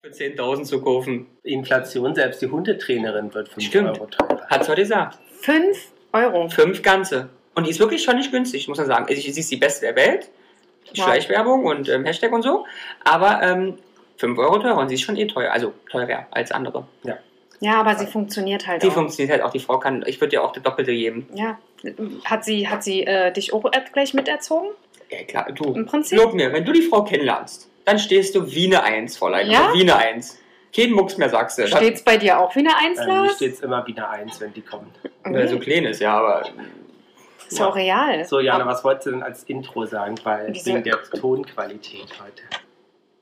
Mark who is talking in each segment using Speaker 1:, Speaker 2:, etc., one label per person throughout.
Speaker 1: für 10.000 zu kaufen.
Speaker 2: Inflation, selbst die Hundetrainerin wird 5
Speaker 1: Stimmt.
Speaker 2: Euro teurer.
Speaker 1: Hat's heute gesagt.
Speaker 3: 5 Euro.
Speaker 1: Fünf ganze. Und die ist wirklich schon nicht günstig, muss man sagen. Also, ich- sie ist die beste der Welt.
Speaker 3: Wow.
Speaker 1: Schleichwerbung und ähm, Hashtag und so. Aber ähm, 5 Euro teurer und sie ist schon eh teuer. Also teurer als andere.
Speaker 3: Ja, aber sie funktioniert halt
Speaker 1: Die
Speaker 3: auch.
Speaker 1: funktioniert halt auch. Die Frau kann, ich würde dir auch das Doppelte geben.
Speaker 3: ja. Hat sie, hat sie äh, dich auch et- gleich miterzogen?
Speaker 1: Ja, klar, du.
Speaker 3: Im Prinzip?
Speaker 1: Glaub mir, wenn du die Frau kennenlernst, dann stehst du wie eine Eins, Fräulein.
Speaker 3: Ja?
Speaker 1: Also Wie eine Eins. Kein Mucks mehr sagst du. Das-
Speaker 3: Steht's bei dir auch
Speaker 1: Ähm,
Speaker 3: wieder eins,
Speaker 2: Bei Ähm, mir
Speaker 3: Lars?
Speaker 2: steht es immer wieder eins, wenn die kommen.
Speaker 1: Weil er äh, so
Speaker 3: Okay.
Speaker 1: klein ist, ja, aber
Speaker 3: Mhm. Ist ja auch real.
Speaker 2: So, Jana, was wolltest du denn als Intro sagen? Weil
Speaker 3: Wieso?
Speaker 2: wegen der Tonqualität heute.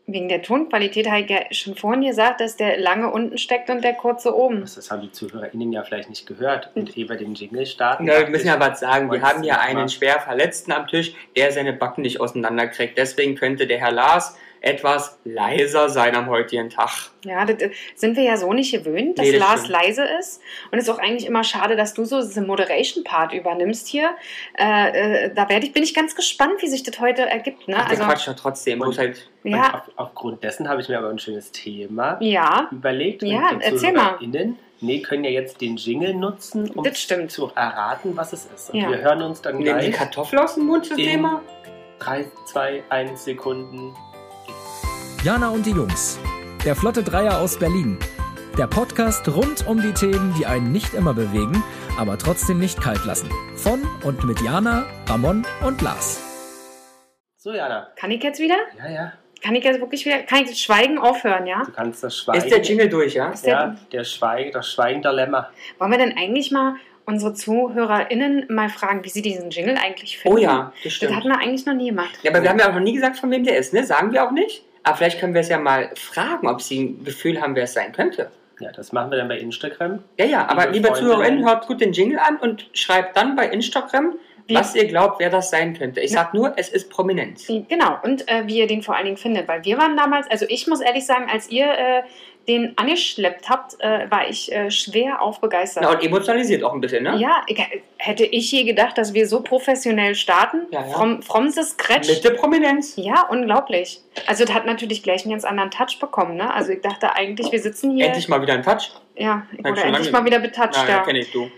Speaker 3: Wegen der Tonqualität habe ich ja schon vorhin gesagt, dass der lange unten steckt und der kurze oben.
Speaker 2: Das das haben die ZuhörerInnen ja vielleicht nicht gehört.
Speaker 3: Hm.
Speaker 2: Und ehe wir den Jingle starten,
Speaker 1: Na, wir
Speaker 2: dachte
Speaker 1: müssen
Speaker 2: ich,
Speaker 1: ja was sagen. Wir
Speaker 2: Wolltest
Speaker 1: haben
Speaker 2: du
Speaker 1: hier
Speaker 2: nicht
Speaker 1: einen
Speaker 2: mal?
Speaker 1: schwer Verletzten am Tisch, der seine Backen nicht auseinanderkriegt. Deswegen könnte der Herr Lars etwas leiser sein am heutigen Tag.
Speaker 3: Ja, das äh, sind wir ja so nicht gewöhnt, dass
Speaker 1: Nee, das
Speaker 3: Lars
Speaker 1: stimmt.
Speaker 3: leise ist. Und es ist auch eigentlich immer schade, dass du so diesen Moderation-Part übernimmst hier. Äh, äh, da werd ich, bin ich ganz gespannt, wie sich das heute ergibt. Ne?
Speaker 1: Ach, der
Speaker 3: also,
Speaker 1: quatscht ja trotzdem. Muss halt,
Speaker 2: Und
Speaker 3: ja,
Speaker 2: auf, aufgrund dessen habe ich mir aber ein schönes Thema
Speaker 3: ja,
Speaker 2: überlegt.
Speaker 3: Ja,
Speaker 2: und die
Speaker 3: erzähl mal.
Speaker 2: ZuhörerInnen, nee, können ja jetzt den Jingle nutzen, um
Speaker 3: das stimmt.
Speaker 2: zu erraten, was es ist. Und
Speaker 3: Ja.
Speaker 2: wir hören uns dann
Speaker 1: nehmen die
Speaker 2: gleich.
Speaker 1: Kartoffel aus dem Mund, das
Speaker 2: In-
Speaker 1: Thema?
Speaker 2: 3, 2, 1 Sekunden.
Speaker 4: Jana und die Jungs. Der Flotte Dreier aus Berlin. Der Podcast rund um die Themen, die einen nicht immer bewegen, aber trotzdem nicht kalt lassen. Von und mit Jana, Ramon und Lars.
Speaker 2: So, Jana.
Speaker 3: Kann ich jetzt wieder?
Speaker 2: Ja, ja.
Speaker 3: Kann ich jetzt wirklich wieder? Kann ich das Schweigen aufhören, ja?
Speaker 2: Du kannst das Schweigen.
Speaker 1: Ist der Jingle durch, ja?
Speaker 3: Ist
Speaker 2: Ja,
Speaker 3: der,
Speaker 2: der Schweig, das Schweigendilemma.
Speaker 3: wollen wir denn eigentlich mal unsere ZuhörerInnen mal fragen, wie sie diesen Jingle eigentlich finden?
Speaker 1: Oh ja, das
Speaker 3: Das hat
Speaker 1: stimmt.
Speaker 3: man eigentlich noch nie gemacht.
Speaker 1: Ja, aber wir haben ja auch noch nie gesagt, von wem der ist, ne? Sagen wir auch nicht. Aber vielleicht können wir es ja mal fragen, ob sie ein Gefühl haben, wer es sein könnte.
Speaker 2: Ja, das machen wir dann bei Instagram.
Speaker 1: Ja, ja, aber
Speaker 2: Liebe
Speaker 1: liebe
Speaker 2: Freundinnen.
Speaker 1: ZuhörerInnen, hört gut den Jingle an und schreibt dann bei Instagram,
Speaker 3: Wie-
Speaker 1: was ihr glaubt, wer das sein könnte. Ich
Speaker 3: Ja.
Speaker 1: sag nur, es ist prominent.
Speaker 3: Genau, und äh, wie ihr den vor allen Dingen findet, weil wir waren damals, also ich muss ehrlich sagen, als ihr äh, den angeschleppt habt, äh, war ich äh, schwer aufbegeistert.
Speaker 1: Na, und emotionalisiert auch ein bisschen, ne?
Speaker 3: ja, ich, äh, hätte ich je gedacht, dass wir so professionell starten,
Speaker 1: Ja, ja.
Speaker 3: from, from the scratch.
Speaker 1: Mit der Prominenz.
Speaker 3: ja, unglaublich. Also das hat natürlich gleich einen ganz anderen Touch bekommen, ne? Also ich dachte eigentlich, wir sitzen hier.
Speaker 1: Endlich mal wieder ein Touch.
Speaker 3: ja, ich
Speaker 1: Hat
Speaker 3: wurde
Speaker 1: schon
Speaker 3: endlich
Speaker 1: lange-
Speaker 3: mal wieder betouched.
Speaker 1: Na, ja,
Speaker 3: ja.
Speaker 1: kenne ich du.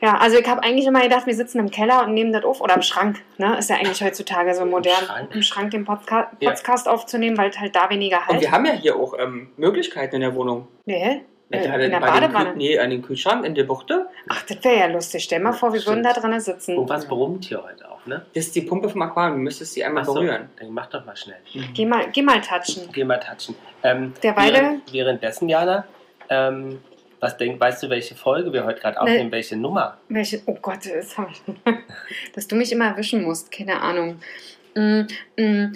Speaker 3: ja, also ich habe eigentlich immer gedacht, wir sitzen im Keller und nehmen das auf oder im Schrank, ne? Ist ja eigentlich heutzutage so modern, im Schrank,
Speaker 2: Schrank.
Speaker 3: den Podca
Speaker 2: Ja.
Speaker 3: Podcast aufzunehmen, weil es halt da weniger halt.
Speaker 1: Und wir haben ja hier auch ähm, Möglichkeiten in der Wohnung.
Speaker 3: Nee.
Speaker 1: Ja,
Speaker 3: Äh, In
Speaker 1: da- bei
Speaker 3: der
Speaker 1: den
Speaker 3: Badewanne.
Speaker 1: Kühl- nee, an den Kühlschrank, in der Buchte.
Speaker 3: Ach, das wäre ja lustig. Stell mal vor, wir
Speaker 2: Stimmt.
Speaker 3: würden da drinnen
Speaker 1: Oh,
Speaker 3: sitzen.
Speaker 2: Irgendwas brummt hier heute auch, ne?
Speaker 1: Das ist die Pumpe vom Aquarium, du müsstest sie einmal
Speaker 2: Ach so,
Speaker 1: berühren.
Speaker 2: Dann mach doch mal schnell.
Speaker 3: Geh mal, geh mal touchen.
Speaker 2: Geh mal touchen. Ähm,
Speaker 3: Derweil-
Speaker 2: während- Währenddessen, Jana, ähm, was denk, weißt du, welche Folge wir heute
Speaker 1: Ne.
Speaker 2: gerade aufnehmen, welche Nummer?
Speaker 3: Welche, oh Gott, das hab ich, dass du mich immer erwischen musst. Keine Ahnung. Mm, mm,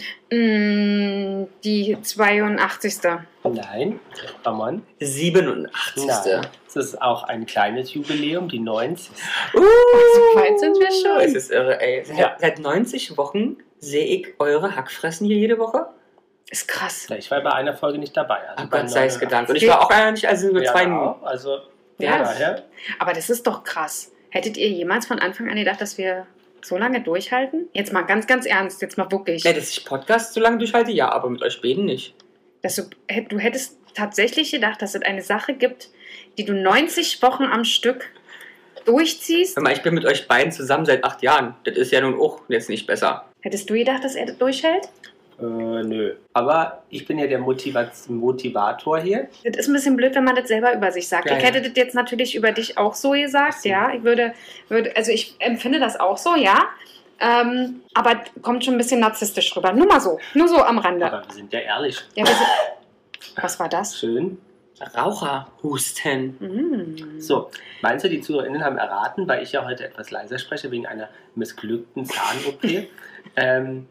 Speaker 3: mm, die 82.
Speaker 2: Nein, Ramon.
Speaker 1: 87.
Speaker 2: Nein. Es ist auch ein kleines Jubiläum, die 90.
Speaker 1: Uh,
Speaker 3: Oh, So weit sind wir schon.
Speaker 1: Es ist irre, ey. Seit,
Speaker 2: Ja.
Speaker 1: seit 90 Wochen sehe ich eure Hackfressen hier jede Woche.
Speaker 2: Oh
Speaker 3: Ist krass.
Speaker 2: Ich war bei einer Folge nicht dabei. Also
Speaker 1: Ach
Speaker 2: bei
Speaker 1: Gott sei es
Speaker 2: 89.
Speaker 1: gedankt. Und ich war auch einer nicht, also nur
Speaker 2: Ja,
Speaker 1: zwei.
Speaker 2: auch. Also,
Speaker 1: Ja,
Speaker 2: ja,
Speaker 3: das-
Speaker 2: daher.
Speaker 3: Aber das ist doch krass. Hättet ihr jemals von Anfang an gedacht, dass wir so lange durchhalten? Jetzt mal ganz, ganz ernst. Jetzt mal wirklich.
Speaker 1: Ne, dass ich Podcast so lange durchhalte, ja, aber mit euch beiden nicht.
Speaker 3: dass du, hätt- du hättest tatsächlich gedacht, dass es eine Sache gibt, die du 90 Wochen am Stück durchziehst.
Speaker 1: Hör mal, ich bin mit euch beiden zusammen seit acht Jahren. Das ist ja nun auch jetzt nicht besser.
Speaker 3: Hättest du gedacht, dass er das durchhält?
Speaker 2: Äh, nö. Aber ich bin ja der Motivaz- Motivator hier.
Speaker 3: Das ist ein bisschen blöd, wenn man das selber über sich sagt.
Speaker 1: Ja,
Speaker 3: ich
Speaker 1: ja.
Speaker 3: hätte das jetzt natürlich über dich auch so gesagt, ja. Ich würde, würde, also ich empfinde das auch so, ja. Ähm, aber es kommt schon ein bisschen narzisstisch rüber. Nur mal so, nur so am Rande.
Speaker 2: Aber wir sind ja ehrlich.
Speaker 3: Ja, wir sind, was war das?
Speaker 2: Schön.
Speaker 1: Raucherhusten.
Speaker 3: Mm.
Speaker 2: So, meinst du, die ZuhörerInnen haben erraten, weil ich ja heute etwas leiser spreche wegen einer missglückten Zahn-OP, ähm,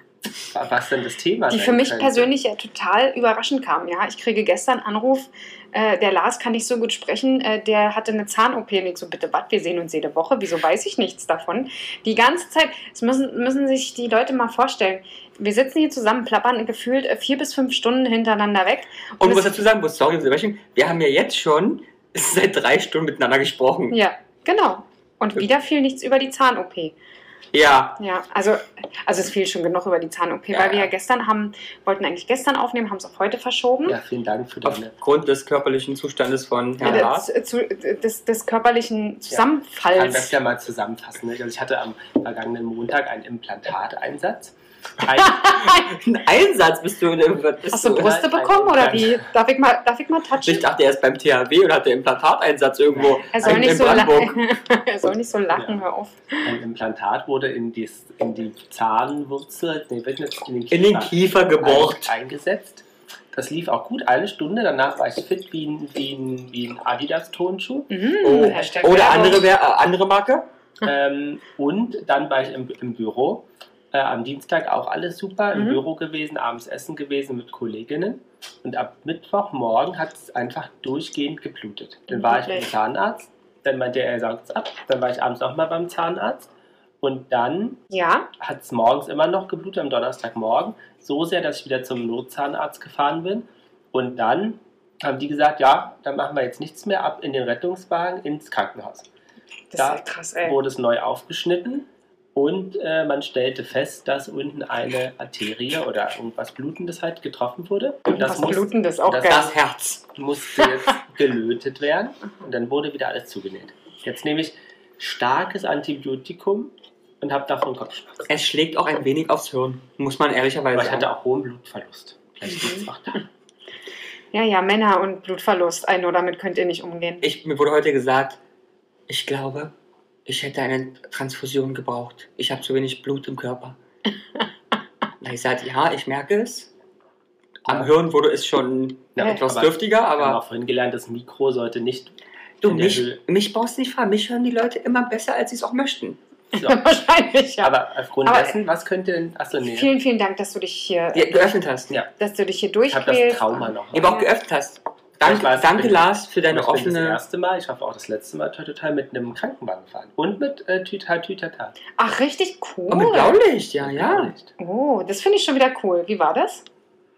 Speaker 2: was denn das Thema
Speaker 3: die
Speaker 2: sein
Speaker 3: für mich
Speaker 1: also
Speaker 2: könnte?
Speaker 3: persönlich ja total überraschend kam. Ja, ich kriege gestern einen Anruf, äh, der Lars kann nicht so gut sprechen, äh, der hatte eine Zahn-OP und ich so, bitte was, wir sehen uns jede Woche, wieso weiß ich nichts davon? Die ganze Zeit, das müssen, müssen sich die Leute mal vorstellen, wir sitzen hier zusammen, plappern gefühlt äh, vier bis fünf Stunden hintereinander weg.
Speaker 1: Und muss
Speaker 3: es-
Speaker 1: dazu sagen, muss, sorry, ums Überraschung, wir haben ja jetzt schon seit drei Stunden miteinander gesprochen.
Speaker 3: Ja, genau. Und wieder fiel nichts über die Zahn-OP.
Speaker 1: Ja,
Speaker 3: Ja, also, also es fiel schon genug über die Zahn-OP,
Speaker 1: Ja,
Speaker 3: weil wir
Speaker 1: ja.
Speaker 3: ja gestern haben, wollten eigentlich gestern aufnehmen, haben es auf heute verschoben.
Speaker 2: Ja, vielen Dank für deine.
Speaker 1: aufgrund des körperlichen Zustandes von Herrn
Speaker 3: Ja,
Speaker 1: Lars.
Speaker 3: des, zu, des, des körperlichen
Speaker 2: Ich kann das
Speaker 3: Zusammenfalls.
Speaker 2: ja mal zusammenfassen. Ne? Also ich hatte am vergangenen Montag einen Implantateinsatz. Ein,
Speaker 1: Ein Einsatz bist du. ne? Bist
Speaker 3: Hast du
Speaker 1: du
Speaker 3: Brüste
Speaker 2: nein,
Speaker 3: bekommen
Speaker 2: nein,
Speaker 3: oder
Speaker 2: nein.
Speaker 3: wie? Darf ich mal, darf ich mal touchen?
Speaker 1: ich dachte, er ist beim THW und hat den Implantateinsatz irgendwo
Speaker 3: er,
Speaker 1: in,
Speaker 3: soll also nicht
Speaker 1: in
Speaker 3: so
Speaker 1: Brandenburg.
Speaker 3: lachen. er soll nicht so lachen,
Speaker 2: Ja.
Speaker 3: hör auf.
Speaker 2: ein Implantat wurde in die, in die Zahnwurzel, nee, wird jetzt in den
Speaker 1: In den Kiefer gebohrt.
Speaker 2: ein- eingesetzt. Das lief auch gut, eine Stunde. Danach war ich fit wie ein, wie ein, wie ein Adidas-Tonschuh.
Speaker 3: Mhm,
Speaker 1: Oh.
Speaker 3: Hashtag
Speaker 1: Oder
Speaker 3: Werbung.
Speaker 1: andere, Wer- äh, andere Marke?
Speaker 2: ähm, und dann war ich im, im Büro. Äh, am Dienstag auch alles super. Im
Speaker 3: Mhm.
Speaker 2: Büro gewesen, abends essen gewesen mit Kolleginnen. Und ab Mittwochmorgen hat es einfach durchgehend geblutet. Dann war ich beim
Speaker 3: Wirklich?
Speaker 2: Zahnarzt. Dann meinte er, er saugt es ab. Dann war ich abends nochmal beim Zahnarzt. Und dann
Speaker 3: Ja,
Speaker 2: hat es morgens immer noch geblutet, am Donnerstagmorgen, so sehr, dass ich wieder zum Notzahnarzt gefahren bin. Und dann haben die gesagt, ja, dann machen wir jetzt nichts mehr, ab in den Rettungswagen ins Krankenhaus.
Speaker 3: das
Speaker 2: Da
Speaker 3: ist ja krass, ey.
Speaker 2: Wurde es neu aufgeschnitten und äh, man stellte fest, dass unten eine Arterie oder irgendwas Blutendes halt getroffen wurde. Und das
Speaker 3: Was
Speaker 2: muss,
Speaker 3: Blutendes, auch
Speaker 2: das-
Speaker 3: geil.
Speaker 1: Das Herz.
Speaker 2: musste jetzt gelötet werden und dann wurde wieder alles zugenäht. Jetzt nehme ich starkes Antibiotikum und habe davon Kopfschmerzen.
Speaker 1: Es schlägt auch ein wenig aufs Hirn, muss man ehrlicherweise
Speaker 2: Aber ich
Speaker 1: sagen.
Speaker 2: hatte auch hohen Blutverlust. Vielleicht
Speaker 3: Mhm.
Speaker 2: liegt es auch daran.
Speaker 3: Ja, ja, Männer und Blutverlust, ein, nur damit könnt ihr nicht umgehen.
Speaker 1: ich, mir wurde heute gesagt, ich glaube, ich hätte eine Transfusion gebraucht. Ich habe zu wenig Blut im Körper. Na, ich sagte, ja, ich merke es. Am Hirn wurde es schon
Speaker 2: Ja,
Speaker 1: etwas
Speaker 2: aber
Speaker 1: dürftiger,
Speaker 2: Wir haben
Speaker 1: aber
Speaker 2: auch vorhin gelernt, das Mikro sollte nicht.
Speaker 1: du,
Speaker 2: in der
Speaker 1: mich,
Speaker 2: Höhe.
Speaker 1: mich brauchst du nicht fragen. Mich hören die Leute immer besser, als sie es auch möchten.
Speaker 2: So.
Speaker 3: Wahrscheinlich, ja.
Speaker 2: Aber aufgrund
Speaker 3: Aber-
Speaker 2: dessen, was könnte denn. Achso, nee.
Speaker 3: Vielen, vielen Dank, dass du dich hier,
Speaker 1: Die geöffnet hast.
Speaker 2: Ja.
Speaker 3: dass du dich hier
Speaker 2: Ich habe das
Speaker 3: durchquälst.
Speaker 2: Trauma noch.
Speaker 1: Die
Speaker 2: Ich
Speaker 1: du auch geöffnet hast. Danke,
Speaker 2: Ich weiß,
Speaker 1: danke
Speaker 2: ich bin-
Speaker 1: Lars, für deine
Speaker 2: bin das
Speaker 1: offene.
Speaker 2: erste Mal, ich hoffe auch das letzte Mal, total mit einem Krankenwagen gefahren. Und mit äh, Tüta Tütata.
Speaker 3: Ach, richtig cool.
Speaker 1: Oh, mit Blaulicht, ja, ja.
Speaker 3: Oh, das finde ich schon wieder cool. Wie war das?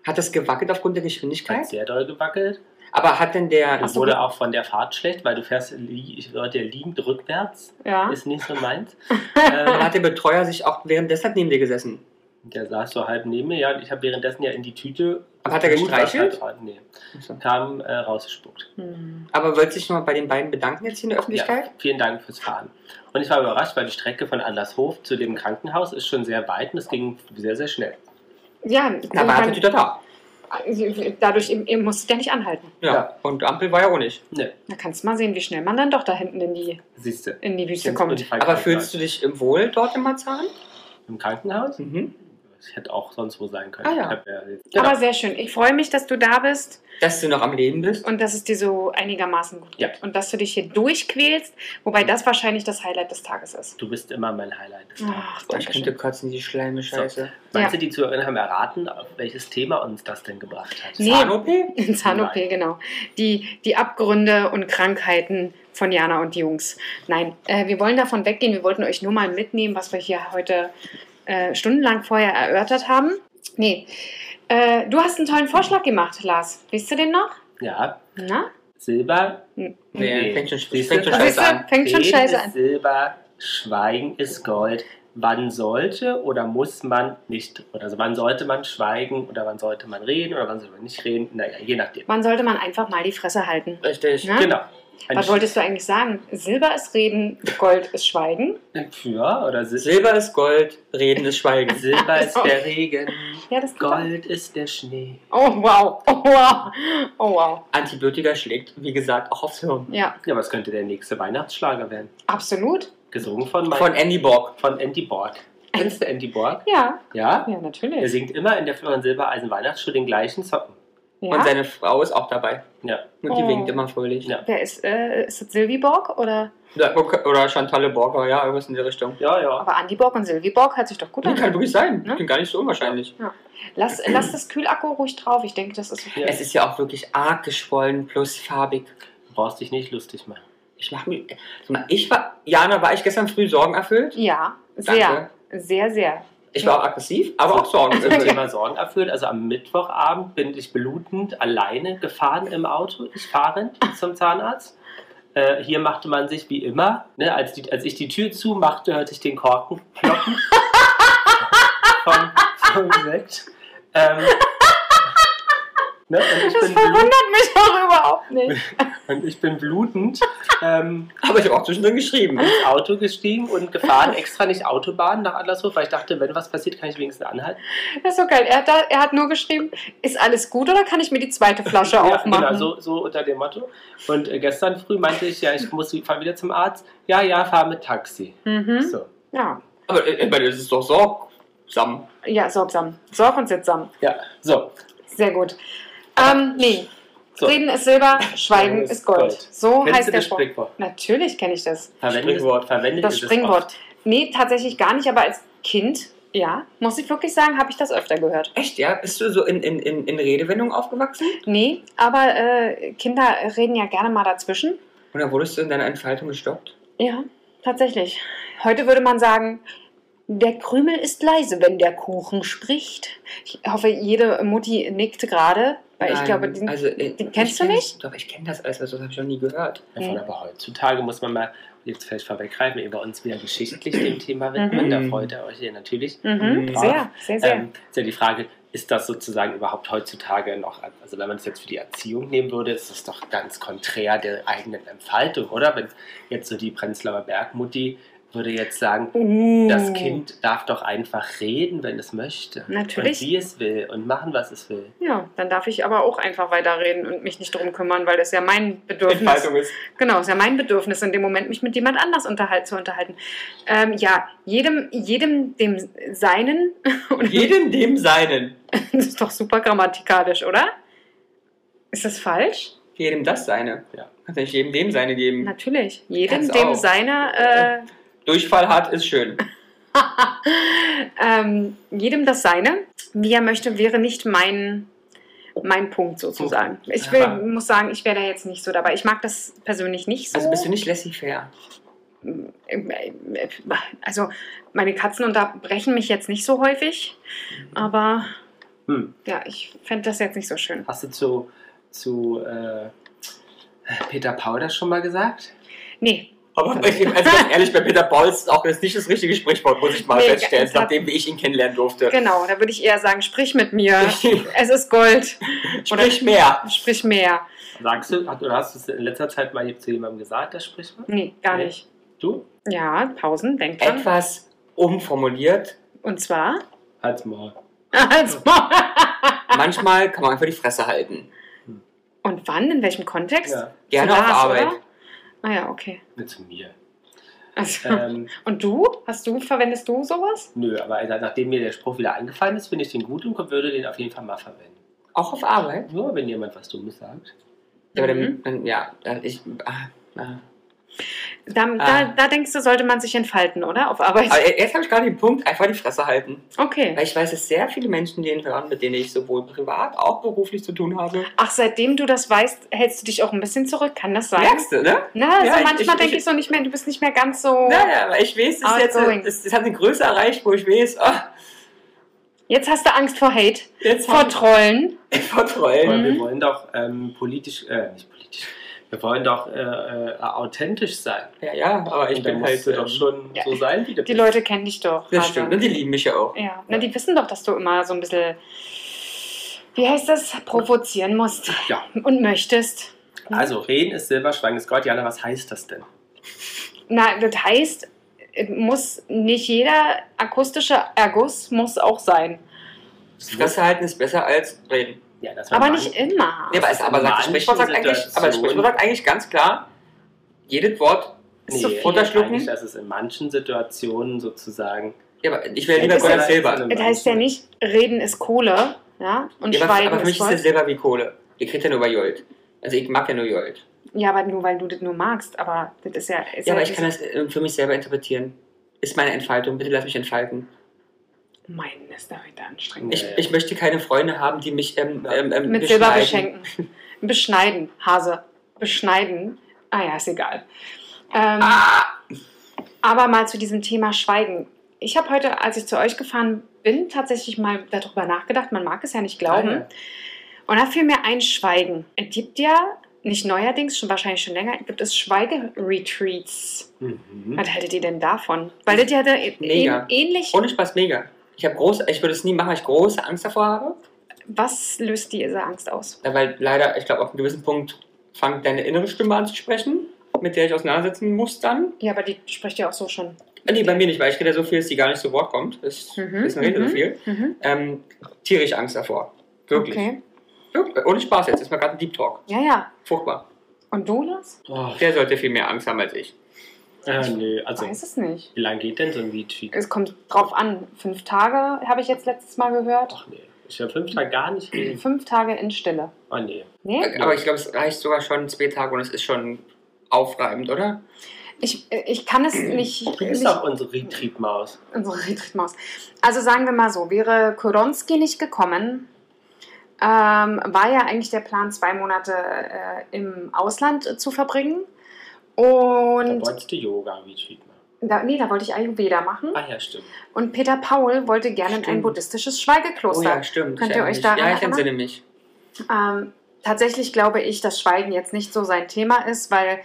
Speaker 1: Hat das gewackelt aufgrund der Geschwindigkeit?
Speaker 2: Hat sehr doll gewackelt.
Speaker 1: Aber hat denn der.
Speaker 3: Ach
Speaker 2: Es
Speaker 3: so,
Speaker 2: wurde
Speaker 3: gut.
Speaker 2: auch von der Fahrt schlecht, weil du fährst, li- ich hörte ja liegend rückwärts.
Speaker 1: Ah.
Speaker 3: Ja.
Speaker 2: Ist nicht so meins.
Speaker 1: Dann
Speaker 2: ähm,
Speaker 1: hat der Betreuer sich auch währenddessen neben dir gesessen.
Speaker 2: der saß so halb neben mir. Ja, und ich habe währenddessen ja in die Tüte.
Speaker 1: Aber hat er
Speaker 2: Blut, was
Speaker 1: gestreichelt?
Speaker 2: Halt, nee, kam äh, rausgespuckt.
Speaker 3: Hm.
Speaker 1: Aber wolltest du dich nochmal bei den beiden bedanken jetzt hier in der Öffentlichkeit?
Speaker 2: Ja, vielen Dank fürs Fahren. Und ich war überrascht, weil die Strecke von Adlershof zu dem Krankenhaus ist schon sehr weit und es ging sehr, sehr schnell.
Speaker 3: Ja,
Speaker 1: Na, war natürlich wieder da.
Speaker 3: kann, dadurch ihr ihr musstet ja nicht anhalten.
Speaker 1: Ja.
Speaker 2: Ja.
Speaker 1: Und Ampel war ja auch nicht.
Speaker 2: Ne,
Speaker 3: Da kannst du mal sehen, wie schnell man dann doch da hinten in die,
Speaker 2: siehst du.
Speaker 3: in die Wüste kommt.
Speaker 1: Aber fühlst du dich im Wohl dort in Marzahn?
Speaker 2: halt Im Krankenhaus?
Speaker 1: Mhm.
Speaker 2: Ich hätte auch sonst wo sein können.
Speaker 1: Ah, ja.
Speaker 2: Ich hab ja jetzt- genau.
Speaker 3: Aber sehr schön. Ich freue mich, dass du da bist
Speaker 1: Dass du noch am Leben bist?
Speaker 3: und dass es dir so einigermaßen gut
Speaker 2: Ja. Mhm.
Speaker 3: geht. Und dass du dich hier durchquälst, wobei das wahrscheinlich das Highlight des Tages ist.
Speaker 2: du bist immer mein Highlight. des Tages.
Speaker 3: Ach,
Speaker 1: Boah, ich
Speaker 3: danke
Speaker 1: könnte
Speaker 3: schön.
Speaker 1: kotzen, die schleime Scheiße.
Speaker 2: Meinst du, die Zuhörer haben erraten, auf welches Thema uns das denn gebracht hat?
Speaker 3: Nee.
Speaker 1: Zahn-OP?
Speaker 3: Zahn-OP,
Speaker 2: Nein.
Speaker 3: genau. Die, die Abgründe und Krankheiten von Jana und die Jungs. Nein, äh, wir wollen davon weggehen. Wir wollten euch nur mal mitnehmen, was wir hier heute äh, stundenlang vorher erörtert haben. Nee, äh, du hast einen tollen Vorschlag gemacht, Lars. Weißt du den noch?
Speaker 2: Ja,
Speaker 3: Na?
Speaker 2: Silber.
Speaker 1: Nee,
Speaker 2: Nee.
Speaker 1: fängt schon,
Speaker 2: Siehst
Speaker 1: fängt
Speaker 2: du?
Speaker 1: schon scheiße
Speaker 3: Siehst du?
Speaker 1: an.
Speaker 3: Fängt schon
Speaker 2: Reden
Speaker 3: scheiße
Speaker 2: ist
Speaker 3: an.
Speaker 2: Silber, Schweigen ist Gold. Wann sollte oder muss man nicht, oder also wann sollte man schweigen oder wann sollte man reden oder wann sollte man nicht reden? Naja, je nachdem.
Speaker 3: Wann sollte man einfach mal die Fresse halten?
Speaker 1: Richtig.
Speaker 3: Ja?
Speaker 2: Genau. Ein
Speaker 3: Was wolltest du eigentlich sagen? Silber ist Reden, Gold ist Schweigen.
Speaker 2: Sch- Für oder Sil
Speaker 1: Silber ist Gold, Reden ist Schweigen.
Speaker 2: Silber ist
Speaker 3: Genau.
Speaker 2: der Regen,
Speaker 3: Ja, das geht auch.
Speaker 2: Gold ist der Schnee.
Speaker 3: Oh wow, oh wow, oh wow.
Speaker 1: Antibiotika schlägt, wie gesagt, auch aufs Hirn.
Speaker 3: Ja,
Speaker 2: Ja, was könnte der nächste Weihnachtsschlager werden?
Speaker 3: absolut.
Speaker 2: Gesungen von, Mike-
Speaker 1: Von Andy Borg.
Speaker 2: von Andy Borg. Kennst du Andy Borg?
Speaker 3: Ja,
Speaker 2: Ja?
Speaker 3: ja,
Speaker 2: Er
Speaker 3: natürlich.
Speaker 2: singt immer in der Florian Silbereisen Weihnachtsshow den gleichen Song.
Speaker 3: Ja.
Speaker 1: Und seine Frau ist auch dabei.
Speaker 2: Ja.
Speaker 1: Und die
Speaker 3: Oh.
Speaker 1: winkt immer fröhlich.
Speaker 2: Ja.
Speaker 3: Wer ist, äh, ist das Silvi Borg oder?
Speaker 1: Ja, okay. Oder Chantalle Borger, ja, irgendwas in der Richtung.
Speaker 2: Ja, ja.
Speaker 3: Aber Andi Borg und Silvi Borg hört sich doch gut
Speaker 1: Nee,
Speaker 3: an.
Speaker 1: kann wirklich sein.
Speaker 3: Ne?
Speaker 1: Klingt gar nicht so unwahrscheinlich.
Speaker 3: Lass, lass das Kühlakku ruhig drauf. Ich denke, das ist okay.
Speaker 2: Ja.
Speaker 1: Es ist ja auch wirklich arg geschwollen plus farbig.
Speaker 2: Du brauchst dich nicht lustig machen.
Speaker 1: Ich mach mich. Sag mal, Ich war, Jana, war ich gestern früh sorgenerfüllt?
Speaker 3: Ja, sehr,
Speaker 1: Danke.
Speaker 3: sehr, sehr.
Speaker 1: Ich war auch aggressiv, aber auch
Speaker 2: Das
Speaker 1: sorgenerfüllt.
Speaker 2: Thema Sorgen erfüllt. Also am Mittwochabend bin ich blutend alleine gefahren im Auto, ich fahrend zum Zahnarzt. Äh, hier machte man sich wie immer, ne, als, die, als ich die Tür zumachte, hörte ich den Korken kloppen. vom, vom Sekt. Ähm, ne, und, ich
Speaker 3: Das
Speaker 2: bin blut,
Speaker 3: verwundert mich auch überhaupt nicht.
Speaker 2: und ich bin blutend ähm,
Speaker 1: Aber ich habe auch zwischendrin geschrieben.
Speaker 2: ins Auto gestiegen und gefahren, extra nicht Autobahn nach Adlershof, weil ich dachte, wenn was passiert, kann ich wenigstens anhalten.
Speaker 3: Das ist so geil. Er hat, da, er hat nur geschrieben, ist alles gut oder kann ich mir die zweite Flasche aufmachen?
Speaker 2: genau, so, so unter dem Motto. Und äh, gestern früh meinte ich, ja, ich muss fahr wieder zum Arzt. Ja, ja, fahr mit Taxi.
Speaker 3: mhm.
Speaker 2: So.
Speaker 3: Ja.
Speaker 1: Aber äh, ich meine, das ist doch sorgsam.
Speaker 3: ja, sorgsam. Sorg und sittsam.
Speaker 2: Ja, so.
Speaker 3: Sehr gut. Ähm, nee,
Speaker 2: so.
Speaker 3: Reden ist Silber, Schweigen ist Gold. So
Speaker 2: Kennst
Speaker 3: heißt
Speaker 2: du
Speaker 3: der
Speaker 2: das
Speaker 3: Spruch.
Speaker 2: Sprichwort?
Speaker 3: Natürlich kenne ich das.
Speaker 2: Verwendet
Speaker 1: Springwort.
Speaker 2: verwendet
Speaker 3: Das
Speaker 2: ihr
Speaker 3: Springwort.
Speaker 2: oft?
Speaker 3: Nee, tatsächlich gar nicht, aber als Kind, ja, muss ich wirklich sagen, habe ich das öfter gehört.
Speaker 1: Echt, ja? Bist du so in, in, in, in Redewendungen aufgewachsen?
Speaker 3: Nee, aber äh, Kinder reden ja gerne mal dazwischen.
Speaker 1: Und dann wurdest du in deiner Entfaltung gestoppt?
Speaker 3: Ja, tatsächlich. Heute würde man sagen, der Krümel ist leise, wenn der Kuchen spricht. Ich hoffe, jede Mutti nickt gerade, weil ich
Speaker 1: Nein,
Speaker 3: glaube, den,
Speaker 1: also, äh,
Speaker 3: den kennst
Speaker 1: ich
Speaker 3: du
Speaker 1: kenn-
Speaker 3: nicht?
Speaker 1: Doch, ich kenne das alles, also das habe ich noch nie gehört.
Speaker 2: Davon aber heutzutage muss man mal, jetzt vielleicht vorweggreifen, über uns wieder geschichtlich dem Thema widmen.
Speaker 1: Mhm.
Speaker 2: Da freut ihr euch ja natürlich.
Speaker 3: Mhm,
Speaker 1: Ja.
Speaker 3: sehr, sehr, sehr.
Speaker 2: Ähm, ist ja die Frage, ist das sozusagen überhaupt heutzutage noch, also wenn man es jetzt für die Erziehung nehmen würde, ist das doch ganz konträr der eigenen Entfaltung, oder? Wenn jetzt so die Prenzlauer Bergmutti würde jetzt sagen,
Speaker 1: ähm,
Speaker 3: Uh. Oh.
Speaker 2: das Kind darf doch einfach reden, wenn es möchte.
Speaker 3: Natürlich.
Speaker 2: Und wie es will und machen, was es will.
Speaker 3: Ja, dann darf ich aber auch einfach weiterreden und mich nicht drum kümmern, weil das ist ja mein Bedürfnis.
Speaker 1: Entfaltung ist.
Speaker 3: Genau, ist ja mein Bedürfnis in dem Moment, mich mit jemand anders unterhalt, zu unterhalten. Ähm, ja, jedem, jedem dem Seinen.
Speaker 1: Und jedem dem seinen.
Speaker 3: Das ist doch super grammatikalisch, oder? Ist das falsch?
Speaker 1: Jedem das seine.
Speaker 2: Ja.
Speaker 1: Kannst ja nicht jedem dem seine geben.
Speaker 3: Natürlich. Jedem
Speaker 1: Kannst
Speaker 3: dem
Speaker 1: auch.
Speaker 3: seiner. Äh,
Speaker 1: Durchfall hat ist schön.
Speaker 3: ähm, jedem das Seine. Wie er möchte, wäre nicht mein, mein Punkt sozusagen. Ich will,
Speaker 1: Ja.
Speaker 3: muss sagen, ich wäre da jetzt nicht so dabei. Ich mag das persönlich nicht so. Äh,
Speaker 1: Also bist du nicht laissez-faire.
Speaker 3: also meine Katzen unterbrechen mich jetzt nicht so häufig,
Speaker 1: Mhm.
Speaker 3: aber
Speaker 2: Hm.
Speaker 3: ja, ich fände das jetzt nicht so schön.
Speaker 2: Hast du zu, zu äh, Peter Paul das schon mal gesagt?
Speaker 3: Nee,
Speaker 1: Aber ich, also ganz ehrlich, bei Peter Paul ist auch jetzt nicht das richtige Sprichwort, muss ich mal
Speaker 3: Nee,
Speaker 1: feststellen,
Speaker 3: ganz klar.
Speaker 1: nachdem wie ich ihn kennenlernen durfte.
Speaker 3: genau, da würde ich eher sagen, sprich mit mir. Es ist Gold,
Speaker 1: Sprich mehr.
Speaker 3: sprich mehr.
Speaker 2: Sagst du, hat- oder hast du es in letzter Zeit mal zu jemandem gesagt, das Sprichwort?
Speaker 3: Nee, gar
Speaker 2: Nee.
Speaker 3: nicht.
Speaker 2: Du?
Speaker 3: Ja, Pausen, denk dran.
Speaker 1: Etwas umformuliert.
Speaker 3: Und zwar Also.
Speaker 2: Halt's mal.
Speaker 3: als
Speaker 1: Manchmal kann man einfach die Fresse halten.
Speaker 3: Und wann, in welchem Kontext?
Speaker 2: Ja,
Speaker 1: Gerne
Speaker 3: Zu
Speaker 1: auf
Speaker 3: Lars,
Speaker 1: Arbeit.
Speaker 3: oder? Ah ja, okay.
Speaker 2: nicht zu mir.
Speaker 3: Also,
Speaker 1: Äh.
Speaker 2: Ähm,
Speaker 3: Und du? Hast du, verwendest du sowas?
Speaker 2: nö, aber also, nachdem mir der Spruch wieder eingefallen ist, finde ich den gut und würde den auf jeden Fall mal verwenden.
Speaker 1: Auch auf Arbeit?
Speaker 2: Nur wenn jemand was Dummes sagt.
Speaker 1: Ja, aber
Speaker 3: Mhm.
Speaker 1: dann, dann, ja, dann ich. Ah, ah.
Speaker 3: Da, da,
Speaker 1: Ah.
Speaker 3: da denkst du, sollte man sich entfalten, oder? Auf Arbeit.
Speaker 1: Aber jetzt habe ich gerade den Punkt, einfach die Fresse halten.
Speaker 3: Okay.
Speaker 1: Weil ich weiß, dass sehr viele Menschen den hören, mit denen ich sowohl privat auch beruflich zu tun habe.
Speaker 3: Ach, seitdem du das weißt, hältst du dich auch ein bisschen zurück. Kann das sein?
Speaker 1: Merkst du, ne?
Speaker 3: Na, also
Speaker 1: Ja, ich-
Speaker 3: manchmal
Speaker 1: ich-
Speaker 3: denke
Speaker 1: ich-
Speaker 3: ich so nicht mehr, du bist nicht mehr ganz so.
Speaker 1: Naja, aber ich weiß, das, ist jetzt,
Speaker 3: Outgoing.
Speaker 1: das, das hat eine Größe erreicht, wo ich weiß, ah,
Speaker 3: Jetzt hast du Angst vor Hate,
Speaker 1: jetzt
Speaker 3: vor
Speaker 1: hat
Speaker 3: Trollen.
Speaker 1: vor Trollen.
Speaker 2: Weil wir
Speaker 3: Mhm.
Speaker 2: wollen doch ähm, politisch, äh, nicht politisch, wir wollen doch äh, äh, authentisch sein.
Speaker 1: Ja, ja, aber ich
Speaker 2: und dann
Speaker 1: bin halt
Speaker 2: musst du doch
Speaker 1: ähm,
Speaker 2: schon
Speaker 3: ja.
Speaker 2: so sein, wie du
Speaker 3: Die
Speaker 2: bist.
Speaker 3: Leute kennen dich doch.
Speaker 1: Das
Speaker 3: Hase.
Speaker 1: stimmt, und die lieben mich ja auch.
Speaker 3: Ja, na, die wissen doch, dass du immer so ein bisschen, wie heißt das, provozieren musst
Speaker 2: Ja.
Speaker 3: und möchtest.
Speaker 2: Also, reden ist Silber, Schweigen ist Gold. Jana, was heißt das denn?
Speaker 3: Na, das heißt, es muss nicht jeder akustische Erguss muss auch sein.
Speaker 1: Fresse halten ist besser als reden.
Speaker 2: Ja, dass man
Speaker 3: Aber
Speaker 2: mal-
Speaker 3: nicht äh, immer.
Speaker 1: Nee, aber es aber sagt, das
Speaker 2: manchen
Speaker 1: Sprichwort sagt eigentlich, aber das Sprichwort sagt eigentlich ganz klar, jedes Wort
Speaker 3: Ist so viel
Speaker 1: runterschlucken?
Speaker 2: eigentlich, dass es in manchen Situationen sozusagen
Speaker 1: Ja, aber ich wäre lieber
Speaker 3: Das
Speaker 1: Gold
Speaker 2: ist-
Speaker 1: als Silber.
Speaker 3: Das heißt ja nicht, reden ist Kohle, ja, und
Speaker 1: Ja, aber,
Speaker 3: Schweigen
Speaker 1: aber für
Speaker 3: ist
Speaker 1: mich ist das
Speaker 3: Gold.
Speaker 1: Silber wie Kohle. Ihr kriegt ja nur bei Jolt. Also ich mag ja nur Jolt.
Speaker 3: Ja, aber nur weil du das nur magst, aber das ist ja. Ist
Speaker 1: Ja, aber ich kann das äh, für mich selber interpretieren. Ist meine Entfaltung, bitte lass mich entfalten.
Speaker 3: Mein, ist da heute anstrengend.
Speaker 2: Nee.
Speaker 1: Ich, ich möchte keine Freunde haben, die mich ähm,
Speaker 2: Ja.
Speaker 1: ähm, ähm,
Speaker 3: Mit
Speaker 1: beschneiden.
Speaker 3: Silber beschenken. Beschneiden, Hase. Beschneiden. Ah ja, ist egal. Ähm,
Speaker 1: Ah!
Speaker 3: Aber mal zu diesem Thema Schweigen. Ich habe heute, als ich zu euch gefahren bin, tatsächlich mal darüber nachgedacht. Man mag es ja nicht glauben.
Speaker 2: Ah ja.
Speaker 3: Und da fiel mir ein Schweigen. Es gibt ja nicht neuerdings, schon wahrscheinlich schon länger, gibt es Schweigeretreats.
Speaker 2: Mhm.
Speaker 3: Was haltet ihr denn davon? Weil das ja da ä-
Speaker 1: Mega.
Speaker 3: ähn- ähnlich.
Speaker 1: Ohne Spaß mega. Ich habe große, ich würde es nie machen, weil ich große Angst davor habe.
Speaker 3: Was löst diese Angst aus?
Speaker 1: Ja, Weil leider, ich glaube, auf einem gewissen Punkt fängt deine innere Stimme an zu sprechen, mit der ich auseinandersetzen muss dann.
Speaker 3: Ja, aber die spricht ja auch so schon.
Speaker 1: Äh, Nee, bei mir nicht, weil ich rede so viel, dass die gar nicht zu Wort kommt. Ich
Speaker 3: Mhm,
Speaker 1: mhm. rede
Speaker 3: mhm.
Speaker 1: so viel.
Speaker 3: Mhm.
Speaker 1: Ähm, tierisch Angst davor. Wirklich.
Speaker 3: Okay.
Speaker 1: Wirklich. Ohne Spaß jetzt. Das war gerade ein Deep Talk.
Speaker 3: Ja, ja.
Speaker 1: Furchtbar.
Speaker 3: Und du, Lars?
Speaker 2: Oh,
Speaker 1: Der sollte viel mehr Angst haben als ich.
Speaker 2: äh, nö, also
Speaker 3: Weiß es nicht.
Speaker 2: wie lange geht denn so ein Retreat?
Speaker 3: Es kommt drauf an. Fünf Tage habe ich jetzt letztes Mal gehört.
Speaker 2: Ach nee, ich habe fünf Tage gar nicht gehen.
Speaker 3: Fünf Tage in Stille.
Speaker 2: Oh nee.
Speaker 3: Nee?
Speaker 1: Aber ich glaube, es reicht sogar schon zwei Tage und es ist schon aufreibend, oder?
Speaker 3: Ich, ich kann es nicht.
Speaker 2: Du bist
Speaker 3: nicht-
Speaker 2: doch unsere Retreat-Maus.
Speaker 3: unsere Retreat-Maus. Also sagen wir mal so, wäre Koronski nicht gekommen, ähm, war ja eigentlich der Plan, zwei Monate äh, im Ausland zu verbringen.
Speaker 2: Da
Speaker 3: Und
Speaker 2: wolltest du Yoga-Retreat machen.
Speaker 3: da, nee, da wollte ich Ayurveda machen.
Speaker 2: Ah ja, stimmt.
Speaker 3: Und Peter Paul wollte gerne in ein
Speaker 1: Stimmt.
Speaker 3: buddhistisches
Speaker 1: Oh
Speaker 3: Schweigekloster.
Speaker 1: ja, stimmt.
Speaker 3: Könnt
Speaker 1: Ich
Speaker 3: ihr
Speaker 1: erinnere
Speaker 3: euch
Speaker 1: mich.
Speaker 3: daran
Speaker 1: Ja, ich
Speaker 3: erinnern?
Speaker 1: entsinne mich.
Speaker 3: Ähm, tatsächlich glaube ich, dass Schweigen jetzt nicht so sein Thema ist, weil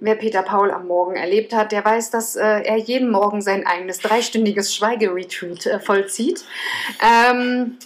Speaker 3: wer Peter Paul am Morgen erlebt hat, der weiß, dass äh, er jeden Morgen sein eigenes dreistündiges Schweigeretreat äh, vollzieht. Ähm,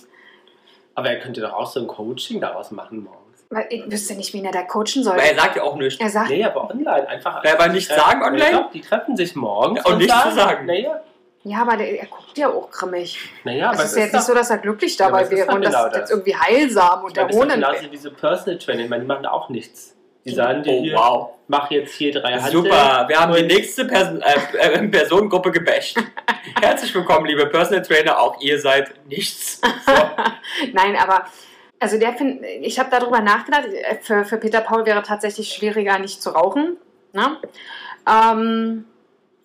Speaker 2: Aber er könnte doch auch so ein Coaching daraus machen morgens.
Speaker 3: weil ich wüsste nicht, wen er da coachen soll.
Speaker 1: Weil er sagt ja auch nichts.
Speaker 3: Er sagt,
Speaker 2: Nee, aber online einfach.
Speaker 1: Will er aber nichts
Speaker 2: Äh,
Speaker 1: sagen
Speaker 2: nee,
Speaker 1: online?
Speaker 2: Doch, die treffen sich morgens.
Speaker 1: Und nichts zu sagen.
Speaker 2: Naja,
Speaker 3: ja, aber der, er guckt ja auch grimmig. Also
Speaker 2: naja aber
Speaker 3: es ist ja jetzt nicht so, dass er glücklich
Speaker 2: Ja, aber
Speaker 3: dabei
Speaker 2: es ist
Speaker 3: wäre
Speaker 2: doch
Speaker 3: und dass
Speaker 2: genau
Speaker 3: das jetzt
Speaker 2: das.
Speaker 3: irgendwie heilsam und
Speaker 2: das ist doch
Speaker 3: erholen
Speaker 2: genauso
Speaker 3: wäre.
Speaker 2: wie so Personal Training. Ich meine, Die machen auch nichts. Die sagen dir
Speaker 1: Oh,
Speaker 2: hier,
Speaker 1: wow.
Speaker 2: mach jetzt hier drei Handeln.
Speaker 1: Super, wir haben die nächste Person, äh, äh, Personengruppe gebasht. Herzlich willkommen, liebe Personal Trainer, auch ihr seid nichts. So.
Speaker 3: Nein, aber also der find, ich habe darüber nachgedacht, äh, für, für Peter Paul wäre tatsächlich schwieriger, nicht zu rauchen. Ne? Ähm,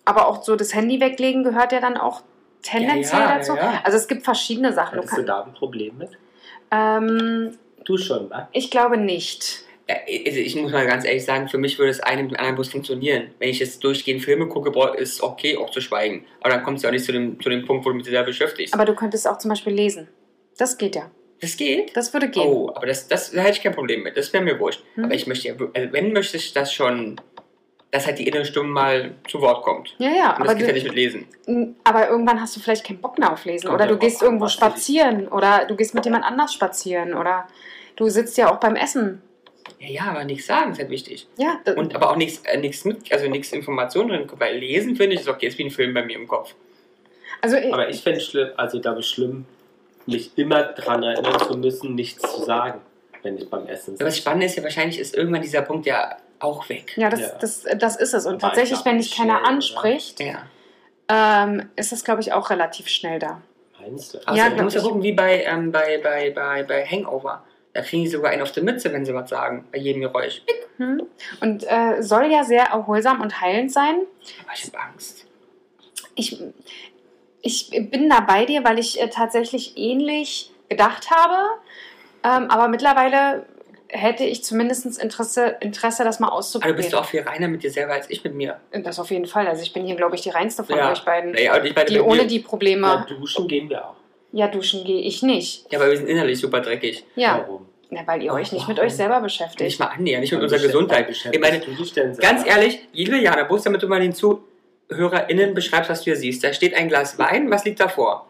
Speaker 3: aber auch so das Handy weglegen gehört ja dann auch tendenziell
Speaker 1: Ja, ja,
Speaker 3: dazu.
Speaker 1: ja, ja.
Speaker 3: Also es gibt verschiedene Sachen. Du
Speaker 2: Hattest du
Speaker 3: kann,
Speaker 2: da ein Problem mit?
Speaker 3: ähm,
Speaker 2: Du schon, wa?
Speaker 3: ich glaube nicht.
Speaker 1: Ja, Also ich muss mal ganz ehrlich sagen, für mich würde es einen mit dem anderen bloß funktionieren. Wenn ich jetzt durchgehend Filme gucke, boah, ist es okay, auch zu schweigen. Aber dann kommst du ja auch nicht zu dem, zu dem Punkt, wo du mit dir selber beschäftigst.
Speaker 3: Aber du könntest auch zum Beispiel lesen. Das geht ja.
Speaker 1: das geht.
Speaker 3: Das würde gehen.
Speaker 1: Oh, aber das, das da hätte ich kein Problem mit. Das wäre mir wurscht.
Speaker 3: Hm.
Speaker 1: Aber ich möchte ja, wir- also wenn möchte ich das schon, dass halt die innere Stimme mal zu Wort kommt.
Speaker 3: Ja, ja,
Speaker 1: Und
Speaker 3: aber,
Speaker 1: das geht ja
Speaker 3: du,
Speaker 1: nicht mit Lesen.
Speaker 3: aber irgendwann hast du vielleicht keinen Bock mehr auf Lesen.
Speaker 2: Kommt
Speaker 3: Oder
Speaker 2: ja
Speaker 3: du
Speaker 2: drauf
Speaker 3: gehst
Speaker 2: an,
Speaker 3: irgendwo
Speaker 2: was du liest.
Speaker 3: spazieren. Oder du gehst mit jemand anders spazieren. Oder du sitzt ja auch beim Essen.
Speaker 1: Ja, ja, aber nichts sagen ist halt wichtig.
Speaker 3: Ja, da-
Speaker 1: Und aber auch nichts äh, nichts mit, also nichts Informationen drin. Weil Lesen finde ich, ist okay, ist wie ein Film bei mir im Kopf.
Speaker 3: Also ich,
Speaker 2: Aber ich fände es schlimm, also glaube ich schlimm, mich immer daran erinnern zu müssen, nichts zu sagen, wenn ich beim Essen
Speaker 1: Aber das
Speaker 2: sitze.
Speaker 1: Spannende ist ja wahrscheinlich, ist irgendwann dieser Punkt ja auch weg.
Speaker 3: ja, das,
Speaker 2: Ja.
Speaker 3: Das, äh, das ist es. Und
Speaker 2: Aber ich
Speaker 3: tatsächlich,
Speaker 2: glaub,
Speaker 3: wenn dich
Speaker 2: nicht
Speaker 3: keiner
Speaker 2: schnell, oder?
Speaker 3: anspricht,
Speaker 1: äh, Ja.
Speaker 3: ähm, ist das, glaube ich, auch relativ schnell da.
Speaker 2: Meinst du?
Speaker 1: Also,
Speaker 3: Ja,
Speaker 1: ja, du
Speaker 3: glaub
Speaker 1: musst ja
Speaker 3: ich.
Speaker 1: gucken, wie bei, ähm, bei, bei, bei, bei Hangover. Da kriegen die sogar einen auf die Mütze, wenn sie was sagen, bei jedem Geräusch.
Speaker 3: Hm? Und äh, soll ja sehr erholsam und heilend sein.
Speaker 1: Aber ich habe Angst.
Speaker 3: Ich, ich bin da bei dir, weil ich äh, tatsächlich ähnlich gedacht habe. Ähm, aber mittlerweile hätte ich zumindest Interesse, Interesse, das mal
Speaker 1: Aber Ah, du bist
Speaker 3: auszuprobieren.
Speaker 1: doch auch viel reiner mit dir selber als ich mit mir.
Speaker 3: das auf jeden Fall. Also ich bin hier, glaube ich, die reinste von
Speaker 1: Ja.
Speaker 3: euch beiden.
Speaker 1: Naja, und ich meine,
Speaker 3: Die
Speaker 1: bei
Speaker 3: ohne
Speaker 1: dir-
Speaker 3: die
Speaker 2: Ja,
Speaker 3: Probleme.
Speaker 2: duschen gehen wir auch.
Speaker 3: Ja, duschen gehe ich nicht.
Speaker 1: Ja, aber wir sind innerlich super dreckig.
Speaker 3: Ja.
Speaker 2: Warum?
Speaker 3: Na, weil ihr euch nicht mit
Speaker 1: Warum?
Speaker 3: euch selber beschäftigt.
Speaker 1: Nicht mal annähernd, nicht mit
Speaker 2: Dann
Speaker 1: unserer
Speaker 2: beschäftigt-
Speaker 1: Gesundheit.
Speaker 2: beschäftigst
Speaker 1: Ich meine,
Speaker 2: du dich denn selber?
Speaker 1: ganz ehrlich, Juliana, bloß damit du mal den ZuhörerInnen beschreibst, was du hier siehst. Da steht ein Glas Wein, was liegt davor?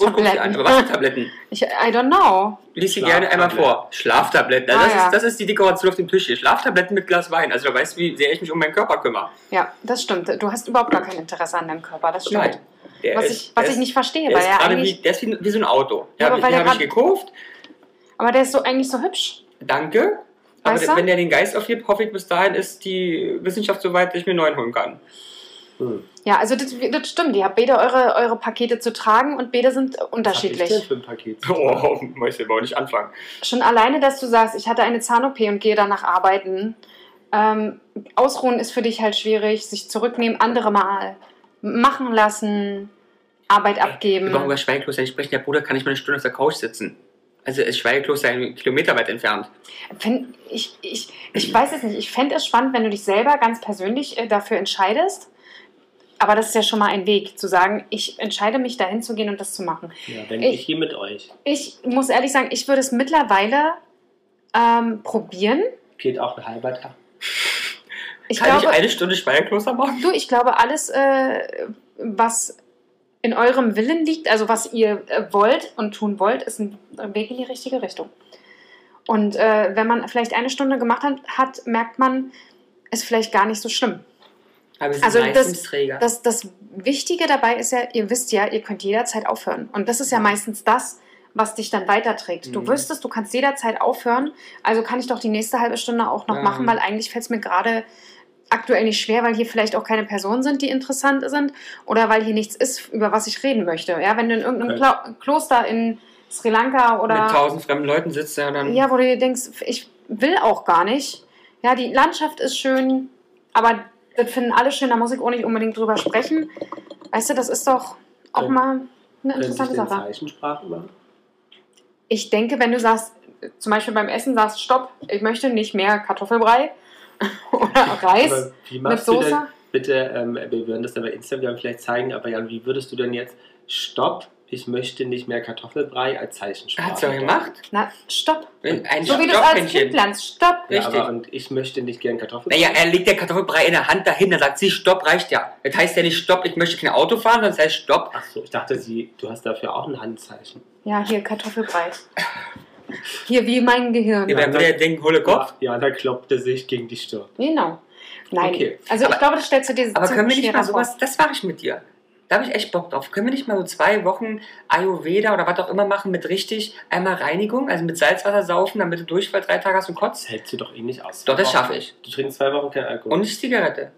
Speaker 1: Und guck dir an, aber was für Tabletten?
Speaker 3: Ich, I don't know.
Speaker 1: Lies sie gerne einmal
Speaker 2: Schlaftabletten.
Speaker 1: vor. Schlaftabletten. Also
Speaker 3: Ah,
Speaker 1: das,
Speaker 3: ja.
Speaker 1: ist, das ist die Dekoration auf dem Tisch hier. Schlaftabletten mit Glas Wein. Also da weißt du, wie sehr ich mich um meinen Körper kümmere.
Speaker 3: Ja, das stimmt. Du hast überhaupt gar kein Interesse an deinem Körper. Das stimmt.
Speaker 1: Nein. Der
Speaker 3: Was,
Speaker 1: ist-
Speaker 3: ich, was
Speaker 1: der
Speaker 3: ich
Speaker 1: ist-
Speaker 3: nicht verstehe,
Speaker 1: Der
Speaker 3: weil
Speaker 1: ist,
Speaker 3: er
Speaker 1: gerade wie,
Speaker 3: eigentlich.
Speaker 1: der ist wie, wie so ein Auto. Ja,
Speaker 3: Ja, aber
Speaker 1: habe ich,
Speaker 3: weil
Speaker 1: den
Speaker 3: er
Speaker 1: hab ich
Speaker 3: grad-
Speaker 1: gekauft.
Speaker 3: Aber der ist so eigentlich so hübsch.
Speaker 1: Danke. Aber
Speaker 3: Weißt du?
Speaker 1: wenn der den Geist aufgibt, hoffe ich, bis dahin ist die Wissenschaft so weit, dass ich mir einen neuen holen kann.
Speaker 2: Hm.
Speaker 3: Ja, also das, das stimmt. Ihr habt beide eure, eure Pakete zu tragen und beide sind
Speaker 2: Was hab ich
Speaker 3: unterschiedlich.
Speaker 2: denn für ein Paket?
Speaker 1: Oh, möchte ich aber auch nicht anfangen.
Speaker 3: Schon alleine, dass du sagst, ich hatte eine Zahn-OP und gehe danach arbeiten. Ähm, ausruhen ist für dich halt schwierig. Sich zurücknehmen, andere mal machen lassen, Arbeit abgeben.
Speaker 1: Warum über Schweigekloster nicht sprechen? Der Bruder kann nicht mal eine Stunde auf der Couch sitzen. Also ist Schweigekloster einen Kilometer weit entfernt.
Speaker 3: Fänd, ich, ich, ich weiß es nicht. Ich fände es spannend, wenn du dich selber ganz persönlich äh, dafür entscheidest. Aber das ist ja schon mal ein Weg, zu sagen, ich entscheide mich, dahin zu gehen und das zu machen.
Speaker 2: Ja, wenn
Speaker 3: Ich-
Speaker 2: ich hier mit euch.
Speaker 3: Ich muss ehrlich sagen, ich würde es mittlerweile ähm, probieren,
Speaker 2: geht auch ein halber Tag.
Speaker 3: Ich
Speaker 1: Kann ich
Speaker 3: glaube,
Speaker 1: eine Stunde Schweinkloster machen?
Speaker 3: du, ich glaube, alles, äh, was in eurem Willen liegt, also was ihr äh, wollt und tun wollt, ist ein Weg in die richtige Richtung. Und äh, wenn man vielleicht eine Stunde gemacht hat, hat, merkt man, ist vielleicht gar nicht so schlimm.
Speaker 1: Aber wir sind
Speaker 3: Also das-
Speaker 1: Leistungsträger.
Speaker 3: Das, das Wichtige dabei ist ja, ihr wisst ja, ihr könnt jederzeit aufhören. Und das ist ja meistens das, was dich dann weiterträgt. Du
Speaker 1: Mhm.
Speaker 3: wüsstest, du kannst jederzeit aufhören, also kann ich doch die nächste halbe Stunde auch noch
Speaker 1: Ja.
Speaker 3: machen, weil eigentlich fällt es mir gerade aktuell nicht schwer, weil hier vielleicht auch keine Personen sind, die interessant sind oder weil hier nichts ist, über was ich reden möchte. Ja, wenn du in irgendeinem Klo Kloster in Sri Lanka oder
Speaker 1: Mit tausend fremden Leuten sitzt ja dann.
Speaker 3: ja, wo du dir denkst, ich will auch gar nicht. Ja, die Landschaft ist schön, aber das finden alle schön, da muss ich auch nicht unbedingt drüber sprechen. Weißt du, das ist doch auch
Speaker 2: Können-
Speaker 3: mal eine
Speaker 2: Können sich
Speaker 3: interessante
Speaker 2: denn
Speaker 3: Sache.
Speaker 2: Zeichensprachen machen?
Speaker 3: Ich denke, wenn du sagst, äh, zum Beispiel beim Essen sagst, stopp, ich möchte nicht mehr Kartoffelbrei oder Reis
Speaker 2: Aber wie
Speaker 3: mit
Speaker 2: machst du denn,
Speaker 3: Soße.
Speaker 2: bitte, ähm, wir würden das dann bei Instagram vielleicht zeigen, aber Jan, wie würdest du denn jetzt, stopp, ich möchte nicht mehr Kartoffelbrei als Zeichensprache.
Speaker 1: Hat's doch gemacht.
Speaker 3: Na, stopp.
Speaker 1: Wenn Ein
Speaker 3: So wie du es als Kind
Speaker 1: Stoppmännchen.
Speaker 3: lernst, stopp.
Speaker 2: Ja,
Speaker 1: Richtig.
Speaker 2: aber, und ich möchte nicht gern Kartoffelbrei.
Speaker 1: Naja, er legt der Kartoffelbrei in der Hand dahin, dann sagt sie, Stopp, reicht ja. Das heißt ja nicht Stopp, ich möchte kein Auto fahren, sondern es heißt Stopp.
Speaker 2: Ach so, ich dachte, sie, du hast dafür auch ein Handzeichen.
Speaker 3: Ja, hier Kartoffelbrei. Hier wie mein Gehirn.
Speaker 1: Ihr werdet
Speaker 2: dann-
Speaker 1: wieder denken, hole Kopf.
Speaker 2: Ja, da kloppte sich gegen die Stirn.
Speaker 3: Genau. Nein.
Speaker 2: Okay.
Speaker 3: Also ich
Speaker 1: Aber-
Speaker 3: glaube, das stellst du dir
Speaker 1: Aber
Speaker 3: ziemlich
Speaker 1: können wir nicht
Speaker 3: schwerer
Speaker 1: mal
Speaker 3: vor.
Speaker 1: sowas, das mache ich mit dir. Da habe ich echt Bock drauf. Können wir nicht mal so zwei Wochen Ayurveda oder was auch immer machen mit richtig einmal Reinigung, also mit Salzwasser saufen, damit du Durchfall drei Tage hast und
Speaker 2: Das
Speaker 1: kotzt?
Speaker 2: hältst du doch eh nicht aus.
Speaker 1: Doch, das schaffe ich.
Speaker 2: Du trinkst zwei Wochen kein Alkohol.
Speaker 1: Und Oh. nicht Zigarette.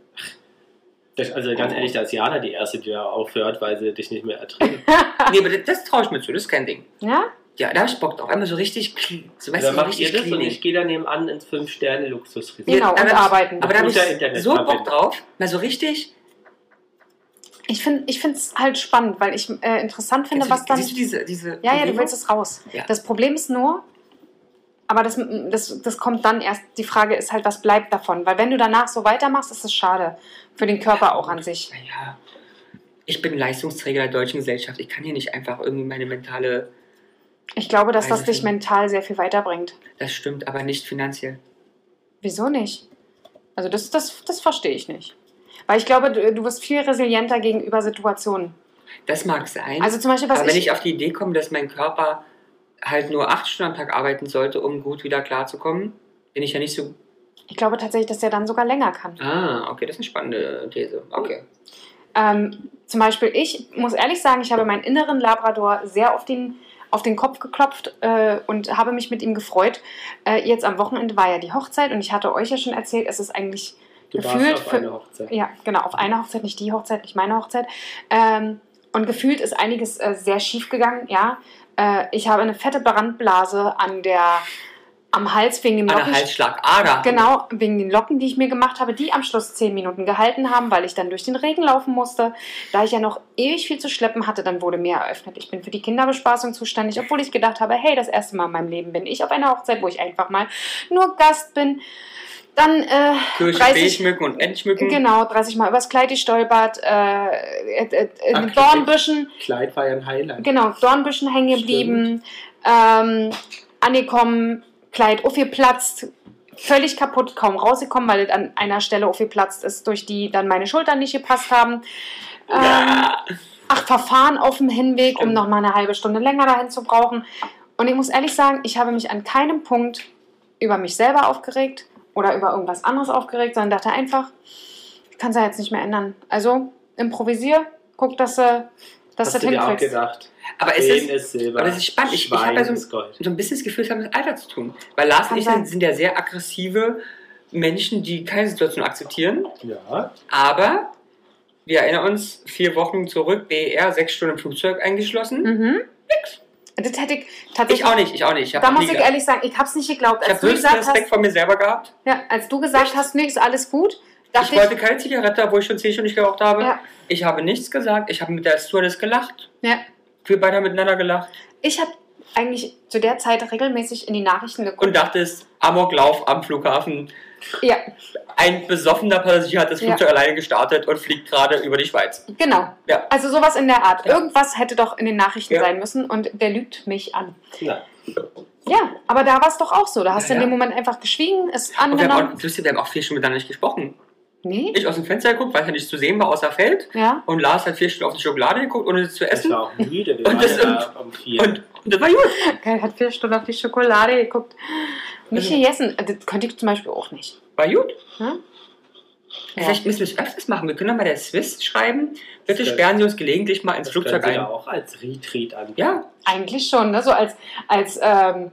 Speaker 2: Das, also ganz ehrlich, da ist Jana die Erste, die da aufhört, weil sie dich nicht mehr erträgt.
Speaker 1: Nee, aber das, das traue ich mir zu, das ist kein Ding.
Speaker 3: Ja?
Speaker 1: Ja, da habe ich Bock drauf. Einmal so richtig clean. So, weißt
Speaker 2: dann
Speaker 1: du, so
Speaker 2: macht
Speaker 1: richtig
Speaker 2: ihr das und
Speaker 1: cleaning.
Speaker 2: ich gehe da nebenan ins Fünf-Sterne-Luxusresort.
Speaker 3: Genau,
Speaker 1: Ja,
Speaker 3: und
Speaker 1: aber-
Speaker 3: arbeiten.
Speaker 1: Aber da habe
Speaker 2: Guter
Speaker 1: ich so Bock
Speaker 2: Internetverbindung.
Speaker 1: drauf, mal so richtig.
Speaker 3: ich finde es halt spannend, weil ich äh, interessant finde, was
Speaker 1: Kennst du,
Speaker 3: dann.
Speaker 1: siehst du diese, diese
Speaker 3: Ja, ja, du
Speaker 1: Bewegung?
Speaker 3: willst es raus.
Speaker 1: Ja.
Speaker 3: Das Problem ist nur, aber das, das, das kommt dann erst. Die Frage ist halt, was bleibt davon? Weil wenn du danach so weitermachst, ist es schade. Für den Körper auch an sich.
Speaker 1: Naja, ich bin Leistungsträger der deutschen Gesellschaft. Ich kann hier nicht einfach irgendwie meine mentale.
Speaker 3: Ich glaube, dass das
Speaker 1: Weiß
Speaker 3: dich
Speaker 1: ich nicht.
Speaker 3: mental sehr viel weiterbringt.
Speaker 1: Das stimmt, aber nicht finanziell.
Speaker 3: Wieso nicht? Also das, das, das verstehe ich nicht. Weil ich glaube, du, du wirst viel resilienter gegenüber Situationen.
Speaker 1: Das mag sein.
Speaker 3: Also zum Beispiel, was
Speaker 1: aber wenn
Speaker 3: ich,
Speaker 1: ich auf die Idee komme, dass mein Körper halt nur acht Stunden am Tag arbeiten sollte, um gut wieder klarzukommen, bin ich ja nicht so.
Speaker 3: ich glaube tatsächlich, dass der dann sogar länger kann.
Speaker 1: Ah, okay, das ist eine spannende These. Okay.
Speaker 3: Ähm, zum Beispiel, ich muss ehrlich sagen, ich habe meinen inneren Labrador sehr auf den, auf den Kopf geklopft äh, und habe mich mit ihm gefreut. Äh, jetzt am Wochenende war ja die Hochzeit und ich hatte euch ja schon erzählt, es ist eigentlich,
Speaker 2: Du
Speaker 3: Gefühlt
Speaker 2: warst auf
Speaker 3: für-
Speaker 2: einer Hochzeit.
Speaker 3: ja, genau, auf einer Hochzeit, nicht die Hochzeit, nicht meine Hochzeit. Ähm, und gefühlt ist einiges äh, sehr schief gegangen, ja. Äh, ich habe eine fette Brandblase an der, am Hals wegen dem
Speaker 1: An der
Speaker 3: Noppen-
Speaker 1: Halsschlagader.
Speaker 3: Genau, wegen den Locken, die ich mir gemacht habe, die am Schluss 10 Minuten gehalten haben, weil ich dann durch den Regen laufen musste. Da ich ja noch ewig viel zu schleppen hatte, dann wurde mir eröffnet, ich bin für die Kinderbespaßung zuständig, obwohl ich gedacht habe, hey, das erste Mal in meinem Leben bin ich auf einer Hochzeit, wo ich einfach mal nur Gast bin. Dann, äh,
Speaker 1: Kirsche,
Speaker 3: 30
Speaker 1: B-Schmücken und Endschmücken.
Speaker 3: genau, 30 Mal übers Kleid gestolpert, äh, äh, äh, in
Speaker 1: Ach,
Speaker 3: Dornbüschen,
Speaker 2: Kleid war ja ein Highlight.
Speaker 3: genau, Dornbüschen hängen geblieben, ähm, angekommen, Kleid aufgeplatzt, völlig kaputt, kaum rausgekommen, weil es an einer Stelle aufgeplatzt ist, durch die dann meine Schultern nicht gepasst haben. Ähm, Ach, Verfahren auf dem Hinweg, um
Speaker 1: Stimmt.
Speaker 3: noch mal eine halbe Stunde länger dahin zu brauchen. Und ich muss ehrlich sagen, ich habe mich an keinem Punkt über mich selber aufgeregt oder über irgendwas anderes aufgeregt, sondern dachte einfach, ich kann es ja jetzt nicht mehr ändern. Also improvisier, guck, dass du dass
Speaker 2: Hast
Speaker 3: du
Speaker 2: du
Speaker 3: das
Speaker 2: dir auch
Speaker 3: hinkriegst.
Speaker 2: gedacht?
Speaker 1: Aber es
Speaker 2: Reden
Speaker 1: ist
Speaker 2: ist Silber.
Speaker 1: aber das ist spannend. Ich- ich hab
Speaker 2: Schweigen
Speaker 1: ja so ein-
Speaker 2: ist Gold.
Speaker 1: so ein bisschen das Gefühl, es hat mit Alter zu tun. Weil Lars
Speaker 3: Kann
Speaker 1: und ich
Speaker 3: sein.
Speaker 1: sind, sind ja sehr aggressive Menschen, die keine Situation akzeptieren.
Speaker 2: Ja.
Speaker 1: Aber wir erinnern uns, vier Wochen zurück, BER, sechs Stunden im Flugzeug eingeschlossen.
Speaker 3: Mhm. Das hätte ich tatsächlich.
Speaker 1: Ich auch nicht, ich auch nicht. Ich hab
Speaker 3: da
Speaker 1: noch
Speaker 3: muss
Speaker 1: nie
Speaker 3: ich
Speaker 1: gedacht.
Speaker 3: ehrlich sagen, ich habe es nicht geglaubt.
Speaker 1: ich
Speaker 3: Als
Speaker 1: habe
Speaker 3: du
Speaker 1: höchsten
Speaker 3: gesagt
Speaker 1: Respekt
Speaker 3: hast,
Speaker 1: vor mir selber gehabt.
Speaker 3: ja, als du gesagt hast, nee, ist alles gut,
Speaker 1: ich
Speaker 3: dachte ich,
Speaker 1: wollte keine Zigarette, obwohl ich schon zehn Stunden nicht geraucht habe.
Speaker 3: Ja.
Speaker 1: Ich habe nichts gesagt. Ich habe mit der Stewardess gelacht.
Speaker 3: Ja.
Speaker 1: Wir beide haben miteinander gelacht.
Speaker 3: ich habe eigentlich zu der Zeit regelmäßig in die Nachrichten geguckt.
Speaker 1: Und dachtest, Amoklauf am Flughafen.
Speaker 3: ja,
Speaker 1: Ein besoffener Passagier hat das
Speaker 3: Ja.
Speaker 1: Flugzeug alleine gestartet und fliegt gerade über die Schweiz.
Speaker 3: genau.
Speaker 1: Ja.
Speaker 3: Also sowas in der Art. Irgendwas hätte doch in den Nachrichten
Speaker 1: Ja.
Speaker 3: sein müssen und der lügt mich an.
Speaker 2: ja.
Speaker 3: Ja, aber da war es doch auch so. Da hast
Speaker 1: Ja,
Speaker 3: du in dem
Speaker 1: ja.
Speaker 3: Moment einfach geschwiegen, es
Speaker 1: Und wir haben,
Speaker 3: angenommen.
Speaker 1: auch, wisst ihr, wir haben auch vier Stunden miteinander nicht gesprochen.
Speaker 3: Nee?
Speaker 1: Ich aus dem Fenster geguckt, weil ja nicht zu sehen war, außer Feld.
Speaker 3: Ja?
Speaker 1: Und Lars hat vier Stunden auf die Schokolade geguckt, ohne sie zu
Speaker 2: Ich
Speaker 1: essen.
Speaker 2: war auch müde. Wir
Speaker 1: Und
Speaker 2: waren
Speaker 1: das-
Speaker 2: ja um vier.
Speaker 1: Und, und das war gut.
Speaker 3: Geil, hat vier Stunden auf die Schokolade geguckt. Nicht
Speaker 1: Mhm.
Speaker 3: gegessen. Das könnte ich zum Beispiel auch nicht.
Speaker 1: War gut.
Speaker 3: Hm?
Speaker 1: Vielleicht müssen wir es öfters machen. Wir können doch mal der Swiss schreiben. Bitte
Speaker 2: Das-
Speaker 1: sperren Sie uns gelegentlich mal ins
Speaker 2: das
Speaker 1: Flugzeug
Speaker 2: können Sie ja
Speaker 1: ein.
Speaker 2: auch als Retreat an.
Speaker 1: Ja,
Speaker 3: Eigentlich schon, ne? So als, als ähm,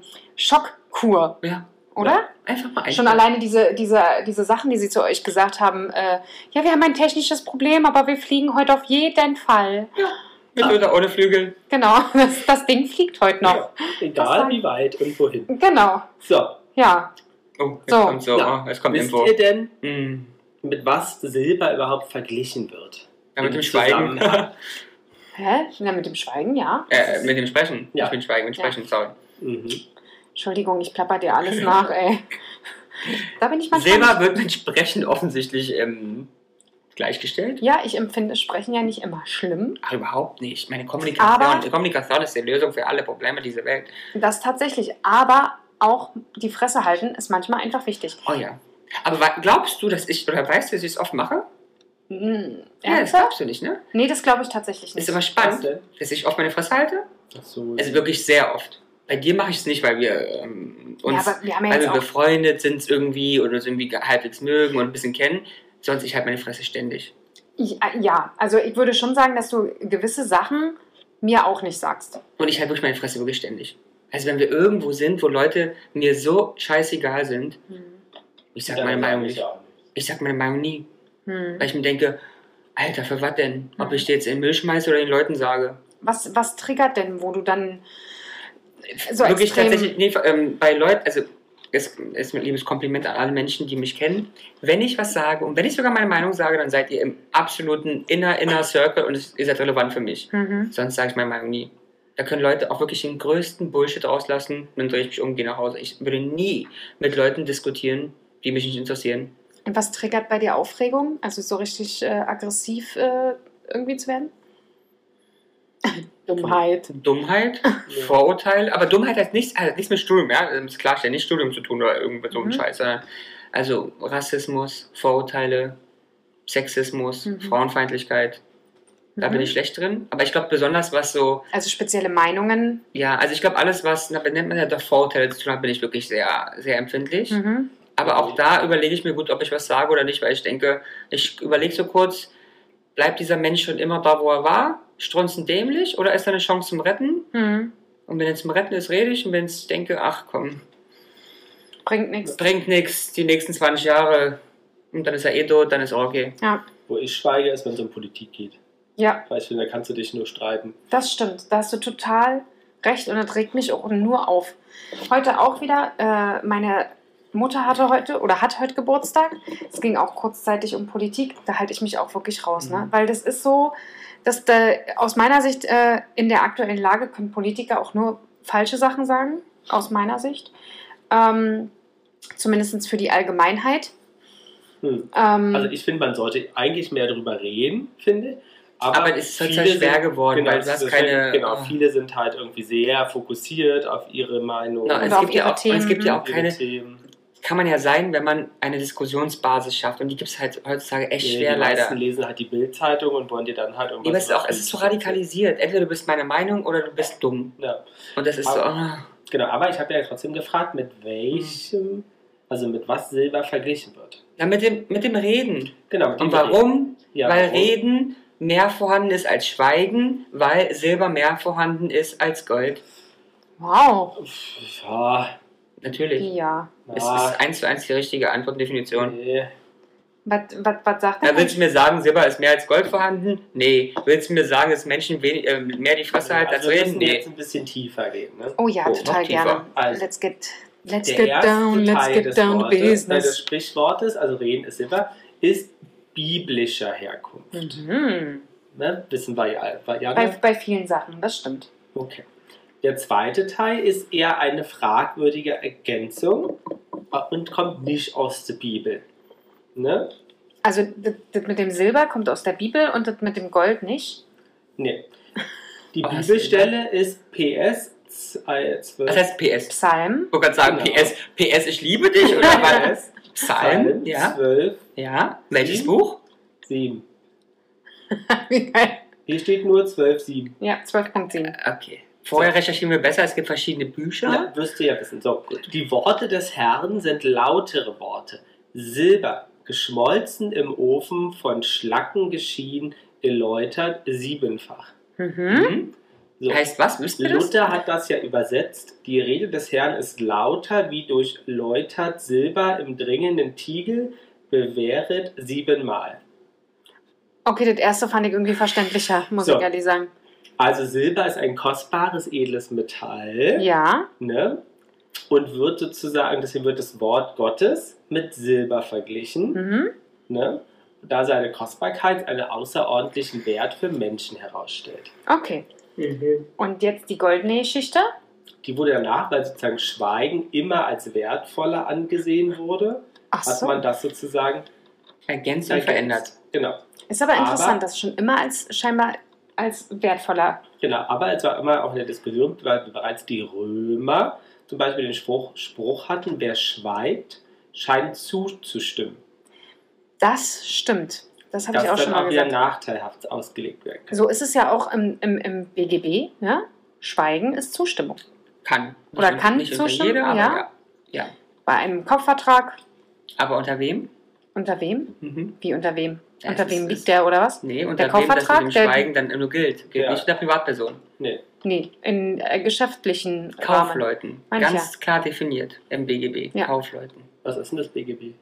Speaker 3: Schockkur,
Speaker 1: ja.
Speaker 3: oder?
Speaker 1: Einfach mal ein.
Speaker 3: Schon alleine diese, diese, diese Sachen, die sie zu euch gesagt haben. Äh, ja, wir haben ein technisches Problem, aber wir fliegen heute auf jeden Fall.
Speaker 1: Mit oder ohne Flügel.
Speaker 3: Genau, das, das Ding fliegt heute
Speaker 1: genau.
Speaker 3: noch. Das
Speaker 2: Egal
Speaker 3: war-
Speaker 2: wie weit und wohin.
Speaker 3: Genau,
Speaker 2: So,
Speaker 3: ja.
Speaker 1: Oh, jetzt
Speaker 3: So.
Speaker 1: kommt so.
Speaker 2: Ja.
Speaker 1: Oh, jetzt kommt
Speaker 2: wisst
Speaker 1: Info.
Speaker 2: ihr denn,
Speaker 1: Hm.
Speaker 2: mit was Silber überhaupt verglichen wird?
Speaker 1: Ja, mit
Speaker 2: Im
Speaker 1: dem Schweigen.
Speaker 2: Zusammenhang.
Speaker 3: Hä? Na, mit dem Schweigen, ja.
Speaker 1: Äh, mit dem Sprechen.
Speaker 2: Ja.
Speaker 1: Ich bin Schweigen, mit
Speaker 3: Ja.
Speaker 1: Sprechen, sorry.
Speaker 2: mhm.
Speaker 3: Entschuldigung, ich plapper dir alles nach, ey. Da bin ich manchmal.
Speaker 1: Silber
Speaker 3: nicht-
Speaker 1: wird mit Sprechen offensichtlich ähm, gleichgestellt.
Speaker 3: Ja, ich empfinde Sprechen ja nicht immer schlimm.
Speaker 1: Ach, überhaupt nicht. Meine Kommunikation,
Speaker 3: Aber-
Speaker 1: Kommunikation ist die Lösung für alle Probleme dieser Welt.
Speaker 3: Das tatsächlich. Aber auch die Fresse halten ist manchmal einfach wichtig.
Speaker 1: Oh ja. Aber wa- glaubst du, dass ich, oder weißt du, dass ich es oft mache?
Speaker 3: Hm,
Speaker 1: Ja, das
Speaker 3: ernsthaft?
Speaker 1: glaubst du nicht, ne?
Speaker 3: Nee, das glaube ich tatsächlich nicht.
Speaker 1: Ist aber
Speaker 2: Was
Speaker 1: spannend,
Speaker 2: denn?
Speaker 1: dass ich oft meine Fresse halte.
Speaker 2: Ach so.
Speaker 1: Also wirklich sehr oft. Bei dir mache ich es nicht, weil wir ähm, uns
Speaker 3: ja, aber wir haben ja
Speaker 1: weil
Speaker 3: jetzt
Speaker 1: wir
Speaker 3: auch.
Speaker 1: befreundet sind irgendwie oder uns irgendwie ge- halbwegs mögen und ein bisschen kennen. Sonst ich halte meine Fresse ständig.
Speaker 3: Ja, ja, also ich würde schon sagen, dass du gewisse Sachen mir auch nicht sagst.
Speaker 1: Und ich halte wirklich meine Fresse wirklich ständig. Also wenn wir irgendwo sind, wo Leute mir so scheißegal sind, ich sag
Speaker 2: Ja,
Speaker 1: meine
Speaker 2: das
Speaker 1: Meinung
Speaker 2: weiß ich
Speaker 1: nicht.
Speaker 2: auch nicht.
Speaker 1: Ich sag meine Meinung nie.
Speaker 3: Hm.
Speaker 1: Weil ich mir denke, Alter, für was denn? Ob ich dir jetzt in den Müll schmeiße oder den Leuten sage.
Speaker 3: Was, was triggert denn, wo du dann so
Speaker 1: wirklich
Speaker 3: extrem...
Speaker 1: tatsächlich, nee, ähm, bei Leuten, also es ist ein liebes Kompliment an alle Menschen, die mich kennen. Wenn ich was sage und wenn ich sogar meine Meinung sage, dann seid ihr im absoluten inner, inner Circle und es, ihr seid relevant für mich.
Speaker 3: Mhm.
Speaker 1: Sonst sage ich meine Meinung nie. Da können Leute auch wirklich den größten Bullshit rauslassen und dann drehe ich mich um, gehe nach Hause. Ich würde nie mit Leuten diskutieren, die mich nicht interessieren.
Speaker 3: Und was triggert bei dir Aufregung? Also so richtig äh, aggressiv äh, irgendwie zu werden? Dummheit.
Speaker 1: Dummheit, Vorurteil, aber Dummheit hat nichts, hat nichts mit Studium, ja, das ist klar, hat nicht Studium zu tun oder irgendwie so ein
Speaker 3: Mhm.
Speaker 1: Scheiß, sondern also Rassismus, Vorurteile, Sexismus,
Speaker 3: Mhm.
Speaker 1: Frauenfeindlichkeit, da bin ich schlecht drin, aber ich glaube besonders was so,
Speaker 3: Also spezielle Meinungen.
Speaker 1: ja, also ich glaube alles was, na, nennt man ja doch Vorurteile zu tun hat, bin ich wirklich sehr, sehr empfindlich,
Speaker 3: Mhm.
Speaker 1: aber auch da überlege ich mir gut, ob ich was sage oder nicht, weil ich denke, ich überlege so kurz, bleibt dieser Mensch schon immer da, wo er war, strunzend dämlich oder ist da eine Chance zum Retten?
Speaker 3: Mhm.
Speaker 1: Und wenn es zum Retten ist, rede ich. Und wenn ich denke, ach komm,
Speaker 3: Bringt
Speaker 1: es
Speaker 3: nichts.
Speaker 1: bringt nichts, die nächsten 20 Jahre, und dann ist er eh tot, dann ist auch okay.
Speaker 3: Ja.
Speaker 2: Wo ich schweige, ist, wenn es um Politik geht.
Speaker 3: ja,
Speaker 2: Weil ich finde, da kannst du dich nur streiten.
Speaker 3: das stimmt. Da hast du total recht und das regt mich auch nur auf. Heute auch wieder, äh, meine Mutter hatte heute oder hat heute Geburtstag. Es ging auch kurzzeitig um Politik. Da halte ich mich auch wirklich raus, ne?
Speaker 1: Mhm.
Speaker 3: weil das ist so, dass da, aus meiner Sicht äh, in der aktuellen Lage können Politiker auch nur falsche Sachen sagen, aus meiner Sicht. Ähm, Zumindest für die Allgemeinheit.
Speaker 2: Hm.
Speaker 3: Ähm,
Speaker 2: Also ich finde, man sollte eigentlich mehr darüber reden, finde ich.
Speaker 1: Aber, es ist halt sehr
Speaker 2: viele
Speaker 1: schwer
Speaker 2: sind-
Speaker 1: geworden,
Speaker 2: Genau,
Speaker 1: weil du
Speaker 2: es
Speaker 1: hast
Speaker 2: ist-
Speaker 1: keine.
Speaker 2: genau,
Speaker 1: ah.
Speaker 2: viele sind halt irgendwie sehr fokussiert auf ihre Meinung.
Speaker 1: Na,
Speaker 3: Oder
Speaker 1: es,
Speaker 3: auf
Speaker 1: gibt ja
Speaker 3: ihre
Speaker 1: auch, und es gibt ja
Speaker 3: Themen.
Speaker 1: auch
Speaker 2: ihre
Speaker 1: keine.
Speaker 2: Themen.
Speaker 1: Kann man ja sein, wenn man eine Diskussionsbasis schafft. Und die gibt es halt heutzutage echt
Speaker 2: Nee,
Speaker 1: schwer,
Speaker 2: die
Speaker 1: leider.
Speaker 2: meisten lesen halt die Bildzeitung und wollen dir dann halt
Speaker 1: Nee,
Speaker 2: irgendwas.
Speaker 1: aber es ist auch, es ist so radikalisiert. Entweder du bist meine Meinung oder du bist dumm.
Speaker 2: Ja,
Speaker 1: Und das ist so.
Speaker 2: Aber-
Speaker 1: ah.
Speaker 2: genau. Aber ich habe ja trotzdem gefragt, mit welchem, also mit was Silber verglichen wird.
Speaker 1: Na, mit dem, mit dem Reden.
Speaker 2: Genau. mit
Speaker 1: Und
Speaker 2: dem
Speaker 1: warum?
Speaker 2: Reden. Ja,
Speaker 1: weil
Speaker 2: warum?
Speaker 1: Reden mehr vorhanden ist als Schweigen, weil Silber mehr vorhanden ist als Gold.
Speaker 3: wow.
Speaker 2: Pff, Ja, ah,
Speaker 1: Natürlich.
Speaker 3: Ja.
Speaker 1: Es
Speaker 2: ja,
Speaker 1: ist eins zu eins die richtige Antwortdefinition.
Speaker 2: nee.
Speaker 3: Was, was, was sagt
Speaker 1: Na,
Speaker 3: denn
Speaker 1: willst du mir sagen, Silber ist mehr als Gold vorhanden? Nee. Willst du mir sagen, dass Menschen wenig, äh, mehr die Fresse halten als
Speaker 2: also wir
Speaker 1: Reden?
Speaker 2: müssen jetzt
Speaker 1: Nee.
Speaker 2: ein bisschen tiefer gehen. Ne?
Speaker 3: Oh ja,
Speaker 1: Oh,
Speaker 3: total
Speaker 1: noch tiefer.
Speaker 3: gerne.
Speaker 2: Also,
Speaker 3: let's get, let's
Speaker 2: Der
Speaker 3: get
Speaker 2: erste
Speaker 3: down, let's
Speaker 2: Teil
Speaker 3: get
Speaker 2: des
Speaker 3: down to
Speaker 2: Wortes, nein, des
Speaker 3: business.
Speaker 2: Sprichwortes, also Reden ist Silber, ist biblischer Herkunft.
Speaker 3: Mhm.
Speaker 2: Ne? Wissen wir ja. wir ja
Speaker 3: Bei,
Speaker 2: ne?
Speaker 3: bei vielen Sachen, das stimmt.
Speaker 2: Okay. Der zweite Teil ist eher eine fragwürdige Ergänzung äh, und kommt nicht aus der Bibel. Ne?
Speaker 3: Also das, das mit dem Silber kommt aus der Bibel und das mit dem Gold nicht.
Speaker 2: Nee. Die
Speaker 1: Was?
Speaker 2: Bibelstelle ist PS zwei, zwölf.
Speaker 1: Das heißt PS.
Speaker 3: Psalm.
Speaker 1: Ich wollte gerade sagen,
Speaker 2: Genau.
Speaker 1: PS, PS, ich liebe dich oder was?
Speaker 2: PS,
Speaker 1: Psalm, ja.
Speaker 2: zwölf,
Speaker 1: Ja. Welches
Speaker 2: Sieben.
Speaker 1: Buch?
Speaker 2: sieben.
Speaker 3: Wie geil.
Speaker 2: Hier steht nur zwölf, sieben.
Speaker 3: Ja, 12.7.
Speaker 1: Okay. Vorher recherchieren wir besser, es gibt verschiedene Bücher.
Speaker 2: Ja, wirst du ja wissen. So, die Worte des Herrn sind lautere Worte. Silber, geschmolzen im Ofen, von Schlacken geschieden, geläutert, siebenfach.
Speaker 3: Mhm.
Speaker 1: Mhm.
Speaker 2: So.
Speaker 1: Heißt was? Wisst ihr das?
Speaker 2: Luther hat das ja übersetzt. Die Rede des Herrn ist lauter wie durch läutert Silber im dringenden Tiegel, bewähret siebenmal.
Speaker 3: Okay, das erste fand ich irgendwie verständlicher, muss
Speaker 2: So.
Speaker 3: ich ehrlich sagen.
Speaker 2: Also Silber ist ein kostbares, edles Metall.
Speaker 3: Ja,
Speaker 2: Ne? Und wird sozusagen, deswegen wird das Wort Gottes mit Silber verglichen.
Speaker 3: mhm.
Speaker 2: Ne? Da seine Kostbarkeit einen außerordentlichen Wert für Menschen herausstellt.
Speaker 3: okay.
Speaker 2: mhm.
Speaker 3: Und jetzt die goldene Geschichte.
Speaker 2: Die wurde danach, weil sozusagen Schweigen immer als wertvoller angesehen wurde,
Speaker 3: Ach
Speaker 2: hat
Speaker 3: so.
Speaker 2: man das sozusagen
Speaker 1: Ergänzt und verändert.
Speaker 2: Genau,
Speaker 3: Ist aber interessant,
Speaker 2: Aber-
Speaker 3: dass schon immer als scheinbar als wertvoller.
Speaker 2: genau. Aber es war immer auch eine Diskussion, weil bereits die Römer zum Beispiel den Spruch, Spruch hatten, wer schweigt, scheint zuzustimmen.
Speaker 3: Das stimmt. Das habe
Speaker 2: Das
Speaker 3: ich auch
Speaker 2: dann
Speaker 3: schon mal
Speaker 2: auch wieder
Speaker 3: gesagt.
Speaker 2: nachteilhaft ausgelegt werden kann.
Speaker 3: So ist es ja auch im, im, im BGB. Ne? Schweigen ist Zustimmung.
Speaker 1: Kann.
Speaker 3: Oder
Speaker 1: Nicht-
Speaker 3: kann
Speaker 1: nicht unter
Speaker 3: zustimmen,
Speaker 1: jeder, aber
Speaker 3: ja.
Speaker 1: ja. ja.
Speaker 3: Bei einem Kaufvertrag.
Speaker 1: Aber unter wem?
Speaker 3: Unter wem?
Speaker 1: Mhm.
Speaker 3: Wie unter wem?
Speaker 1: Ja,
Speaker 3: unter
Speaker 1: es
Speaker 3: wem
Speaker 1: ist-
Speaker 3: liegt der oder was?
Speaker 1: Nee, unter wem das mit
Speaker 3: Kaufvertrag,
Speaker 1: dem
Speaker 3: der-
Speaker 1: Schweigen dann nur gilt. Gilt
Speaker 2: Ja.
Speaker 1: nicht der Privatperson.
Speaker 2: Nee.
Speaker 3: Nee, in äh, geschäftlichen Rahmen.
Speaker 1: Kaufleuten.
Speaker 3: Meine ich
Speaker 1: Ganz klar definiert im BGB.
Speaker 3: Ja.
Speaker 1: Kaufleuten.
Speaker 2: Was ist denn das BGB?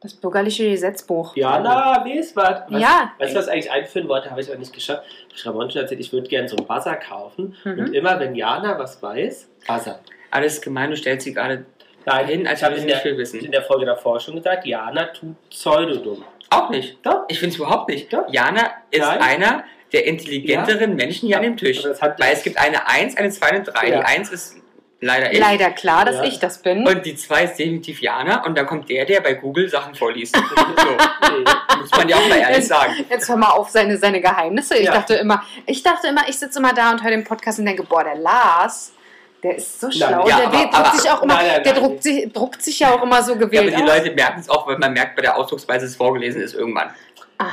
Speaker 3: Das bürgerliche Gesetzbuch.
Speaker 2: Ja, na, wie ist was? was
Speaker 3: Ja.
Speaker 2: Weißt du, was ich eigentlich einführen wollte, habe ich aber nicht geschafft. Schramon schon erzählt, ich würde gerne so ein Buzzer kaufen.
Speaker 3: Mhm.
Speaker 2: Und immer, wenn Jana was weiß, Buzzer.
Speaker 1: Alles gemein, du stellst sie gerade
Speaker 2: Dahin,
Speaker 1: hin, als
Speaker 2: ich habe
Speaker 1: würdest
Speaker 2: in,
Speaker 1: du nicht
Speaker 2: der-
Speaker 1: viel wissen.
Speaker 2: in der Folge davor schon gesagt, Jana tut Pseudodumm.
Speaker 1: Auch nicht.
Speaker 2: Doch.
Speaker 1: Ich finde es überhaupt nicht.
Speaker 2: Doch.
Speaker 1: Jana ist
Speaker 2: Nein.
Speaker 1: einer der intelligenteren Menschen hier an dem Tisch.
Speaker 2: Aber das hat-
Speaker 1: Weil es gibt eine 1, eine 2 und eine 3.
Speaker 2: Ja.
Speaker 1: Die 1 ist leider ich.
Speaker 3: Leider klar, dass
Speaker 2: Ja.
Speaker 3: ich das bin.
Speaker 1: Und die 2 ist definitiv Jana. Und dann kommt der, der bei Google Sachen vorliest. so,
Speaker 2: Nee.
Speaker 1: muss man ja auch mal ehrlich
Speaker 3: Jetzt-
Speaker 1: sagen.
Speaker 3: Jetzt hör mal auf seine, seine Geheimnisse. Ich
Speaker 2: Ja.
Speaker 3: dachte immer, ich dachte immer, ich sitze immer da und höre den Podcast und denke, boah, der Lars, der ist so schlau.
Speaker 2: ja,
Speaker 3: der
Speaker 1: aber-
Speaker 3: druckt
Speaker 1: aber-
Speaker 3: sich auch immer,
Speaker 2: nein, nein,
Speaker 3: der
Speaker 2: nein.
Speaker 3: druckt sich, druckt sich ja auch immer so
Speaker 1: Ja,
Speaker 3: gewählt.
Speaker 1: aber die
Speaker 3: aus.
Speaker 1: Leute merken es auch, weil man merkt bei der Ausdrucksweise, dass es vorgelesen ist irgendwann.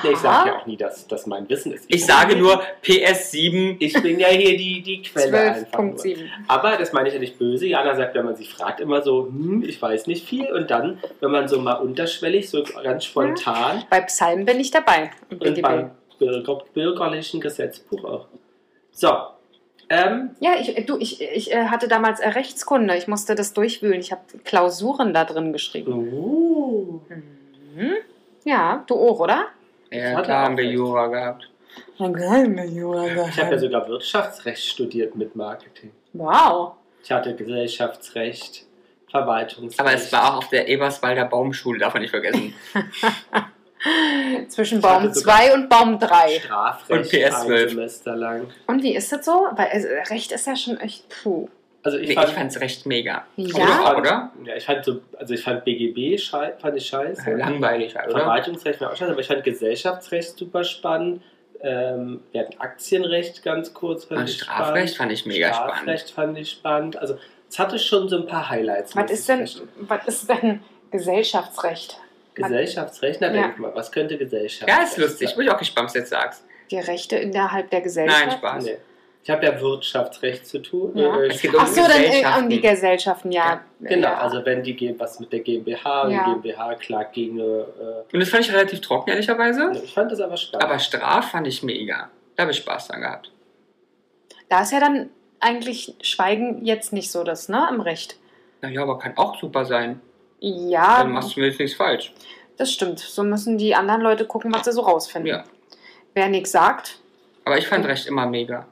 Speaker 2: Nee, ich sage
Speaker 3: Aha.
Speaker 2: ja auch nie, dass das mein Wissen ist.
Speaker 1: Ich sage nur PS7.
Speaker 2: Ich bin ja hier die, die Quelle einfach nur.
Speaker 3: 12.7.
Speaker 2: Aber das meine ich ja nicht böse. Jana sagt, wenn man sie fragt, immer so, hm, ich weiß nicht viel. Und dann, wenn man so mal unterschwellig, so ganz spontan
Speaker 3: Bei Psalmen bin ich dabei. Im
Speaker 2: und
Speaker 3: BGB.
Speaker 2: beim Bürger, bürgerlichen Gesetzbuch auch. So, ähm,
Speaker 3: Ja, ich, du, ich, ich äh, hatte damals äh, Rechtskunde. Ich musste das durchwühlen. Ich habe Klausuren da drin geschrieben.
Speaker 1: Oh.
Speaker 2: uh,
Speaker 3: Mhm. Ja, du auch, oder?
Speaker 1: Ja, klar haben wir Jura gehabt.
Speaker 2: ich habe ja sogar Wirtschaftsrecht studiert mit Marketing.
Speaker 3: Wow.
Speaker 2: Ich hatte Gesellschaftsrecht, Verwaltungsrecht.
Speaker 1: Aber es war auch auf der Eberswalder Baumschule, darf man nicht vergessen.
Speaker 3: Zwischen
Speaker 2: Ich hatte
Speaker 3: Baum
Speaker 2: sogar-
Speaker 3: 2 und Baum 3.
Speaker 2: Strafrecht
Speaker 1: Und PS12.
Speaker 2: ein Semester lang.
Speaker 3: Und wie ist das so? Weil also, Recht ist ja schon echt puh.
Speaker 2: Also
Speaker 1: Nee,
Speaker 2: ich
Speaker 1: ich
Speaker 2: fand,
Speaker 1: fand's recht mega.
Speaker 3: Ja?
Speaker 1: Auch, oder?
Speaker 2: Ja, ich fand so, also ich fand BGB schei fand ich scheiße.
Speaker 1: Langweilig, halt, oder?
Speaker 2: Verwaltungsrecht war auch scheiße, aber ich fand Gesellschaftsrecht super spannend. Ähm, wir hatten Aktienrecht ganz kurz.
Speaker 1: Und Ah, Strafrecht fand ich mega spannend.
Speaker 2: Strafrecht fand ich spannend. Also es hatte schon so ein paar Highlights.
Speaker 3: Was
Speaker 2: muss ich
Speaker 3: ist denn,
Speaker 2: feststellen.
Speaker 3: was ist denn Gesellschaftsrecht?
Speaker 2: Gesellschaftsrecht? Na,
Speaker 3: Ja.
Speaker 2: denk mal, was könnte Gesellschaft?
Speaker 1: Ja, ist lustig. Bin ich auch gespannt, was du jetzt sagst.
Speaker 3: Die Rechte innerhalb der Gesellschaft?
Speaker 1: Nein, Spaß.
Speaker 2: Nee. Ich habe ja Wirtschaftsrecht zu tun.
Speaker 3: Ja.
Speaker 2: Äh,
Speaker 1: Es geht um
Speaker 3: Ach so, dann äh, um
Speaker 1: Gesellschaften.
Speaker 3: die Gesellschaften, ja.
Speaker 2: Genau,
Speaker 3: ja.
Speaker 2: also wenn die G- was mit der GmbH,
Speaker 3: Ja.
Speaker 2: die GmbH klagt gegen eine.
Speaker 1: Und das fand ich relativ trocken,
Speaker 2: Äh,
Speaker 1: ehrlicherweise.
Speaker 2: ich fand das aber spannend.
Speaker 1: Aber Straf fand ich mega. Da habe ich Spaß dran gehabt.
Speaker 3: Da ist ja dann eigentlich Schweigen jetzt nicht so das, ne, im Recht.
Speaker 1: Naja, aber kann auch super sein.
Speaker 2: Ah.
Speaker 1: Dann
Speaker 3: Ja,
Speaker 1: machst du mir jetzt nichts falsch.
Speaker 3: das stimmt. So müssen die anderen Leute gucken, was sie so rausfinden.
Speaker 1: Ja.
Speaker 3: Wer nichts sagt,
Speaker 1: Aber ich fand Recht immer mega.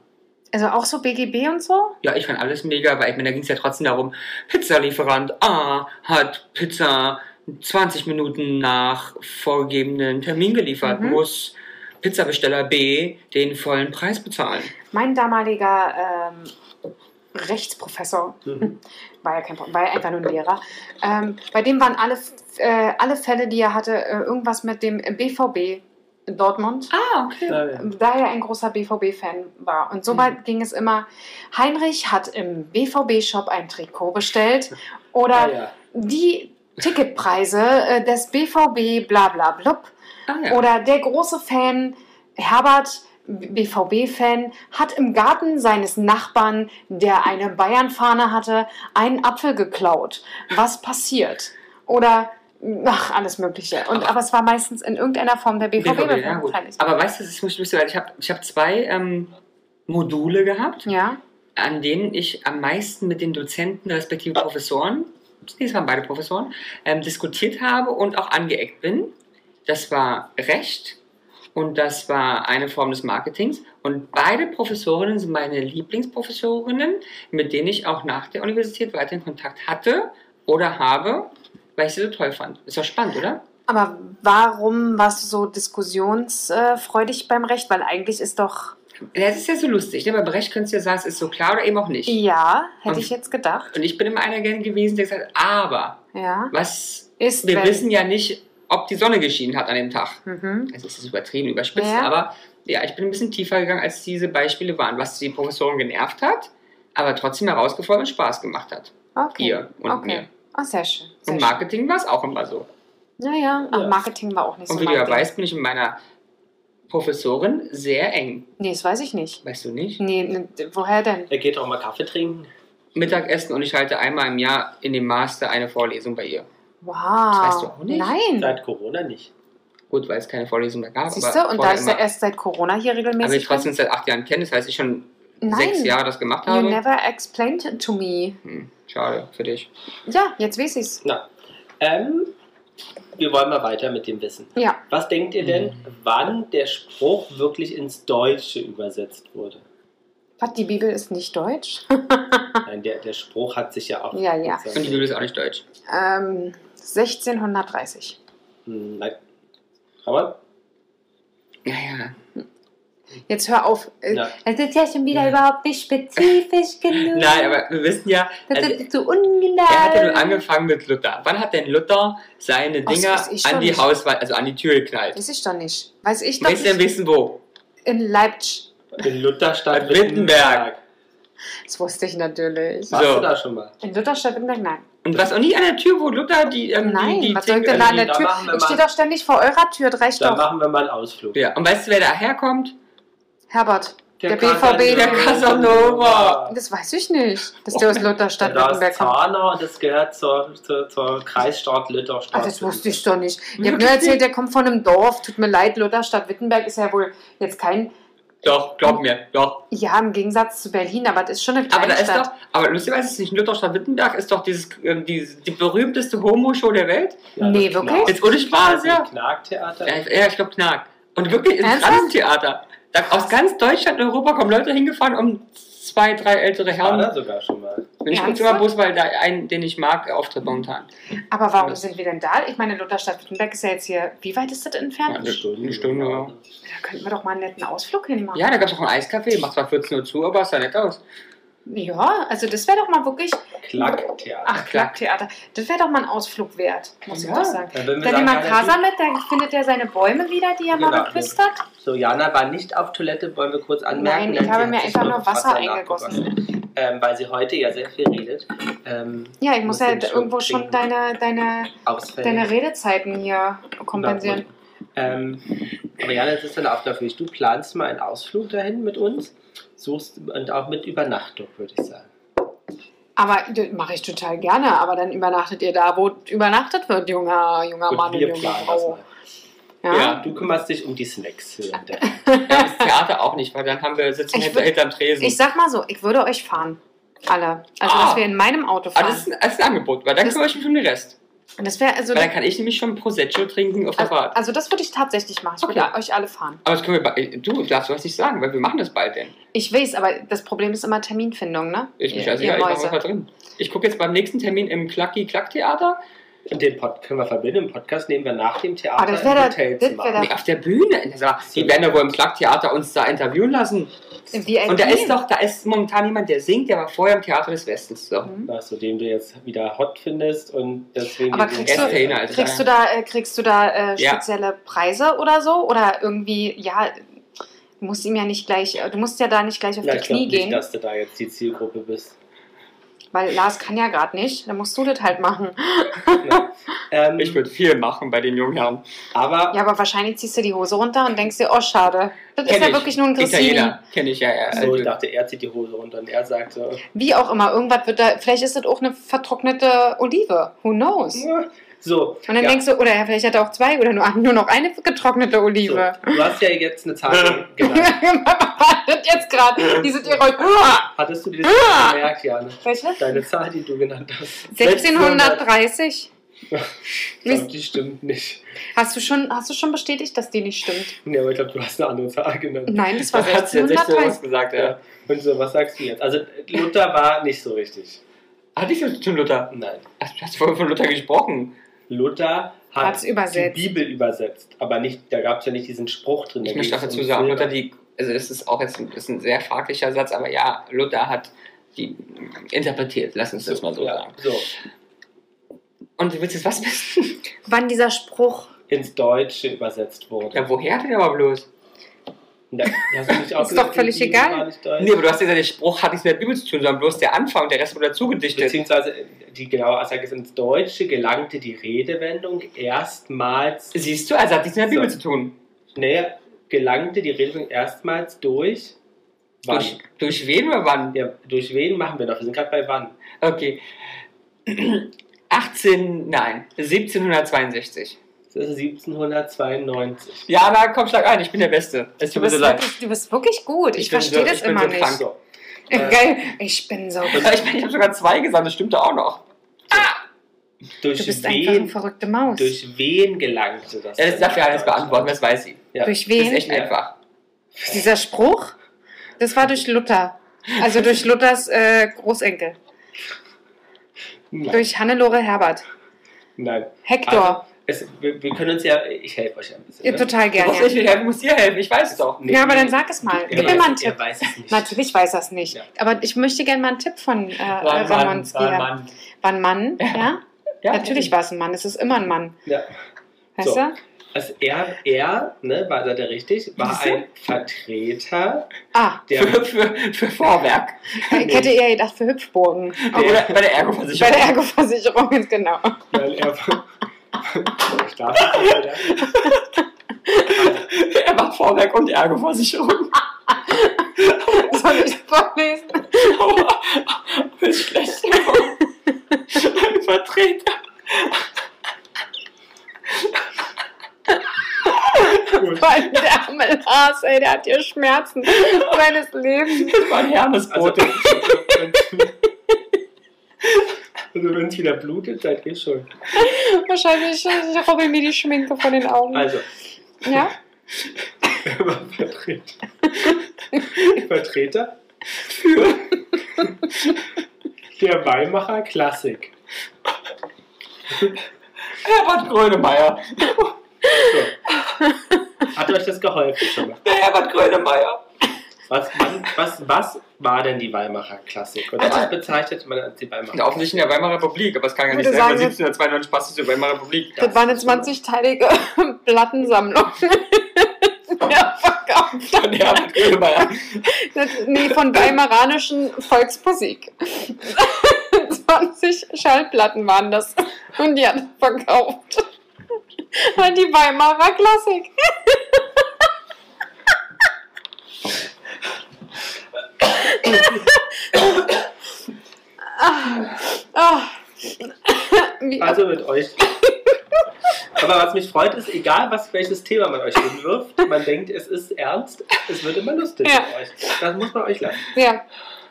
Speaker 3: also auch so BGB und so?
Speaker 1: Ja, ich fand alles mega, weil ich meine, da ging es ja trotzdem darum, Pizzalieferant A hat Pizza 20 Minuten nach vorgegebenen Termin geliefert,
Speaker 3: Mhm.
Speaker 1: muss Pizzabesteller B den vollen Preis bezahlen.
Speaker 3: Mein damaliger ähm, Rechtsprofessor
Speaker 2: Mhm.
Speaker 3: war ja kein Pro- war ja einfach nur ein Lehrer. Ähm, bei dem waren alle, äh, alle Fälle, die er hatte, äh, irgendwas mit dem BVB, in Dortmund.
Speaker 5: Ah, okay.
Speaker 2: Ja, ja.
Speaker 3: Da er ein großer BVB-Fan war. Und so weit ging es immer, Heinrich hat im BVB-Shop ein Trikot bestellt
Speaker 2: Ah,
Speaker 3: oder
Speaker 2: ja.
Speaker 3: die Ticketpreise äh, des BVB bla bla blub.
Speaker 5: Ah, ja.
Speaker 3: Oder der große Fan Herbert, BVB-Fan, hat im Garten seines Nachbarn, der eine Bayern-Fahne hatte, einen Apfel geklaut. Was passiert? Oder ach, alles Mögliche. Und, aber es war meistens in irgendeiner Form der BVB.
Speaker 1: BVB, ja, gut.
Speaker 3: wahrscheinlich.
Speaker 1: Aber weißt du, das ist- ich muss mich so ich habe ich hab zwei ähm, Module gehabt,
Speaker 3: ja,
Speaker 1: an denen ich am meisten mit den Dozenten respektive Professoren, diesmal waren beide Professoren, ähm, diskutiert habe und auch angeeckt bin. Das war Recht und das war eine Form des Marketings. Und beide Professorinnen sind meine Lieblingsprofessorinnen, mit denen ich auch nach der Universität weiterhin Kontakt hatte oder habe, weil ich sie so toll fand. Ist doch spannend, oder?
Speaker 3: aber warum warst du so diskussionsfreudig beim Recht? Weil eigentlich ist doch,
Speaker 1: Ja, Das ist ja so lustig, ne? Bei Brecht könntest du ja sagen, es ist so klar oder eben auch nicht.
Speaker 3: ja, hätte
Speaker 1: Und-
Speaker 3: ich jetzt gedacht.
Speaker 1: Und ich bin immer einer gern gewesen, der gesagt hat, aber
Speaker 3: Ja,
Speaker 1: was,
Speaker 3: ist
Speaker 1: wir
Speaker 3: wenn-
Speaker 1: wissen ja nicht, ob die Sonne geschienen hat an dem Tag.
Speaker 3: Mhm.
Speaker 1: Also es ist übertrieben, überspitzt,
Speaker 3: Ja.
Speaker 1: aber ja, ich bin ein bisschen tiefer gegangen, als diese Beispiele waren, was die Professorin genervt hat, aber trotzdem herausgefordert und Spaß gemacht hat.
Speaker 3: Okay.
Speaker 1: Ihr und
Speaker 3: okay.
Speaker 1: mir.
Speaker 3: Ah, sehr schön. Sehr
Speaker 1: Und
Speaker 3: schön.
Speaker 1: Marketing war es auch immer so.
Speaker 3: Naja, ach,
Speaker 2: Ja.
Speaker 3: Marketing war auch nicht
Speaker 1: Und
Speaker 3: so
Speaker 1: wie du
Speaker 3: mein
Speaker 1: ja
Speaker 3: Ding.
Speaker 1: weißt, bin ich mit meiner Professorin sehr eng.
Speaker 3: Nee, das weiß ich nicht.
Speaker 1: Weißt du nicht?
Speaker 3: Nee, ne, woher denn?
Speaker 2: Er geht auch mal Kaffee trinken.
Speaker 1: Mittagessen und ich halte einmal im Jahr in dem Master eine Vorlesung bei ihr.
Speaker 3: Wow.
Speaker 1: weißt du auch nicht?
Speaker 3: Nein.
Speaker 2: Seit Corona nicht.
Speaker 1: Gut, weil es keine Vorlesung mehr gab.
Speaker 3: Siehst du, und da
Speaker 1: vorher
Speaker 3: ich ja
Speaker 1: immer.
Speaker 3: erst seit Corona hier regelmäßig
Speaker 1: Aber ich trotzdem seit acht Jahren kenne, das heißt, ich schon
Speaker 3: bin, nein,
Speaker 1: sechs Jahre das gemacht
Speaker 3: you
Speaker 1: habe.
Speaker 3: never explained it to me.
Speaker 1: Hm, schade für dich.
Speaker 3: Ja, jetzt weiß ich's.
Speaker 2: Na, ähm, wir wollen mal weiter mit dem Wissen.
Speaker 3: Ja,
Speaker 2: Was denkt ihr denn,
Speaker 1: Mhm.
Speaker 2: wann der Spruch wirklich ins Deutsche übersetzt wurde?
Speaker 3: was, die Bibel ist nicht deutsch?
Speaker 2: Nein, der, der Spruch hat sich ja auch.
Speaker 3: Ah. Ja, ja.
Speaker 1: Und die Bibel ist auch nicht deutsch.
Speaker 3: Ähm, 1630.
Speaker 2: Hm, nein. Aber
Speaker 1: Ja, ja.
Speaker 3: Jetzt hör auf. Äh,
Speaker 2: Ja.
Speaker 3: Es ist ja schon wieder überhaupt nicht spezifisch genug.
Speaker 1: Nein, aber wir wissen ja,
Speaker 3: Das
Speaker 1: also,
Speaker 3: ist so ungenau.
Speaker 1: er hat ja nun angefangen mit Luther. Wann hat denn Luther seine
Speaker 3: das
Speaker 1: Dinger
Speaker 3: weiß ich
Speaker 1: an
Speaker 3: schon
Speaker 1: die
Speaker 3: nicht.
Speaker 1: Hauswand, also an die Tür geknallt?
Speaker 3: Weiß ich doch nicht. Weiß ich doch
Speaker 1: Willst du denn
Speaker 3: nicht.
Speaker 1: wissen, wo?
Speaker 3: In Leipzig.
Speaker 2: in Lutherstadt
Speaker 1: Wittenberg.
Speaker 3: Das wusste ich natürlich.
Speaker 2: Warst
Speaker 1: So.
Speaker 2: du da schon mal?
Speaker 3: In Lutherstadt im Nein.
Speaker 1: Und was auch nicht an der Tür, wo Luther die. Ähm,
Speaker 3: Nein,
Speaker 1: die, die
Speaker 3: was soll ich denn da
Speaker 2: also
Speaker 3: an der
Speaker 2: da
Speaker 3: Tür?
Speaker 2: machen wir
Speaker 3: Ich
Speaker 2: mal-
Speaker 3: stehe doch ständig vor eurer Tür, recht
Speaker 2: Dann
Speaker 3: doch.
Speaker 2: machen wir mal einen Ausflug.
Speaker 1: Ja, und weißt du, wer da herkommt?
Speaker 3: Herbert, der,
Speaker 2: Casanova.
Speaker 3: BVB,
Speaker 1: der Casanova.
Speaker 3: Das weiß ich nicht, dass
Speaker 1: Oh,
Speaker 3: der aus
Speaker 2: Da
Speaker 3: Lutherstadt Württemberg
Speaker 2: ist
Speaker 3: kommt.
Speaker 2: Zahner und das gehört zur, zur, zur Kreisstadt Lutherstadt.
Speaker 3: Ah, das wusste ich doch nicht. Ihr habt nur erzählt, der kommt von einem Dorf. Tut mir leid, Lutherstadt Wittenberg ist ja wohl jetzt kein,
Speaker 1: Doch,
Speaker 3: Hm.
Speaker 1: glaub mir, doch.
Speaker 3: ja, im Gegensatz zu Berlin, aber das ist schon eine
Speaker 1: Aber da
Speaker 3: Kleinstadt.
Speaker 1: ist doch, aber lustigerweise ist es nicht Lutherstadt-Wittenberg, ist doch dieses, ähm, dieses, die berühmteste Homo-Show der Welt.
Speaker 2: Ja, das
Speaker 3: Nee,
Speaker 2: Knark-
Speaker 3: wirklich?
Speaker 1: Jetzt ohne Spaß,
Speaker 2: das
Speaker 1: ja.
Speaker 2: Knarktheater.
Speaker 1: Ja, ja ich glaube Knark. Und wirklich ins
Speaker 3: Ernsthaft?
Speaker 1: Theater. Da, aus ganz Deutschland und Europa kommen Leute hingefahren, um zwei, drei ältere
Speaker 2: War da
Speaker 1: Herren.
Speaker 2: sogar schon mal.
Speaker 1: Und ich gucke
Speaker 3: Ernsthaft?
Speaker 1: immer bloß, weil da einen, den ich mag, auftritt momentan.
Speaker 3: aber warum sind wir denn da? Ich meine, Lutherstadt Wittenberg ist ja jetzt hier, wie weit ist das entfernt?
Speaker 1: Ja, Stunde, Stunde, ja.
Speaker 3: Da könnten wir doch mal einen netten Ausflug hinmachen.
Speaker 1: Ja, da gab es auch ein Eiscafé, macht zwar 14 Uhr zu, aber sah nett aus.
Speaker 3: ja also das wäre doch mal wirklich
Speaker 2: Klacktheater.
Speaker 3: Ach, Klacktheater. Das wäre doch mal ein Ausflug wert, muss ich
Speaker 1: Ja.
Speaker 3: doch sagen.
Speaker 2: Dann würden Äh, wir sagen,
Speaker 3: Dann nehmen wir
Speaker 2: Jana,
Speaker 3: Casa mit, dann findet er seine Bäume wieder, die er mal
Speaker 2: Genau.
Speaker 3: geküsst hat.
Speaker 2: die- So, Jana war nicht auf Toilette, wollen wir kurz anmerken.
Speaker 3: Nein, ich
Speaker 2: denn sie
Speaker 3: habe
Speaker 2: hat
Speaker 3: mir
Speaker 2: sich
Speaker 3: einfach nur
Speaker 2: mit
Speaker 3: Wasser
Speaker 2: nachgegossen.
Speaker 3: eingegossen.
Speaker 2: Ähm, weil sie heute ja sehr viel redet. Ähm,
Speaker 3: Ja, ich muss ja
Speaker 2: Muss den
Speaker 3: irgendwo
Speaker 2: schon
Speaker 3: schon
Speaker 2: trinken.
Speaker 3: deine, deine,
Speaker 2: Ausfälle.
Speaker 3: deine Redezeiten hier kompensieren.
Speaker 2: Ähm, aber Jana, das ist eine Aufgabe für dich. Du planst mal einen Ausflug dahin mit uns. Suchst und auch mit Übernachtung, würde ich sagen.
Speaker 3: Aber das mache ich total gerne. Aber dann übernachtet ihr da, wo übernachtet wird, junger, junger
Speaker 2: Gut,
Speaker 3: Mann und
Speaker 2: wir
Speaker 3: junge
Speaker 2: planen das
Speaker 3: Frau.
Speaker 2: mal.
Speaker 3: Ja?
Speaker 2: Ja, du kümmerst dich um die Snacks. während der-
Speaker 1: Ja, das Theater auch nicht, weil dann haben wir sitzen
Speaker 3: Ich
Speaker 1: hinter,
Speaker 3: würd-
Speaker 1: hinterm Tresen.
Speaker 3: Ich sag mal so, ich würde euch fahren. Alle. Also,
Speaker 1: Ah.
Speaker 3: dass wir in meinem Auto
Speaker 1: aber
Speaker 3: fahren.
Speaker 1: das ist, ein, das ist ein Angebot, weil dann
Speaker 3: Das-
Speaker 1: kümmere ich mich um den Rest.
Speaker 3: Und das wäre, also,
Speaker 1: Weil dann kann ich nämlich schon Prosecco trinken auf der
Speaker 3: also,
Speaker 1: Fahrt.
Speaker 3: also, das würde ich tatsächlich machen. Ich würde
Speaker 1: Okay.
Speaker 3: euch alle fahren.
Speaker 1: Aber das können wir bei, du darfst was nicht sagen, weil wir machen das bald denn.
Speaker 3: Ich weiß, aber das Problem ist immer Terminfindung, ne?
Speaker 1: Ich bin
Speaker 3: Ihr-
Speaker 1: scheißegal,
Speaker 3: ihr
Speaker 1: ich mache
Speaker 3: Mäuse.
Speaker 1: was da drin. Ich gucke jetzt beim nächsten Termin im Klacki-Klack-Theater
Speaker 2: Und den Pod können wir verbinden. Den Podcast nehmen wir nach dem Theater
Speaker 3: Ah, das wär da- das wär da-
Speaker 1: Nee, auf der Bühne. Das war- Die werden ja wohl im Schlagtheater uns da interviewen lassen.
Speaker 3: Im VIP.
Speaker 1: Und da ist doch, da ist momentan jemand, der singt, der war vorher im Theater des Westens. So.
Speaker 3: Mhm.
Speaker 2: Was, zu dem du jetzt wieder hot findest und deswegen.
Speaker 3: Aber
Speaker 2: diesen
Speaker 3: kriegst du-
Speaker 2: Gäste-
Speaker 1: kriegst
Speaker 3: Kriegst du da, äh, kriegst du da äh,
Speaker 1: Ja.
Speaker 3: spezielle Preise oder so? Oder irgendwie, ja, du musst ihm ja nicht gleich, äh, du musst ja da nicht gleich auf
Speaker 2: Ja,
Speaker 3: die
Speaker 2: ich glaube
Speaker 3: Knie
Speaker 2: nicht,
Speaker 3: gehen,
Speaker 2: dass du da jetzt die Zielgruppe bist.
Speaker 3: weil Lars kann ja gerade nicht. Dann musst du das halt machen.
Speaker 2: Ähm,
Speaker 1: Ich würde viel machen bei dem jungen Herrn.
Speaker 2: aber
Speaker 3: Ja, aber wahrscheinlich ziehst du die Hose runter und denkst dir, oh schade. Das ist ja wirklich nur ein Grissini.
Speaker 1: Italiener. Kenne ich ja. ja.
Speaker 3: also
Speaker 1: Also,
Speaker 2: so, ich dachte, er zieht die Hose runter und er sagt so,
Speaker 3: Wie auch immer, irgendwas wird da, vielleicht ist das auch eine vertrocknete Olive. Who knows?
Speaker 2: "Äh, so.
Speaker 3: Und dann
Speaker 2: ja,
Speaker 3: denkst du, oder ja, vielleicht hat er auch zwei oder nur, nur noch eine getrocknete
Speaker 2: so.
Speaker 3: Olive.
Speaker 2: Du hast ja jetzt eine Zahl genannt.
Speaker 3: Was ist jetzt gerade? Die sind ihr
Speaker 2: Hattest du dir das schon gemerkt, Jana?
Speaker 3: Welche?
Speaker 2: Deine Zahl, die du genannt hast.
Speaker 3: 1630.
Speaker 2: Ich glaub, die stimmt nicht.
Speaker 3: Hast du, schon, hast du schon bestätigt, dass die nicht stimmt?
Speaker 2: Ja, aber ich glaube, du hast eine andere Zahl genannt.
Speaker 3: Nein, das war
Speaker 1: Da hat's ja
Speaker 3: 1630.
Speaker 1: gesagt, äh,
Speaker 2: Ja. Und so, was sagst du jetzt? Also, Luther war nicht so richtig.
Speaker 1: Hatte ich das schon Luther?
Speaker 2: Nein.
Speaker 1: Ach, Du hast vorhin von Luther gesprochen.
Speaker 2: Luther hat
Speaker 3: Hat's übersetzt.
Speaker 2: die Bibel übersetzt, aber nicht, da gab es ja nicht diesen Spruch drin.
Speaker 1: Ich
Speaker 2: da
Speaker 1: möchte auch
Speaker 2: ging's
Speaker 1: dazu
Speaker 2: um
Speaker 1: sagen,
Speaker 2: Silber.
Speaker 1: Luther, die, also das ist auch jetzt ein, ist ein sehr fraglicher Satz, aber ja, Luther hat die interpretiert, lass uns das mal so
Speaker 2: ja,
Speaker 1: sagen.
Speaker 2: So,
Speaker 1: Und du willst jetzt was wissen?
Speaker 3: Wann dieser Spruch?
Speaker 2: ins Deutsche übersetzt wurde.
Speaker 1: Ja, woher denn aber bloß?
Speaker 2: Und da- hast du nicht auch
Speaker 3: Ist
Speaker 2: gesagt,
Speaker 3: doch völlig
Speaker 2: die Bibel
Speaker 3: egal.
Speaker 2: war nicht deutsch?
Speaker 1: Nee, aber du hast ja gesagt, der Spruch hat nichts mit der Bibel zu tun, sondern bloß der Anfang und der Rest wurde dazu gedichtet.
Speaker 2: Beziehungsweise, die genaue Aussage ist, ins Deutsche gelangte die Redewendung erstmals,
Speaker 1: Siehst du, also hat nichts mit der Bibel
Speaker 2: So.
Speaker 1: zu tun.
Speaker 2: nee, gelangte die Redewendung erstmals durch, wann?
Speaker 1: Durch, durch wen oder wann?
Speaker 2: Ja, durch wen machen wir noch? Wir sind gerade bei wann.
Speaker 1: Okay. 18, nein, 1762.
Speaker 2: Das ist 1792.
Speaker 1: Ja, na komm, schlag ein, ich bin der Beste. Es
Speaker 3: Du
Speaker 1: tut mir
Speaker 3: bist,
Speaker 1: so leid.
Speaker 3: wirklich, du bist wirklich gut. Ich,
Speaker 1: bin
Speaker 3: verstehe
Speaker 1: so,
Speaker 3: das
Speaker 1: ich bin
Speaker 3: immer
Speaker 1: so
Speaker 3: nicht.
Speaker 1: krank.
Speaker 2: So. Äh,
Speaker 3: Geil. Ich bin so.
Speaker 1: Ich meine, ich habe sogar zwei gesagt, das stimmte auch noch.
Speaker 2: Durch
Speaker 3: Du bist einfach eine
Speaker 2: wen,
Speaker 3: verrückte Maus. Durch,
Speaker 2: durch wen gelangte das?
Speaker 1: Ja, das
Speaker 2: denn
Speaker 1: darf ja
Speaker 2: nach
Speaker 1: alles
Speaker 2: Deutschland?
Speaker 1: beantworten, das weiß sie.
Speaker 2: Ja.
Speaker 1: Das ist
Speaker 3: wen?
Speaker 1: echt einfach.
Speaker 3: Dieser Spruch? Das war durch Luther. Also durch Luthers äh, Großenkel.
Speaker 2: Nein.
Speaker 3: Durch Hannelore Herbert.
Speaker 2: Nein.
Speaker 3: Hector.
Speaker 2: Es, wir, wir können uns ja, ich helfe euch ein bisschen. ne?
Speaker 3: Ihr total
Speaker 1: Also, Du
Speaker 3: gerne.
Speaker 1: brauchst nicht mir helfen, du musst dir helfen, ich weiß es doch.
Speaker 2: Nee,
Speaker 3: ja, aber
Speaker 2: nee.
Speaker 3: dann sag es mal.
Speaker 2: Er
Speaker 1: Genau.
Speaker 3: Gib mir
Speaker 2: weiß-
Speaker 3: mal einen
Speaker 2: Er
Speaker 3: Tipp.
Speaker 2: weiß es nicht.
Speaker 3: Natürlich weiß er es nicht.
Speaker 2: Ja.
Speaker 3: Aber ich möchte gerne mal einen Tipp von äh,
Speaker 1: War ein Mann,
Speaker 3: Ramonski
Speaker 1: war ein
Speaker 3: haben.
Speaker 1: Mann.
Speaker 3: War ein Mann, ja?
Speaker 1: Ja,
Speaker 3: Natürlich war es ein Mann, es ist immer ein Mann.
Speaker 2: Ja.
Speaker 3: Weißt
Speaker 2: So.
Speaker 3: du?
Speaker 2: Also er, er ne, war seid ihr richtig, war ein Vertreter
Speaker 3: Ah,
Speaker 2: der,
Speaker 1: Für, für, für Vorwerk.
Speaker 3: ich hätte eher gedacht für Hüpfburgen.
Speaker 1: Oder bei der
Speaker 3: Oh. Bei
Speaker 1: Ergo-Versicherung.
Speaker 3: der Ergo-Versicherung, ganz genau.
Speaker 2: weil er Ich darf nicht, Alter.
Speaker 1: er war Vorwerk und Ergo-Versicherung.
Speaker 3: Soll ich vorlesen?
Speaker 1: Aua, das ist schlecht. Ein Vertreter.
Speaker 2: Gut.
Speaker 3: Vor allem der arme Lars, ey, der hat hier Schmerzen seines Lebens.
Speaker 1: Das war ein
Speaker 2: Also,
Speaker 1: Hermesbote.
Speaker 2: also wenn es wieder blutet, seid ihr schuld.
Speaker 3: Wahrscheinlich äh, ich robbe mir die Schminke von den Augen.
Speaker 2: Also,
Speaker 3: Ja?
Speaker 2: er war Vertreter. Vertreter für der Weimarer Klassik.
Speaker 1: Herbert Grönemeyer.
Speaker 2: So. Hat euch das geholfen schon mal?
Speaker 1: Der Herbert Grönemeyer.
Speaker 2: Was, was, was war denn die Weimarer Klassik? Oder was bezeichnet man als die Weimarer
Speaker 1: Na, offensichtlich in der Weimarer Republik, aber es kann ja nicht
Speaker 3: Würde
Speaker 1: sein, weil
Speaker 3: sagen,
Speaker 1: 1792 passt es zur Weimarer Republik.
Speaker 3: Das war eine 20-teilige Plattensammlung. Ja, verkauft.
Speaker 1: Von Herbert Grönemeyer.
Speaker 3: Das, nee, von weimaranischen Volksmusik. 20 Schallplatten waren das. Und die hat er verkauft. An die Weimarer Klassik. Ah, Wie,
Speaker 2: Also mit euch. Aber was mich freut, ist, egal was, welches Thema man euch hinwirft, man denkt, es ist ernst, es wird immer lustig
Speaker 3: Ja.
Speaker 2: mit euch. Das muss man euch lassen.
Speaker 3: ja,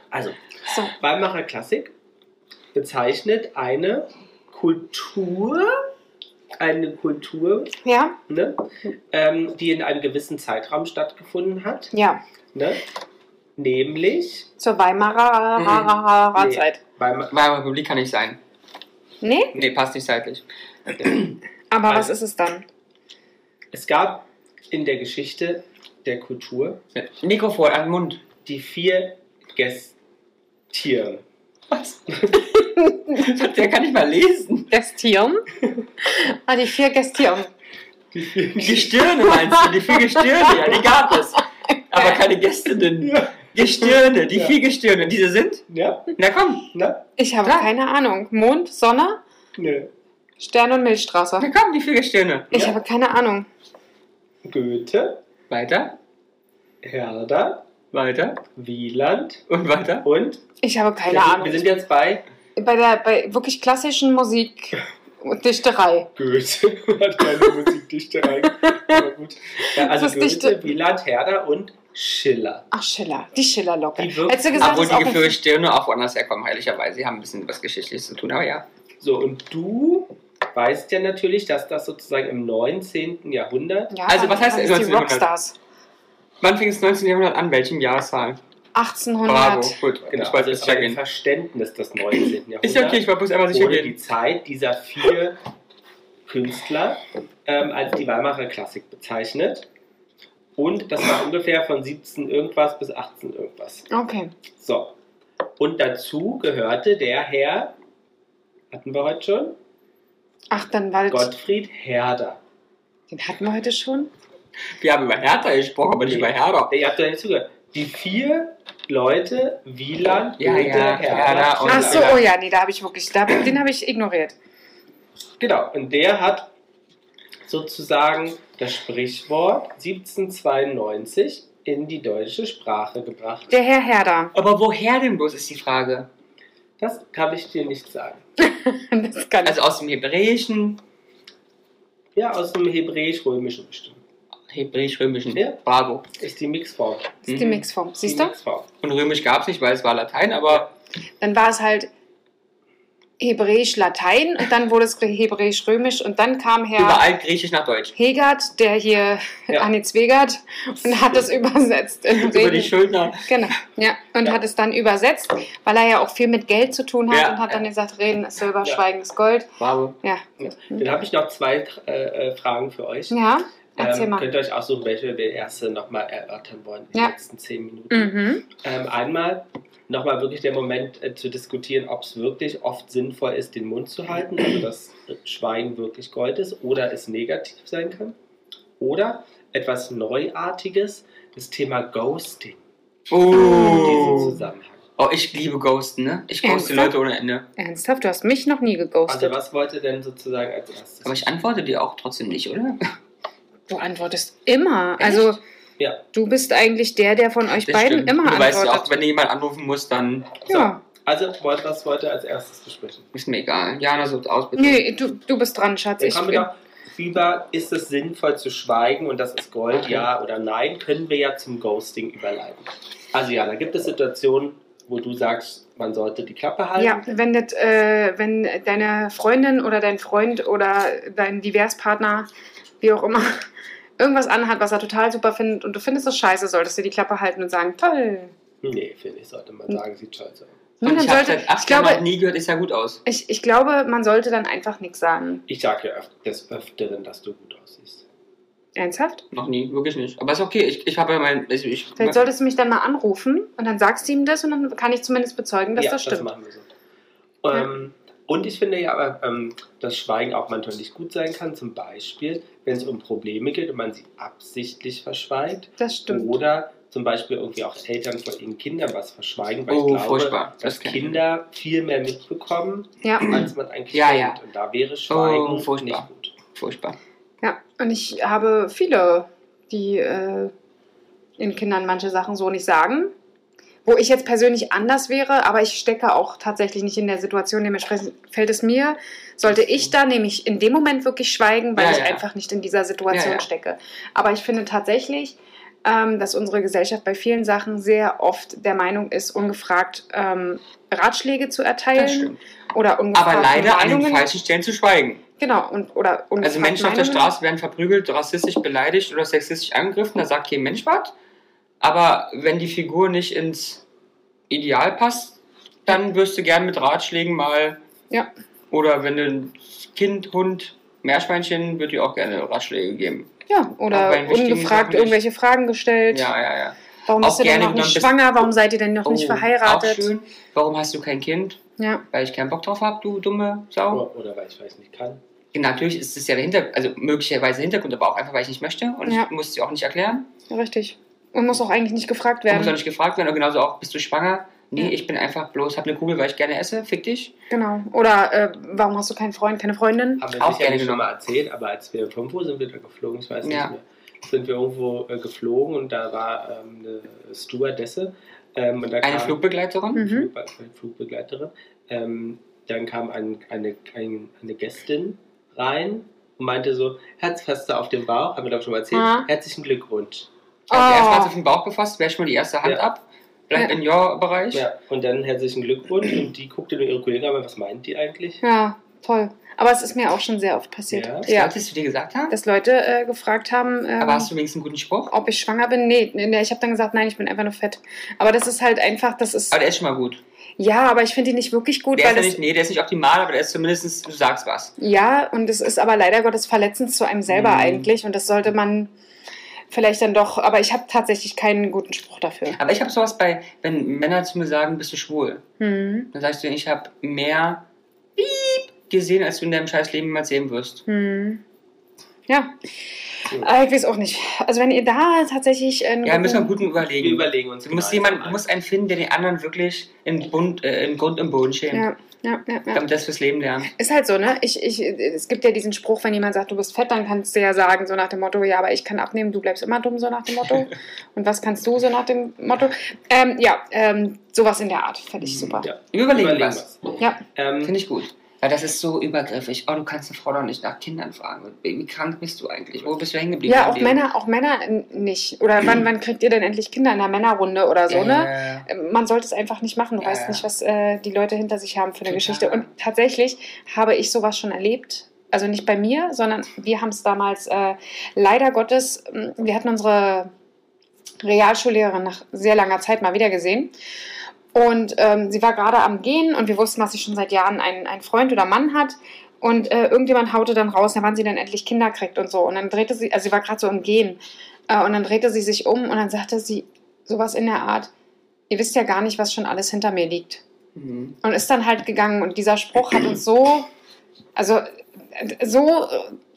Speaker 2: Also,
Speaker 3: so.
Speaker 2: Weimarer Klassik bezeichnet eine Kultur, eine Kultur,
Speaker 3: Ja,
Speaker 2: ne, ähm, die in einem gewissen Zeitraum stattgefunden hat,
Speaker 3: ja.
Speaker 2: ne, nämlich
Speaker 3: Zur Weimarer
Speaker 1: Mhm.
Speaker 3: Ra- Ra- Ra- Ra- Zeit.
Speaker 2: Weimar,
Speaker 1: Weimarer Republik kann nicht sein.
Speaker 3: Nee?
Speaker 1: Nee, passt nicht seitlich.
Speaker 3: Aber
Speaker 2: Also-
Speaker 3: was ist es dann?
Speaker 2: Es gab in der Geschichte der Kultur
Speaker 1: Mikrofon an den Mund.
Speaker 2: die vier Gästiere.
Speaker 1: Was? Der kann nicht mal lesen.
Speaker 3: Gestium? ah, die vier Gestium.
Speaker 1: Gestirne meinst du? Die vier Gestirne, ja, die gab es. Aber keine Gästinnen.
Speaker 2: Ja,
Speaker 1: Gestirne, die
Speaker 2: Ja.
Speaker 1: vier Gestirne, diese sind?
Speaker 2: ja,
Speaker 1: Na komm,
Speaker 2: na,
Speaker 3: Ich habe
Speaker 1: Klar.
Speaker 3: keine Ahnung. Mond, Sonne,
Speaker 2: ne,
Speaker 3: Stern und Milchstraße.
Speaker 1: na komm, die vier Gestirne.
Speaker 3: Ich
Speaker 2: Ja.
Speaker 3: habe keine Ahnung.
Speaker 2: Goethe,
Speaker 1: Weiter,
Speaker 2: Herder,
Speaker 1: weiter
Speaker 2: Wieland
Speaker 1: und weiter.
Speaker 2: und
Speaker 3: Ich habe keine
Speaker 2: wir, sind,
Speaker 3: Ahnung.
Speaker 2: wir sind jetzt bei
Speaker 3: bei der bei wirklich klassischen Musik und Dichterei.
Speaker 2: Goethe. Hat keine Musikdichterei. Aber gut. Ja, also
Speaker 3: Das
Speaker 2: Goethe,
Speaker 3: ist Dichte-
Speaker 2: Wieland, Herder und Schiller.
Speaker 3: Ach, Schiller, die Schillerlocke.
Speaker 2: Die wirken-
Speaker 3: Hättest du gesagt,
Speaker 1: Obwohl
Speaker 3: das ist
Speaker 1: die
Speaker 3: auch
Speaker 1: vier
Speaker 3: ein
Speaker 1: Gestirne auch woanders herkommen, heiligerweise. Die haben ein bisschen was Geschichtliches zu tun, aber ja.
Speaker 2: So, und du weißt ja natürlich, dass das sozusagen im 19. Jahrhundert
Speaker 3: ja,
Speaker 1: Also, was heißt
Speaker 3: das die
Speaker 1: 1900?
Speaker 3: Rockstars?
Speaker 1: Wann fing das 19. Jahrhundert an? Welchem Jahreszahl?
Speaker 3: 1800.
Speaker 1: Bravo, gut.
Speaker 2: Genau,
Speaker 1: ich
Speaker 2: also
Speaker 1: wollte
Speaker 2: es
Speaker 1: es
Speaker 2: ist ja ein
Speaker 1: gehen.
Speaker 2: Verständnis des 19. Jahrhunderts.
Speaker 1: Ist ja okay, ich war bloß einmal sicher
Speaker 2: ohne die
Speaker 1: gehen.
Speaker 2: Zeit dieser vier Künstler ähm, als die Weimarer Klassik bezeichnet. Und das war ungefähr von 17 irgendwas bis 18 irgendwas.
Speaker 3: Okay.
Speaker 2: So. Und dazu gehörte der Herr, hatten wir heute schon,
Speaker 3: Ach, dann war das.
Speaker 2: Gottfried Herder.
Speaker 3: Den hatten wir heute schon.
Speaker 1: Wir haben über Hertha gesprochen, aber nicht über Herder.
Speaker 2: Ihr habt ja nicht zugehört. Die vier Leute, Wieland,
Speaker 1: Ja,
Speaker 2: Goethe,
Speaker 1: ja, Herder und-
Speaker 2: Schiller.
Speaker 3: Ach so,
Speaker 1: ja.
Speaker 3: oh ja, nee, da habe ich wirklich, da, den habe ich ignoriert.
Speaker 2: Genau, und der hat sozusagen das Sprichwort 1792 in die deutsche Sprache gebracht.
Speaker 3: Der Herr Herder,
Speaker 1: Aber woher denn bloß ist die Frage?
Speaker 2: Das kann ich dir nicht sagen.
Speaker 3: das kann ich.
Speaker 1: Also aus dem Hebräischen,
Speaker 2: Ja, aus dem Hebräisch-Römischen bestimmt.
Speaker 1: Hebräisch-Römischen,
Speaker 2: Ja.
Speaker 1: bravo.
Speaker 2: Ist die Mixform.
Speaker 3: Das ist die
Speaker 1: mhm.
Speaker 3: Mixform, siehst
Speaker 2: die
Speaker 3: du?
Speaker 2: Mixform.
Speaker 1: Und Römisch gab es nicht, weil es war Latein, aber
Speaker 3: Dann war es halt Hebräisch-Latein und dann wurde es Hebräisch-Römisch und dann kam Herr.
Speaker 1: überall Griechisch nach Deutsch.
Speaker 3: Hegert, der hier
Speaker 2: Ja.
Speaker 3: Anni Zwegert und hat es übersetzt in
Speaker 1: Über die
Speaker 3: Reden.
Speaker 1: Schulter.
Speaker 3: Genau, ja. Und
Speaker 2: Ja.
Speaker 3: hat es dann übersetzt, weil er ja auch viel mit Geld zu tun hat
Speaker 1: Ja.
Speaker 3: und hat dann gesagt, Reden ist Silber,
Speaker 2: Ja.
Speaker 3: Schweigen ist Gold.
Speaker 1: Bravo.
Speaker 3: Ja.
Speaker 2: Ja. Dann habe ich noch zwei äh, äh, Fragen für euch.
Speaker 3: Ja, erzähl
Speaker 2: ähm,
Speaker 3: mal.
Speaker 2: Könnt ihr euch aussuchen, welche wir erste nochmal erörtern wollen in
Speaker 3: Ja.
Speaker 2: den letzten zehn Minuten.
Speaker 3: Mhm.
Speaker 2: Ähm, einmal nochmal wirklich der Moment äh, zu diskutieren, ob es wirklich oft sinnvoll ist, den Mund zu halten, also dass Schweigen wirklich Gold ist oder es negativ sein kann. Oder etwas Neuartiges, das Thema Ghosting in diesem
Speaker 1: Oh.
Speaker 2: Zusammenhang.
Speaker 1: oh, ich liebe Ghosten, ne? Ich ghoste
Speaker 3: Ernsthaft?
Speaker 1: Leute ohne Ende.
Speaker 3: Ernsthaft, du hast mich noch nie geghostet.
Speaker 2: Also was wollt ihr denn sozusagen als erstes?
Speaker 1: Aber ich antworte dir auch trotzdem nicht, oder?
Speaker 3: du antwortest immer. Also
Speaker 2: ja,
Speaker 3: du bist eigentlich der, der von euch beiden
Speaker 1: stimmt.
Speaker 3: immer
Speaker 1: Du weißt ja auch,
Speaker 3: antwortet.
Speaker 1: wenn jemand anrufen muss, dann
Speaker 2: ja.
Speaker 3: ja.
Speaker 2: also wollt, was wollt ihr als erstes besprechen?
Speaker 1: ist mir egal. Jana sucht aus, bitte.
Speaker 3: Nee, du, du bist dran, Schatz.
Speaker 2: Wir
Speaker 3: Ich,
Speaker 2: haben doch über, ist es sinnvoll zu schweigen und das ist Gold, ja oder nein, können wir ja zum Ghosting überleiten. Also ja, da gibt es Situationen, wo du sagst, man sollte die Klappe halten.
Speaker 3: Ja, wenn, das, äh, wenn deine Freundin oder dein Freund oder dein Diverspartner, wie auch immer, irgendwas anhat, was er total super findet und du findest es scheiße, solltest du die Klappe halten und sagen, toll.
Speaker 2: Nee, finde ich, sollte man sagen, sieht scheiße aus.
Speaker 1: Und
Speaker 3: Nun, dann
Speaker 1: ich habe
Speaker 3: sollte,
Speaker 1: seit
Speaker 3: ich,
Speaker 1: acht Jahren
Speaker 3: glaube,
Speaker 1: nie gehört, ich sah gut aus.
Speaker 3: ich, ich glaube, man sollte dann einfach nichts sagen.
Speaker 2: Ich sage ja öf- des Öfteren, dass du gut aussiehst.
Speaker 3: Ernsthaft?
Speaker 1: Noch nie, wirklich nicht. Aber ist okay, ich, ich habe ja mein. Ich, ich,
Speaker 3: Vielleicht solltest du mich dann mal anrufen und dann sagst du ihm das und dann kann ich zumindest bezeugen, dass
Speaker 2: ja,
Speaker 3: das stimmt.
Speaker 2: machen wir so. Ähm, Und ich finde ja, aber, ähm, dass Schweigen auch manchmal nicht gut sein kann. Zum Beispiel, wenn es um Probleme geht und man sie absichtlich verschweigt.
Speaker 3: das stimmt.
Speaker 2: Oder zum Beispiel irgendwie auch Eltern von ihren Kindern was verschweigen, weil
Speaker 1: Oh,
Speaker 2: ich glaube,
Speaker 1: furchtbar.
Speaker 2: dass
Speaker 1: Das kann ich Mhm.
Speaker 2: Kinder viel mehr mitbekommen,
Speaker 3: Ja.
Speaker 2: als man eigentlich
Speaker 1: Ja, ja.
Speaker 2: Und da wäre Schweigen
Speaker 1: Oh, furchtbar.
Speaker 2: nicht gut.
Speaker 1: furchtbar.
Speaker 3: ja, und ich habe viele, die äh, den Kindern manche Sachen so nicht sagen. Wo ich jetzt persönlich anders wäre, aber ich stecke auch tatsächlich nicht in der Situation. Dementsprechend fällt es mir, sollte ich da nämlich in dem Moment wirklich schweigen, weil
Speaker 1: Ja,
Speaker 3: ich
Speaker 1: ja.
Speaker 3: einfach nicht in dieser Situation
Speaker 1: Ja, ja.
Speaker 3: stecke. Aber ich finde tatsächlich, ähm, dass unsere Gesellschaft bei vielen Sachen sehr oft der Meinung ist, ungefragt ähm, Ratschläge zu
Speaker 1: Das
Speaker 3: erteilen
Speaker 1: stimmt.
Speaker 3: oder ungefragt
Speaker 1: Aber leider an den
Speaker 3: Meinungen.
Speaker 1: falschen Stellen zu schweigen.
Speaker 3: Genau, und, oder ungefragt
Speaker 1: Also Menschen auf der
Speaker 3: Meinungen.
Speaker 1: Straße werden verprügelt, rassistisch beleidigt oder sexistisch angegriffen, da sagt kein Mensch was. Aber wenn die Figur nicht ins Ideal passt, dann wirst du gern mit Ratschlägen mal
Speaker 3: Ja.
Speaker 1: Oder wenn du ein Kind, Hund, Meerschweinchen, wird dir auch gerne Ratschläge geben.
Speaker 3: Ja,
Speaker 1: Auch
Speaker 3: oder
Speaker 1: bei wichtigen Sachen
Speaker 3: ungefragt
Speaker 1: nicht.
Speaker 3: irgendwelche Fragen gestellt.
Speaker 1: Ja, ja, ja.
Speaker 3: Warum
Speaker 1: Auch
Speaker 3: bist du denn
Speaker 1: gerne
Speaker 3: noch nicht
Speaker 1: dann bis-
Speaker 3: schwanger? Warum seid ihr denn noch nicht
Speaker 1: Oh, Auch
Speaker 3: verheiratet?
Speaker 1: schön. Warum hast du kein Kind?
Speaker 3: Ja,
Speaker 1: Weil ich keinen Bock drauf habe, du dumme Sau.
Speaker 2: Oder, oder weil ich weiß nicht kann.
Speaker 1: Natürlich ist es ja der Hintergrund, also möglicherweise Hintergrund, aber auch einfach, weil ich nicht möchte. Und
Speaker 3: Ja.
Speaker 1: ich muss es dir auch nicht erklären.
Speaker 3: richtig. Man muss auch eigentlich nicht gefragt
Speaker 1: Du musst auch
Speaker 3: werden.
Speaker 1: nicht gefragt werden. Und genauso auch, bist du schwanger? Nee,
Speaker 3: Ja.
Speaker 1: ich bin einfach bloß, habe eine Kugel, weil ich gerne esse. Fick dich.
Speaker 3: Genau. Oder äh, warum hast du keinen Freund, keine Freundin?
Speaker 2: Haben wir
Speaker 1: Auch
Speaker 2: sicherlich
Speaker 1: gerne
Speaker 2: schon mal erzählt, aber als wir irgendwo sind wir da geflogen, ich weiß
Speaker 1: Ja.
Speaker 2: nicht mehr, sind wir irgendwo äh, geflogen und da war ähm, eine Stewardesse. Ähm, und da
Speaker 1: Eine
Speaker 2: kam-
Speaker 1: Flugbegleiterin.
Speaker 3: Mhm.
Speaker 2: Flugbe Flugbegleiterin. Ähm, dann kam ein, eine, ein, eine Gästin rein und meinte so, Herzfeste auf dem Bauch, haben wir doch schon mal erzählt,
Speaker 3: Ah.
Speaker 2: herzlichen Glückwunsch.
Speaker 1: Also erstmal hat sie
Speaker 3: Oh,
Speaker 1: auf den Bauch gefasst, wäre schon mal die erste Hand
Speaker 2: Ja.
Speaker 1: ab. Bleibt
Speaker 3: Ja.
Speaker 1: in your Bereich.
Speaker 2: Ja, und dann herzlichen Glückwunsch und die guckte nur ihre Kollegin an, was meint die eigentlich?
Speaker 3: Oh, ja, toll. Aber es ist mir auch schon sehr oft passiert.
Speaker 2: Ja?
Speaker 1: Ja.
Speaker 3: Ja,
Speaker 1: Was du dir gesagt haben?
Speaker 3: dass Leute äh, gefragt haben, ähm,
Speaker 1: Aber hast du wenigstens einen guten Spruch?
Speaker 3: ob ich schwanger bin. Nee, nee, nee, ich habe dann gesagt, nein, ich bin einfach nur fett. Aber das ist halt einfach, das ist.
Speaker 1: Aber der ist schon mal gut.
Speaker 3: Ja, aber ich finde die nicht wirklich gut,
Speaker 1: Der
Speaker 3: weil
Speaker 1: ist ja
Speaker 3: das.
Speaker 1: nicht, nee, der ist nicht optimal, aber der ist zumindest, du sagst was.
Speaker 3: Ja, und es ist aber leider Gottes verletzend zu einem selber
Speaker 1: Mhm.
Speaker 3: eigentlich. Und das sollte man vielleicht dann doch. Aber ich habe tatsächlich keinen guten Spruch dafür.
Speaker 1: Aber ich habe sowas bei, wenn Männer zu mir sagen, bist du schwul,
Speaker 3: Hm,
Speaker 1: dann sagst du, ich habe mehr Piep gesehen, als du in deinem scheiß Leben jemals sehen wirst. Mhm.
Speaker 3: hm. Ja, aber ich weiß auch nicht. Also wenn ihr da tatsächlich äh, einen
Speaker 1: Ja, müssen wir einen
Speaker 3: guten-
Speaker 1: guten
Speaker 2: Wir
Speaker 1: überlegen.
Speaker 2: überlegen uns. genau
Speaker 1: Du musst,
Speaker 2: gemeinsam
Speaker 1: jemand, du
Speaker 2: ein.
Speaker 1: musst einen finden, der den anderen wirklich in, Bund, äh, in Grund und Boden schämt.
Speaker 3: ja, ja, ja, ja.
Speaker 1: Damit das fürs Leben lernen.
Speaker 3: Ist halt so, ne? Ich, ich, es gibt ja diesen Spruch, wenn jemand sagt, du bist fett, dann kannst du ja sagen, so nach dem Motto, ja, aber ich kann abnehmen, du bleibst immer dumm, so nach dem Motto. Und was kannst du, so nach dem Motto? Ähm, ja, ähm, sowas in der Art, fände
Speaker 1: Mhm,
Speaker 3: ich super.
Speaker 2: ja.
Speaker 1: Wir überlegen,
Speaker 2: überlegen
Speaker 1: was.
Speaker 2: was.
Speaker 3: Ja.
Speaker 2: Ähm,
Speaker 1: Finde ich gut. Weil das ist so übergriffig. Oh, du kannst eine Frau doch nicht nach Kindern fragen. Wie wie krank bist du eigentlich? Wo bist du hängen geblieben?
Speaker 3: Ja,
Speaker 1: im
Speaker 3: auch
Speaker 1: Leben?
Speaker 3: Männer, auch Männer n- nicht. Oder wann, wann kriegt ihr denn endlich Kinder in der Männerrunde oder so,
Speaker 1: Ja,
Speaker 3: ne?
Speaker 1: ja, ja.
Speaker 3: Man sollte es einfach nicht machen. Du
Speaker 1: Ja,
Speaker 3: weißt
Speaker 1: ja.
Speaker 3: nicht, was äh, die Leute hinter sich haben für eine
Speaker 1: Total.
Speaker 3: Geschichte. Und tatsächlich habe ich sowas schon erlebt. Also nicht bei mir, sondern wir haben es damals äh, leider Gottes, m, wir hatten unsere Realschullehrerin nach sehr langer Zeit mal wieder gesehen. Und ähm, sie war gerade am Gehen und wir wussten, dass sie schon seit Jahren einen, einen Freund oder Mann hat. Und äh, irgendjemand haute dann raus, na, wann sie dann endlich Kinder kriegt und so. Und dann drehte sie, also sie war gerade so im Gehen. Äh, und dann drehte sie sich um und dann sagte sie sowas in der Art, ihr wisst ja gar nicht, was schon alles hinter mir liegt.
Speaker 1: Mhm.
Speaker 3: Und ist dann halt gegangen und dieser Spruch hat uns so, also äh, so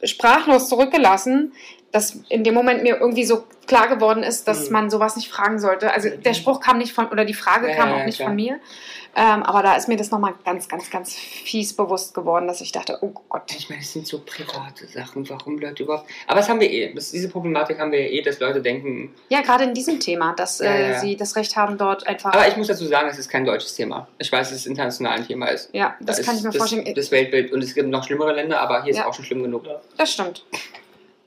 Speaker 3: äh, sprachlos zurückgelassen, dass in dem Moment mir irgendwie so klar geworden ist, dass
Speaker 2: Mhm.
Speaker 3: man sowas nicht fragen sollte. Also der Spruch kam nicht von, oder die Frage
Speaker 1: Ja,
Speaker 3: kam
Speaker 1: ja,
Speaker 3: auch
Speaker 1: ja,
Speaker 3: nicht
Speaker 1: klar.
Speaker 3: von mir. Ähm, aber da ist mir das nochmal ganz, ganz, ganz fies bewusst geworden, dass ich dachte, oh Gott.
Speaker 1: Ich meine, es sind so private Sachen, warum Leute überhaupt. Aber das haben wir eh. Das, diese Problematik haben wir ja eh, dass Leute denken.
Speaker 3: Ja, gerade in diesem Thema, dass
Speaker 1: Ja,
Speaker 3: äh,
Speaker 1: ja.
Speaker 3: sie das Recht haben, dort einfach.
Speaker 1: Aber ich muss dazu sagen, es ist kein deutsches Thema. Ich weiß, dass es international ein Thema ist.
Speaker 3: ja,
Speaker 1: Da
Speaker 3: das kann
Speaker 1: ist
Speaker 3: ich mir
Speaker 1: das,
Speaker 3: vorstellen.
Speaker 1: Das Weltbild. Und es gibt noch schlimmere Länder, aber hier ist
Speaker 3: Ja.
Speaker 1: auch schon schlimm genug.
Speaker 3: Das stimmt.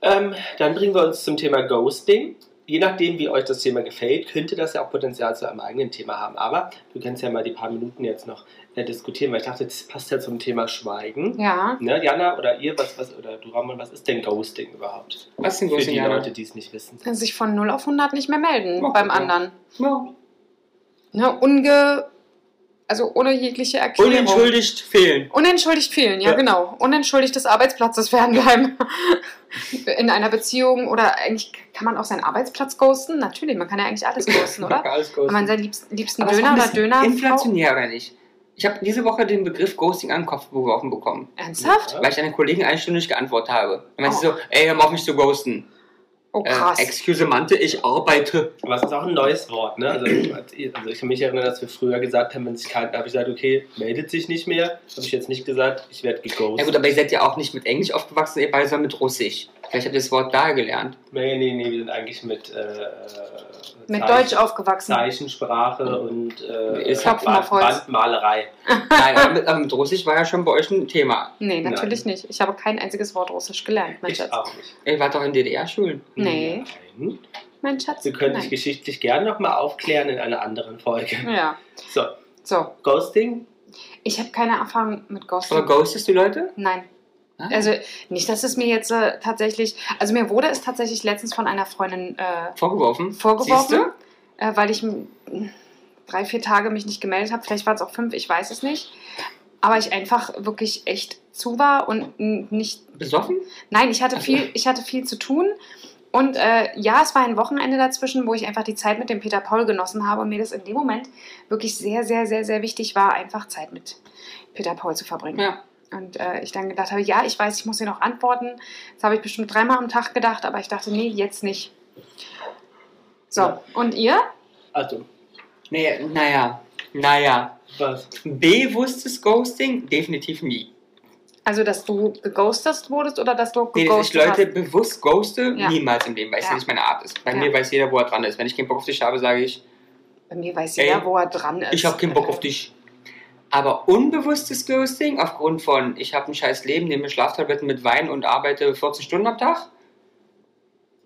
Speaker 2: ähm, dann bringen wir uns zum Thema Ghosting. Je nachdem, wie euch das Thema gefällt, könnte das ja auch Potenzial zu einem eigenen Thema haben. Aber du kannst ja mal die paar Minuten jetzt noch äh, diskutieren, weil ich dachte, das passt ja zum Thema Schweigen.
Speaker 3: Ja.
Speaker 2: Ne, Jana oder ihr, was, was, oder du Ramon, was ist denn Ghosting überhaupt?
Speaker 1: Was ist denn
Speaker 2: Für
Speaker 1: große
Speaker 2: die Leute,
Speaker 1: Jahre?
Speaker 2: die es nicht wissen.
Speaker 3: sich von 0 auf 100 nicht mehr melden
Speaker 1: Ja,
Speaker 3: beim
Speaker 1: ja.
Speaker 3: anderen.
Speaker 1: Ja.
Speaker 3: Ne, unge, also ohne jegliche Erklärung.
Speaker 1: Unentschuldigt fehlen.
Speaker 3: Unentschuldigt fehlen, ja,
Speaker 2: Ja.
Speaker 3: genau. Unentschuldigt des Arbeitsplatzes fernbleiben. In einer Beziehung oder eigentlich kann man auch seinen Arbeitsplatz ghosten? Natürlich, man kann ja eigentlich alles ghosten, oder?
Speaker 1: Alles
Speaker 3: Wenn
Speaker 1: groß.
Speaker 3: man seinen liebsten, liebsten
Speaker 1: Aber es
Speaker 3: Döner
Speaker 1: war ein
Speaker 3: oder
Speaker 1: bisschen
Speaker 3: Döner.
Speaker 1: Inflationär oder nicht? Ich habe diese Woche den Begriff Ghosting an den Kopf geworfen bekommen.
Speaker 3: Ernsthaft?
Speaker 2: Ja.
Speaker 1: Weil ich einem Kollegen eine Stunde nicht geantwortet habe. Dann meinte sie
Speaker 3: Oh.
Speaker 1: so, ey, hör mal auf mich zu ghosten.
Speaker 3: Oh,
Speaker 1: Äh,
Speaker 3: krass.
Speaker 1: excuse Mante, ich arbeite.
Speaker 2: Aber es ist auch ein neues Wort, ne? Also, als ich- also ich kann mich erinnern, dass wir früher gesagt haben, wenn sich kein, da habe ich gesagt, okay, meldet sich nicht mehr. Habe ich jetzt nicht gesagt, ich werde
Speaker 1: Ja
Speaker 2: geghostet.
Speaker 1: gut, aber ihr seid ja auch nicht mit Englisch aufgewachsen, ihr beide, sondern mit Russisch. Vielleicht habt ihr das Wort daher gelernt.
Speaker 2: nee, nee, nee, wir sind eigentlich mit, äh,
Speaker 3: Mit
Speaker 2: Zeichen-
Speaker 3: Deutsch aufgewachsen.
Speaker 2: Zeichensprache und äh,
Speaker 1: Ist Hopfen
Speaker 3: auf Holz.
Speaker 2: Bandmalerei.
Speaker 1: Nein, aber mit, aber mit Russisch war ja schon bei euch ein Thema.
Speaker 3: Nee, natürlich nicht. Ich habe kein einziges Wort Russisch gelernt, mein
Speaker 2: Ich
Speaker 3: Schatz.
Speaker 2: auch nicht.
Speaker 1: Ihr wart doch in DDR-Schulen.
Speaker 3: Nee.
Speaker 2: Nein.
Speaker 3: Mein Schatz.
Speaker 2: Wir können dich
Speaker 3: Nein.
Speaker 2: geschichtlich gern nochmal aufklären in einer anderen Folge.
Speaker 3: Ja,
Speaker 2: So,
Speaker 3: so.
Speaker 2: Ghosting?
Speaker 3: Ich habe keine Erfahrung mit Ghosting.
Speaker 1: Aber ghostest du Leute?
Speaker 3: Nein.
Speaker 1: Ah.
Speaker 3: Also nicht, dass es mir jetzt äh, tatsächlich, also mir wurde es tatsächlich letztens von einer Freundin äh,
Speaker 1: Vorgeworfen?
Speaker 3: vorgeworfen,
Speaker 1: Siehste?
Speaker 3: äh, weil ich m, drei, vier Tage mich nicht gemeldet habe. Vielleicht waren es auch fünf, ich weiß es nicht. aber ich einfach wirklich echt zu war und n- nicht.
Speaker 1: Besoffen?
Speaker 3: Nein, ich hatte viel, ich hatte viel zu tun. Und äh, ja, es war ein Wochenende dazwischen, wo ich einfach die Zeit mit dem Peter Paul genossen habe und mir das in dem Moment wirklich sehr, sehr, sehr, sehr wichtig war, einfach Zeit mit Peter Paul zu verbringen.
Speaker 1: Ja.
Speaker 3: Und äh, ich dann gedacht habe, ja, ich weiß, ich muss hier noch antworten. Das habe ich bestimmt dreimal am Tag gedacht, aber ich dachte, nee, jetzt nicht. So,
Speaker 2: Ja.
Speaker 3: und ihr?
Speaker 2: Also,
Speaker 1: Nee, naja, naja.
Speaker 2: was?
Speaker 1: Bewusstes Ghosting? Definitiv nie.
Speaker 3: Also, dass du geghostet wurdest oder dass du
Speaker 1: Nee, dass ich
Speaker 3: geghostet
Speaker 1: Leute bewusst ghoste,
Speaker 3: Ja.
Speaker 1: niemals im Leben, weil es
Speaker 3: Ja.
Speaker 1: nicht meine Art ist. Bei
Speaker 3: Ja.
Speaker 1: mir weiß jeder, wo er dran ist. Wenn ich keinen Bock auf dich habe, sage ich,
Speaker 3: hast? Bei mir weiß
Speaker 1: Ey,
Speaker 3: jeder, wo er dran ist.
Speaker 1: ich habe keinen Bock auf dich. Aber unbewusstes Ghosting aufgrund von, ich habe ein scheiß Leben, nehme Schlaftabletten mit Wein und arbeite 14 Stunden am Tag,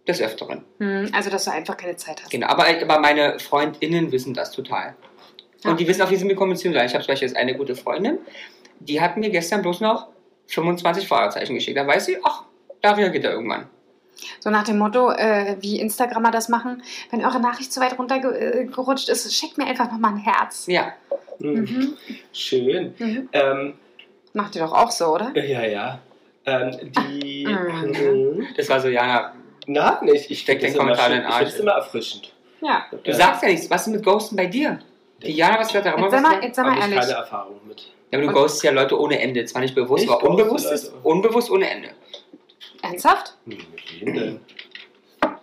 Speaker 1: des Öfteren.
Speaker 3: Hm, also, dass du einfach keine Zeit hast.
Speaker 1: Genau, aber, aber meine FreundInnen wissen das total.
Speaker 3: Ja.
Speaker 1: Und die wissen auch, wie sie mit Konventionen sein. Ich habe zum Beispiel jetzt eine gute Freundin, die hat mir gestern bloß noch 25 Fragezeichen geschickt. Dann weiß sie, ach, da reagiert er irgendwann.
Speaker 3: So nach dem Motto, äh, wie Instagrammer das machen, wenn eure Nachricht zu weit runtergerutscht ist, schickt mir einfach nochmal ein Herz.
Speaker 1: Ja,
Speaker 2: Mhm.
Speaker 3: Mhm.
Speaker 2: Schön.
Speaker 3: Mhm.
Speaker 2: Ähm,
Speaker 3: Macht ihr doch auch so, oder?
Speaker 2: ja, ja. Ähm, die.
Speaker 3: Mhm.
Speaker 2: Mhm.
Speaker 1: das war so, Jana,
Speaker 2: Na, nicht. Ich
Speaker 1: Steck den
Speaker 2: finde das, immer
Speaker 1: Kommentar
Speaker 2: schön.
Speaker 1: in den
Speaker 2: Ich find das
Speaker 1: Arsch.
Speaker 2: immer erfrischend.
Speaker 3: Ja.
Speaker 1: du sagst ja nichts. Was ist mit Ghosten bei dir? Die Jana, was wird da immer
Speaker 3: Jetzt sag
Speaker 1: was-
Speaker 3: mal, jetzt sag
Speaker 2: Hab
Speaker 3: mal
Speaker 2: ich
Speaker 3: ehrlich.
Speaker 2: keine Erfahrung mit.
Speaker 1: Ja, aber du
Speaker 3: Und-
Speaker 1: ghostest ja Leute ohne Ende. Zwar nicht bewusst,
Speaker 2: Ich
Speaker 1: aber
Speaker 2: ghoste
Speaker 1: unbewusst
Speaker 2: Leute.
Speaker 1: ist unbewusst ohne Ende.
Speaker 3: Ernsthaft?
Speaker 2: Hm, mit wem denn? Weil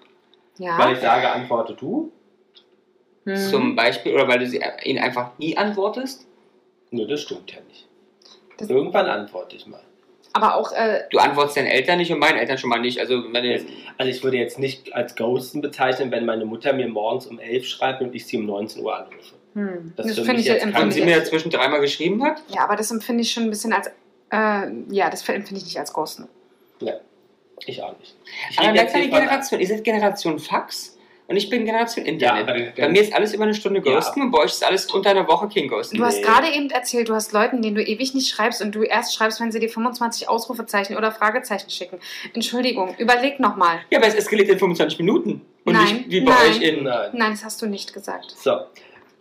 Speaker 3: Ja.
Speaker 2: ich sage, antworte du.
Speaker 3: Hm.
Speaker 1: Zum Beispiel, oder weil du sie, äh, ihnen einfach nie antwortest.
Speaker 2: Nö, das stimmt ja nicht.
Speaker 3: Das-
Speaker 2: Irgendwann antworte ich mal.
Speaker 3: Aber auch, äh,
Speaker 1: Du antwortest deinen Eltern nicht und meinen Eltern schon mal nicht. Also, wenn du,
Speaker 2: Also ich würde jetzt nicht als Ghosten bezeichnen, wenn meine Mutter mir morgens um 11 schreibt und ich sie um 19 Uhr anrufe.
Speaker 3: hm.
Speaker 2: Das
Speaker 3: das,
Speaker 2: finde
Speaker 3: finde
Speaker 2: ich
Speaker 3: ich
Speaker 2: jetzt
Speaker 1: wenn
Speaker 2: kein-
Speaker 3: empfinde
Speaker 1: sie
Speaker 3: ich
Speaker 1: mir
Speaker 3: jetzt,
Speaker 1: dazwischen dreimal geschrieben hat,
Speaker 3: Ja, aber das empfinde ich schon ein bisschen als, äh, ja, das empfinde ich nicht als Ghosten.
Speaker 2: Ich auch nicht. Ich
Speaker 1: Aber
Speaker 2: rede
Speaker 1: merkt
Speaker 2: jetzt
Speaker 1: ihr die
Speaker 2: nicht von-
Speaker 1: Generation? Ihr seid Generation Fax und ich bin Generation
Speaker 2: Ja,
Speaker 1: Internet.
Speaker 2: aber dann-
Speaker 1: bei mir ist alles über eine Stunde Ghosten und bei euch ist alles unter einer Woche King
Speaker 3: Du
Speaker 1: Ghosten.
Speaker 3: hast
Speaker 2: Nee.
Speaker 3: gerade eben erzählt, du hast Leuten, denen du ewig nicht schreibst und du erst schreibst, wenn sie dir 25 Ausrufezeichen oder Fragezeichen schicken. Entschuldigung, überleg nochmal.
Speaker 1: Ja, aber es eskaliert in 25 Minuten. Und
Speaker 3: Nein,
Speaker 1: nicht wie bei
Speaker 3: nein.
Speaker 1: euch in.
Speaker 2: Nein.
Speaker 3: Nein, das hast du nicht gesagt.
Speaker 2: So.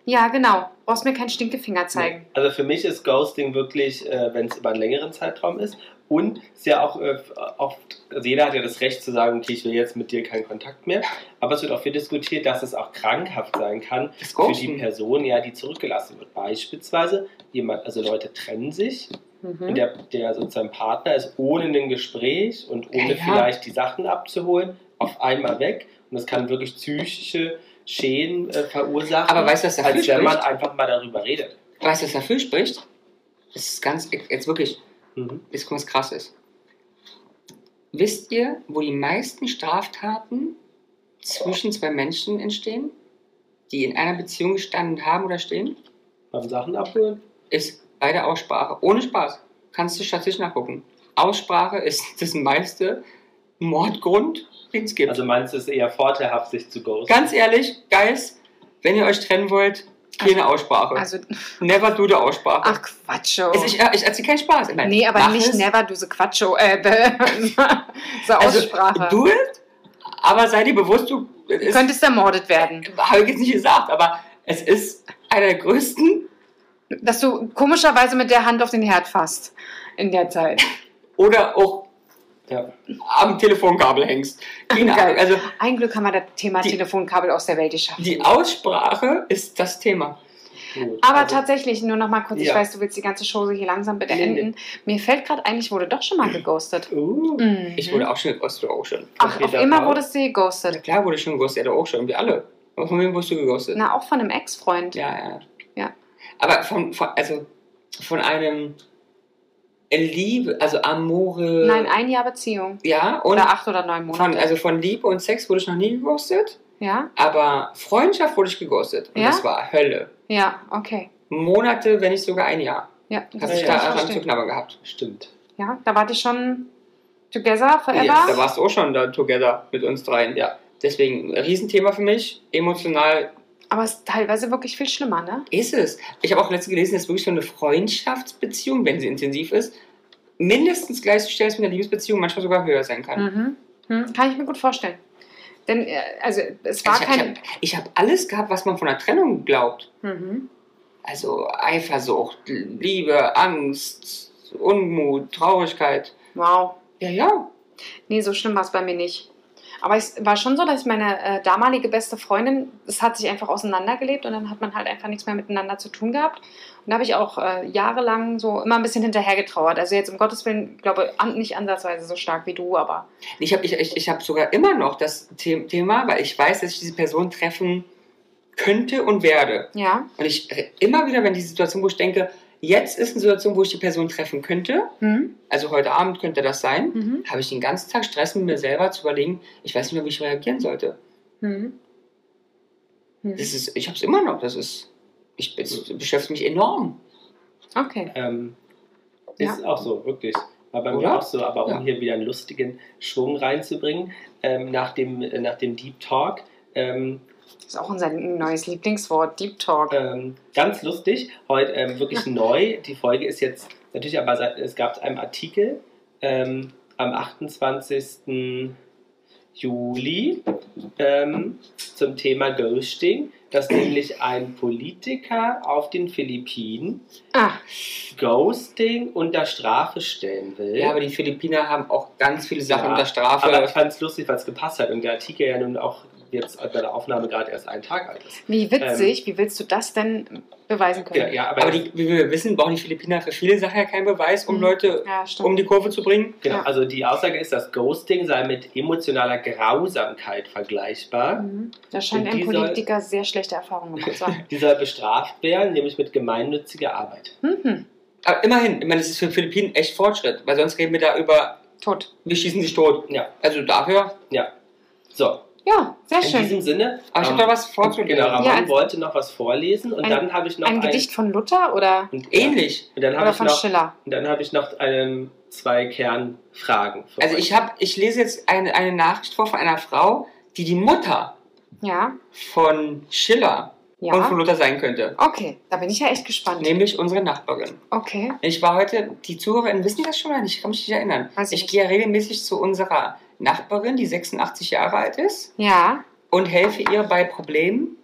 Speaker 3: Ja, genau. Brauchst mir keinen Stinkefinger zeigen.
Speaker 2: Also für mich ist Ghosting wirklich, äh, wenn es über einen längeren Zeitraum ist. Und ist ja auch äh, oft, also jeder hat ja das Recht zu sagen, okay, ich will jetzt mit dir keinen Kontakt mehr. Aber es wird auch viel diskutiert, dass es auch krankhaft sein kann
Speaker 1: Das
Speaker 2: für die
Speaker 1: Ghosten.
Speaker 2: Person, ja, die zurückgelassen wird. Beispielsweise, jemand, also Leute trennen sich und
Speaker 3: Mhm.
Speaker 2: der, der sozusagen Partner ist ohne ein Gespräch und ohne
Speaker 1: Ja, ja.
Speaker 2: vielleicht die Sachen abzuholen, auf einmal weg. Und das kann wirklich psychische Schäden äh, verursachen.
Speaker 1: Aber weißt du, was dafür
Speaker 2: als wenn man
Speaker 1: spricht?
Speaker 2: einfach mal darüber redet.
Speaker 1: Weißt du, was dafür spricht? Das ist ganz, jetzt wirklich,
Speaker 2: Mhm.
Speaker 1: jetzt guck mal, was krass ist. Wisst ihr, wo die meisten Straftaten zwischen zwei Menschen entstehen, die in einer Beziehung gestanden haben oder stehen?
Speaker 2: Beim Sachen abholen.
Speaker 1: ist bei der Aussprache, ohne Spaß, kannst du statistisch nachgucken. Aussprache ist das meiste Mordgrund, den es gibt.
Speaker 2: Also meinst du, es ist eher vorteilhaft, sich zu ghosten?
Speaker 1: Ganz ehrlich, Guys, wenn ihr euch trennen wollt, keine Aussprache.
Speaker 3: Also,
Speaker 1: never do the Aussprache.
Speaker 3: ach Quatscho.
Speaker 1: Es- ich ich erzähle keinen Spaß. Ich meine,
Speaker 3: nee, aber
Speaker 1: mach
Speaker 3: nicht
Speaker 1: es.
Speaker 3: never du so Quatscho. Äh, be- so
Speaker 1: Also,
Speaker 3: Aussprache.
Speaker 1: do it, aber sei dir bewusst, du
Speaker 3: du
Speaker 1: es-
Speaker 3: könntest ermordet werden.
Speaker 1: Habe ich jetzt nicht gesagt, aber es ist einer der größten
Speaker 3: Dass du komischerweise mit der Hand auf den Herd fasst. In der Zeit.
Speaker 1: oder auch
Speaker 2: Ja.
Speaker 1: am Telefonkabel hängst. Keine
Speaker 3: Geil.
Speaker 1: Ahnung. Also
Speaker 3: Ein Glück haben wir das Thema
Speaker 1: Die-
Speaker 3: Telefonkabel aus der Welt geschafft.
Speaker 1: die Aussprache ist das Thema.
Speaker 2: Gut.
Speaker 3: Aber
Speaker 2: also,
Speaker 3: tatsächlich, nur noch mal kurz, ich
Speaker 2: Ja.
Speaker 3: weiß, du willst die ganze Show hier langsam
Speaker 2: Nee, nee.
Speaker 3: beenden. Mir fällt gerade ein, ich wurde doch schon mal geghostet.
Speaker 2: uh,
Speaker 3: Mhm.
Speaker 1: Ich wurde auch schon mit Ostro auch schon.
Speaker 3: Ach, auf
Speaker 2: Peter
Speaker 3: immer
Speaker 2: Paul.
Speaker 3: wurdest du
Speaker 1: Na
Speaker 3: geghostet.
Speaker 1: klar wurde ich schon geghostet, er auch schon, wir alle. Aber von wem wurdest du geghostet?
Speaker 3: Na, auch von einem Ex-Freund.
Speaker 1: Ja, ja.
Speaker 3: Ja.
Speaker 1: Aber von, von, also, von einem Liebe, also Amore.
Speaker 3: Nein, ein Jahr Beziehung.
Speaker 1: Ja, und
Speaker 3: Oder acht oder neun
Speaker 1: von,
Speaker 3: Monate.
Speaker 1: also von Liebe und Sex wurde ich noch nie geghostet,
Speaker 3: Ja?
Speaker 1: aber Freundschaft wurde ich geghostet. Und
Speaker 3: Ja?
Speaker 1: das war Hölle.
Speaker 3: Ja, okay.
Speaker 1: Monate, wenn nicht sogar ein Jahr.
Speaker 3: Ja, das
Speaker 1: Hast
Speaker 2: Ja,
Speaker 1: ich
Speaker 2: ja,
Speaker 1: da
Speaker 2: ich
Speaker 1: daran zu
Speaker 3: verstehe.
Speaker 1: knabbern gehabt.
Speaker 2: stimmt.
Speaker 3: Ja, da wart ihr schon together forever.
Speaker 1: Ja, da warst du auch schon da together mit uns dreien.
Speaker 2: Ja.
Speaker 1: Deswegen, Riesenthema für mich. Emotional
Speaker 3: Aber es ist teilweise wirklich viel schlimmer, ne?
Speaker 1: Ist es. Ich habe auch letztens gelesen, dass wirklich so eine Freundschaftsbeziehung, wenn sie intensiv ist, mindestens gleichzustellen ist mit einer Liebesbeziehung, manchmal sogar höher sein kann.
Speaker 3: Mhm. Hm, kann ich mir gut vorstellen. Denn, äh, also, es war
Speaker 1: Ich, hab- ich
Speaker 3: kein.
Speaker 1: habe ich hab alles gehabt, was man von einer Trennung glaubt.
Speaker 3: Mhm.
Speaker 1: Also Eifersucht, Liebe, Angst, Unmut, Traurigkeit.
Speaker 3: Wow.
Speaker 1: Ja, ja.
Speaker 3: Nee, so schlimm war es bei mir nicht. Aber es war schon so, dass meine äh, damalige beste Freundin, es hat sich einfach auseinandergelebt und dann hat man halt einfach nichts mehr miteinander zu tun gehabt. Und da habe ich auch äh, jahrelang so immer ein bisschen hinterhergetrauert. Also jetzt um Gottes Willen, glaube an, nicht ansatzweise so stark wie du, aber
Speaker 1: Ich habe ich, ich, ich hab sogar immer noch das The Thema, weil ich weiß, dass ich diese Person treffen könnte und werde.
Speaker 3: ja.
Speaker 1: Und ich re- immer wieder, wenn die Situation, wo ich denke, jetzt ist eine Situation, wo ich die Person treffen könnte,
Speaker 3: Hm?
Speaker 1: also heute Abend könnte das sein,
Speaker 3: Mhm.
Speaker 1: habe ich den ganzen Tag Stress mit mir selber zu überlegen, ich weiß nicht mehr, wie ich reagieren sollte.
Speaker 3: Hm. Hm.
Speaker 1: Das ist, ich habe es immer noch, das ist, ich, es beschäftigt mich enorm.
Speaker 3: Okay.
Speaker 2: Ähm, ist auch so, wirklich. War bei mir
Speaker 1: Oder?
Speaker 2: auch so, aber um
Speaker 1: Ja.
Speaker 2: hier wieder einen lustigen Schwung reinzubringen, ähm, nach, dem, äh, nach dem Deep Talk, ähm,
Speaker 3: ist auch unser neues Lieblingswort, Deep Talk.
Speaker 2: ähm, ganz lustig, heute ähm, wirklich neu, die Folge ist jetzt natürlich, aber seit, es gab einen Artikel ähm, am 28. Juli ähm, zum Thema Ghosting, dass nämlich ein Politiker auf den Philippinen
Speaker 3: Ah,
Speaker 2: Ghosting unter Strafe stellen will.
Speaker 1: Ja, aber die Philippiner haben auch ganz viele Sachen
Speaker 2: Ja,
Speaker 1: unter Strafe.
Speaker 2: Aber ich fand es lustig, weil es gepasst hat und der Artikel ja nun auch jetzt bei der Aufnahme gerade erst einen Tag alt ist.
Speaker 3: wie
Speaker 1: Ähm.
Speaker 3: witzig, wie willst du das denn beweisen
Speaker 2: Ja,
Speaker 3: können?
Speaker 2: ja aber,
Speaker 1: aber die, wie wir wissen, brauchen die Philippiner für viele Sachen ja keinen Beweis, um
Speaker 3: Mhm.
Speaker 1: Leute
Speaker 3: Ja, stimmt.
Speaker 1: um die Kurve zu bringen.
Speaker 2: genau,
Speaker 3: ja.
Speaker 2: also die Aussage ist, dass Ghosting sei mit emotionaler Grausamkeit vergleichbar.
Speaker 3: Mhm. Da scheint
Speaker 1: um
Speaker 2: Und
Speaker 3: ein
Speaker 2: die
Speaker 3: Politiker sehr schlechte Erfahrungen gemacht zu haben.
Speaker 2: Die soll bestraft werden, nämlich mit gemeinnütziger Arbeit.
Speaker 3: Mhm.
Speaker 1: Aber immerhin, ich meine, das ist für die Philippinen echt Fortschritt, weil sonst reden wir da über,
Speaker 3: Tot.
Speaker 1: wir schießen sich tot.
Speaker 2: Ja,
Speaker 1: Also dafür.
Speaker 2: so.
Speaker 3: Ja, sehr
Speaker 2: In
Speaker 3: schön.
Speaker 2: diesem Sinne.
Speaker 1: Aber ich
Speaker 2: ähm,
Speaker 1: habe da was vorzulegen.
Speaker 2: Genau, Ramon
Speaker 3: Ja, als-
Speaker 2: wollte noch was vorlesen und
Speaker 3: Ein-
Speaker 2: dann habe ich noch
Speaker 3: Ein Gedicht von Luther oder,
Speaker 2: Und,
Speaker 1: Ähnlich.
Speaker 2: Und dann habe
Speaker 3: oder
Speaker 2: ich
Speaker 3: von
Speaker 2: noch,
Speaker 3: Schiller?
Speaker 2: und dann habe ich noch ähm, zwei Kernfragen. für
Speaker 1: Also
Speaker 2: euch.
Speaker 1: ich habe, ich lese jetzt eine, eine Nachricht vor von einer Frau, die die Mutter
Speaker 3: Ja.
Speaker 1: von Schiller und von
Speaker 3: Ja.
Speaker 1: Luther sein könnte.
Speaker 3: Okay, da bin ich ja echt gespannt.
Speaker 1: Nämlich unsere Nachbarin.
Speaker 3: Okay.
Speaker 1: Ich war heute, die Zuhörerinnen wissen das schon mal nicht, ich kann mich nicht erinnern.
Speaker 3: Weiß ich
Speaker 1: ich
Speaker 3: nicht.
Speaker 1: gehe ja regelmäßig zu unserer Nachbarin, die 86 Jahre alt ist,
Speaker 3: Ja.
Speaker 1: und helfe ihr bei Problemen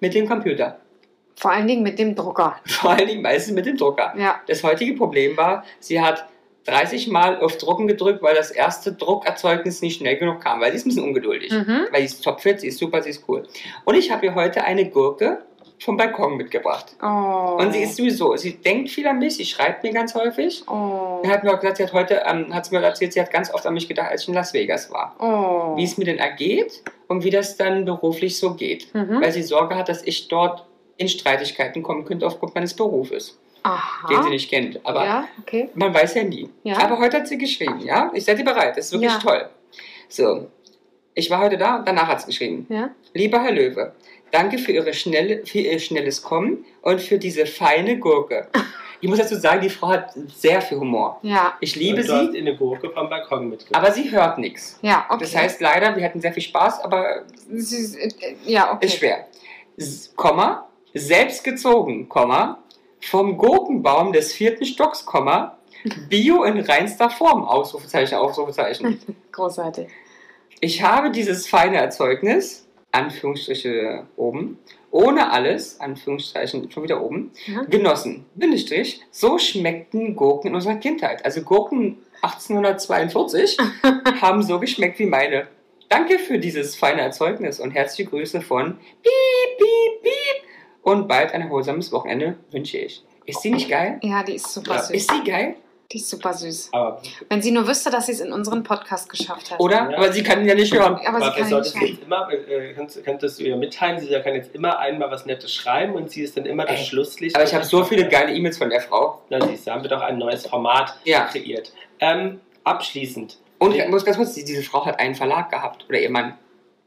Speaker 1: mit dem Computer.
Speaker 3: Vor allen Dingen mit dem Drucker.
Speaker 1: Vor allen Dingen meistens mit dem Drucker.
Speaker 3: Ja.
Speaker 1: Das heutige Problem war, sie hat 30 Mal auf Drucken gedrückt, weil das erste Druckerzeugnis nicht schnell genug kam, weil sie ist ein bisschen ungeduldig.
Speaker 3: Mhm.
Speaker 1: Weil sie ist topfit, sie ist super, sie ist cool. Und ich habe ihr heute eine Gurke vom Balkon mitgebracht.
Speaker 3: Oh.
Speaker 1: Und sie ist sowieso, sie denkt viel an mich, sie schreibt mir ganz häufig.
Speaker 3: Oh.
Speaker 1: Dann hat mir auch gesagt, sie hat heute, ähm, hat sie mir erzählt, sie hat ganz oft an mich gedacht, als ich in Las Vegas war.
Speaker 3: Oh.
Speaker 1: Wie es mir denn ergeht und wie das dann beruflich so geht.
Speaker 3: mhm.
Speaker 1: Weil sie Sorge hat, dass ich dort in Streitigkeiten kommen könnte aufgrund meines Berufes,
Speaker 3: Aha.
Speaker 1: den sie nicht kennt. Aber
Speaker 3: Ja, okay.
Speaker 1: man weiß ja nie.
Speaker 3: Ja.
Speaker 1: Aber heute hat sie geschrieben, ja? Ich seid ihr bereit, das ist wirklich
Speaker 3: Ja.
Speaker 1: toll. So, ich war heute da und danach hat sie geschrieben.
Speaker 3: Ja.
Speaker 1: Lieber Herr Löwe, danke für, ihre schnelle, für Ihr schnelles Kommen und für diese feine Gurke. Ich muss dazu sagen, die Frau hat sehr viel Humor.
Speaker 3: Ja.
Speaker 1: Ich
Speaker 2: und
Speaker 1: liebe
Speaker 2: du hast
Speaker 1: sie,
Speaker 2: in eine Gurke vom Balkon mitgebracht.
Speaker 1: aber sie hört nichts.
Speaker 3: Ja, okay.
Speaker 1: Das heißt leider, wir hatten sehr viel Spaß, aber
Speaker 3: Sie ist- äh, ja, okay.
Speaker 1: ist schwer. S Komma, selbst gezogen, Komma, vom Gurkenbaum des vierten Stocks, Komma, Bio in reinster Form, Ausrufezeichen, Ausrufezeichen.
Speaker 3: Großartig.
Speaker 1: Ich habe dieses feine Erzeugnis, Anführungsstriche oben, ohne alles, Anführungszeichen schon wieder oben,
Speaker 3: Ja.
Speaker 1: genossen. Bindestrich, so schmeckten Gurken in unserer Kindheit. Also Gurken 1842 haben so geschmeckt wie meine. Danke für dieses feine Erzeugnis und herzliche Grüße von Piep, Piep, Piep. Und bald ein erholsames Wochenende wünsche ich. Ist sie nicht geil?
Speaker 3: Ja, die ist super
Speaker 2: Ja,
Speaker 3: süß.
Speaker 1: Ist sie geil?
Speaker 3: die ist super süß.
Speaker 2: Aber
Speaker 3: Wenn sie nur wüsste, dass sie es in unseren Podcast geschafft hat.
Speaker 1: Oder? Aber sie kann ihn ja nicht hören.
Speaker 3: Aber sie
Speaker 2: Aber
Speaker 3: kann
Speaker 2: das
Speaker 3: ja nicht
Speaker 2: solltest du
Speaker 3: schreiben.
Speaker 2: jetzt immer, äh, kannst, könntest du ihr mitteilen, sie kann jetzt immer einmal was Nettes schreiben und sie ist dann immer das
Speaker 1: Ey,
Speaker 2: Schlusslicht.
Speaker 1: Aber ich habe so viele geile E-Mails von der Frau.
Speaker 2: Na, siehst du, haben wir doch ein neues Format
Speaker 1: Ja.
Speaker 2: kreiert. Ähm, abschließend.
Speaker 1: Und ich muss ganz kurz, die- diese Frau hat einen Verlag gehabt. Oder ihr Mann.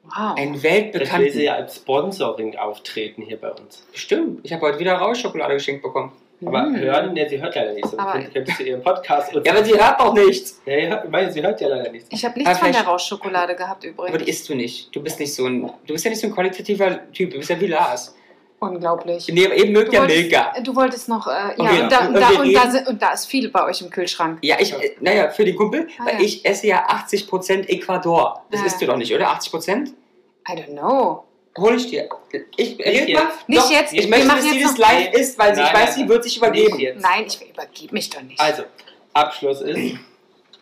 Speaker 3: Wow.
Speaker 1: Einen
Speaker 2: Jetzt will
Speaker 1: weltbekannten.
Speaker 2: sie ja als Sponsoring auftreten hier bei uns.
Speaker 1: Stimmt. Ich habe heute wieder Rauschschokolade geschenkt bekommen.
Speaker 2: Aber
Speaker 3: Hm.
Speaker 2: hören, ne, sie hört leider nichts.
Speaker 3: Aber-
Speaker 2: Aber könntest du ihren Podcast und
Speaker 1: Ja, aber sie hört auch nichts.
Speaker 2: ja, ja, ich meine, sie hört ja leider nichts.
Speaker 3: Ich habe nichts
Speaker 1: Ah,
Speaker 3: von der
Speaker 1: vielleicht-
Speaker 3: Rauschschokolade gehabt übrigens.
Speaker 1: Aber die isst du nicht. Du bist nicht so ein, du bist ja nicht so ein qualitativer Typ. Du bist ja wie Lars.
Speaker 3: Unglaublich.
Speaker 1: Nee, aber eben mögt ja
Speaker 3: wolltest,
Speaker 1: Milka.
Speaker 3: äh, du wolltest noch, äh, ja,
Speaker 1: Okay,
Speaker 3: und, da, und,
Speaker 1: und
Speaker 3: da,
Speaker 1: wir
Speaker 3: und, da,
Speaker 1: reden-
Speaker 3: sind- und da ist viel bei euch im Kühlschrank.
Speaker 1: Ja, ich, äh, naja, für den Kumpel,
Speaker 3: Ah,
Speaker 1: weil
Speaker 3: ja.
Speaker 1: ich esse ja 80% Ecuador. Das
Speaker 3: Ah,
Speaker 1: isst
Speaker 3: ja.
Speaker 1: du doch nicht, oder? 80%?
Speaker 3: I don't know.
Speaker 1: Hol ich dir. Ich,
Speaker 2: Nicht
Speaker 1: Eva,
Speaker 2: jetzt.
Speaker 3: Nicht
Speaker 1: doch,
Speaker 3: jetzt,
Speaker 1: Ich
Speaker 3: wir
Speaker 1: möchte,
Speaker 3: machen
Speaker 1: dass sie
Speaker 3: jetzt
Speaker 1: das
Speaker 3: noch-
Speaker 1: live ist, weil sie,
Speaker 2: Nein,
Speaker 1: ich weiß,
Speaker 2: nein,
Speaker 1: sie wird sich
Speaker 2: Nicht
Speaker 1: übergeben.
Speaker 2: jetzt.
Speaker 3: Nein, ich übergebe mich doch nicht.
Speaker 2: Also, Abschluss ist,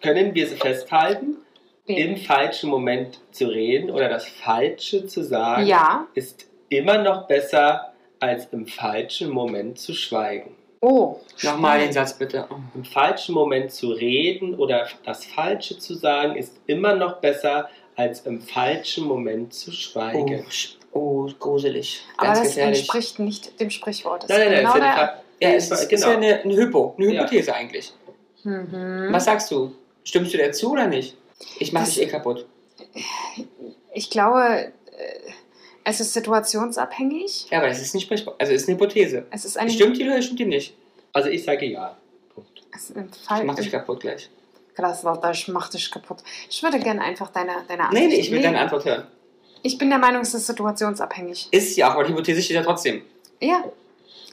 Speaker 2: können wir sie festhalten,
Speaker 3: Wen?
Speaker 2: im falschen Moment zu reden oder das Falsche zu sagen,
Speaker 3: ja.
Speaker 2: ist immer noch besser, als im falschen Moment zu schweigen.
Speaker 3: Oh.
Speaker 1: Nochmal den Satz bitte. Oh,
Speaker 2: Im falschen Moment zu reden oder das Falsche zu sagen, ist immer noch besser, als im falschen Moment zu
Speaker 1: Oh,
Speaker 2: schweigen.
Speaker 1: sch- oh gruselig.
Speaker 3: Aber
Speaker 1: Ganz
Speaker 3: das
Speaker 1: gefährlich.
Speaker 3: entspricht nicht dem Sprichwort. Das
Speaker 2: nein, nein, nein,
Speaker 3: ist
Speaker 2: ist ja
Speaker 3: genau
Speaker 2: der,
Speaker 1: Ja,
Speaker 2: ja,
Speaker 1: es
Speaker 2: ist,
Speaker 1: ist, ist ja
Speaker 2: genau.
Speaker 1: eine, eine Hypo, eine
Speaker 2: Ja.
Speaker 1: Hypothese eigentlich.
Speaker 3: der, mhm.
Speaker 1: Was sagst du? Stimmst du dazu oder nicht? Ich mach
Speaker 3: Das-
Speaker 1: dich eh kaputt.
Speaker 3: Ich glaube, äh, es ist situationsabhängig.
Speaker 1: Ja, aber das ist nicht sprechbar. Also es ist eine Hypothese.
Speaker 3: Es ist eine
Speaker 1: Stimmt die oder stimmt die nicht?
Speaker 2: Also ich sage ja. Punkt.
Speaker 3: Es ist ein
Speaker 1: Ich
Speaker 3: Fall.
Speaker 1: mach dich kaputt gleich.
Speaker 3: Krass, Walter, ich mach dich kaputt. Ich würde gerne einfach deine, deine Antwort.
Speaker 1: Nee, nee, ich will deine Antwort hören.
Speaker 3: Ich bin der Meinung, es ist situationsabhängig.
Speaker 1: Ist ja auch, aber die Hypothese steht ja trotzdem.
Speaker 3: Ja.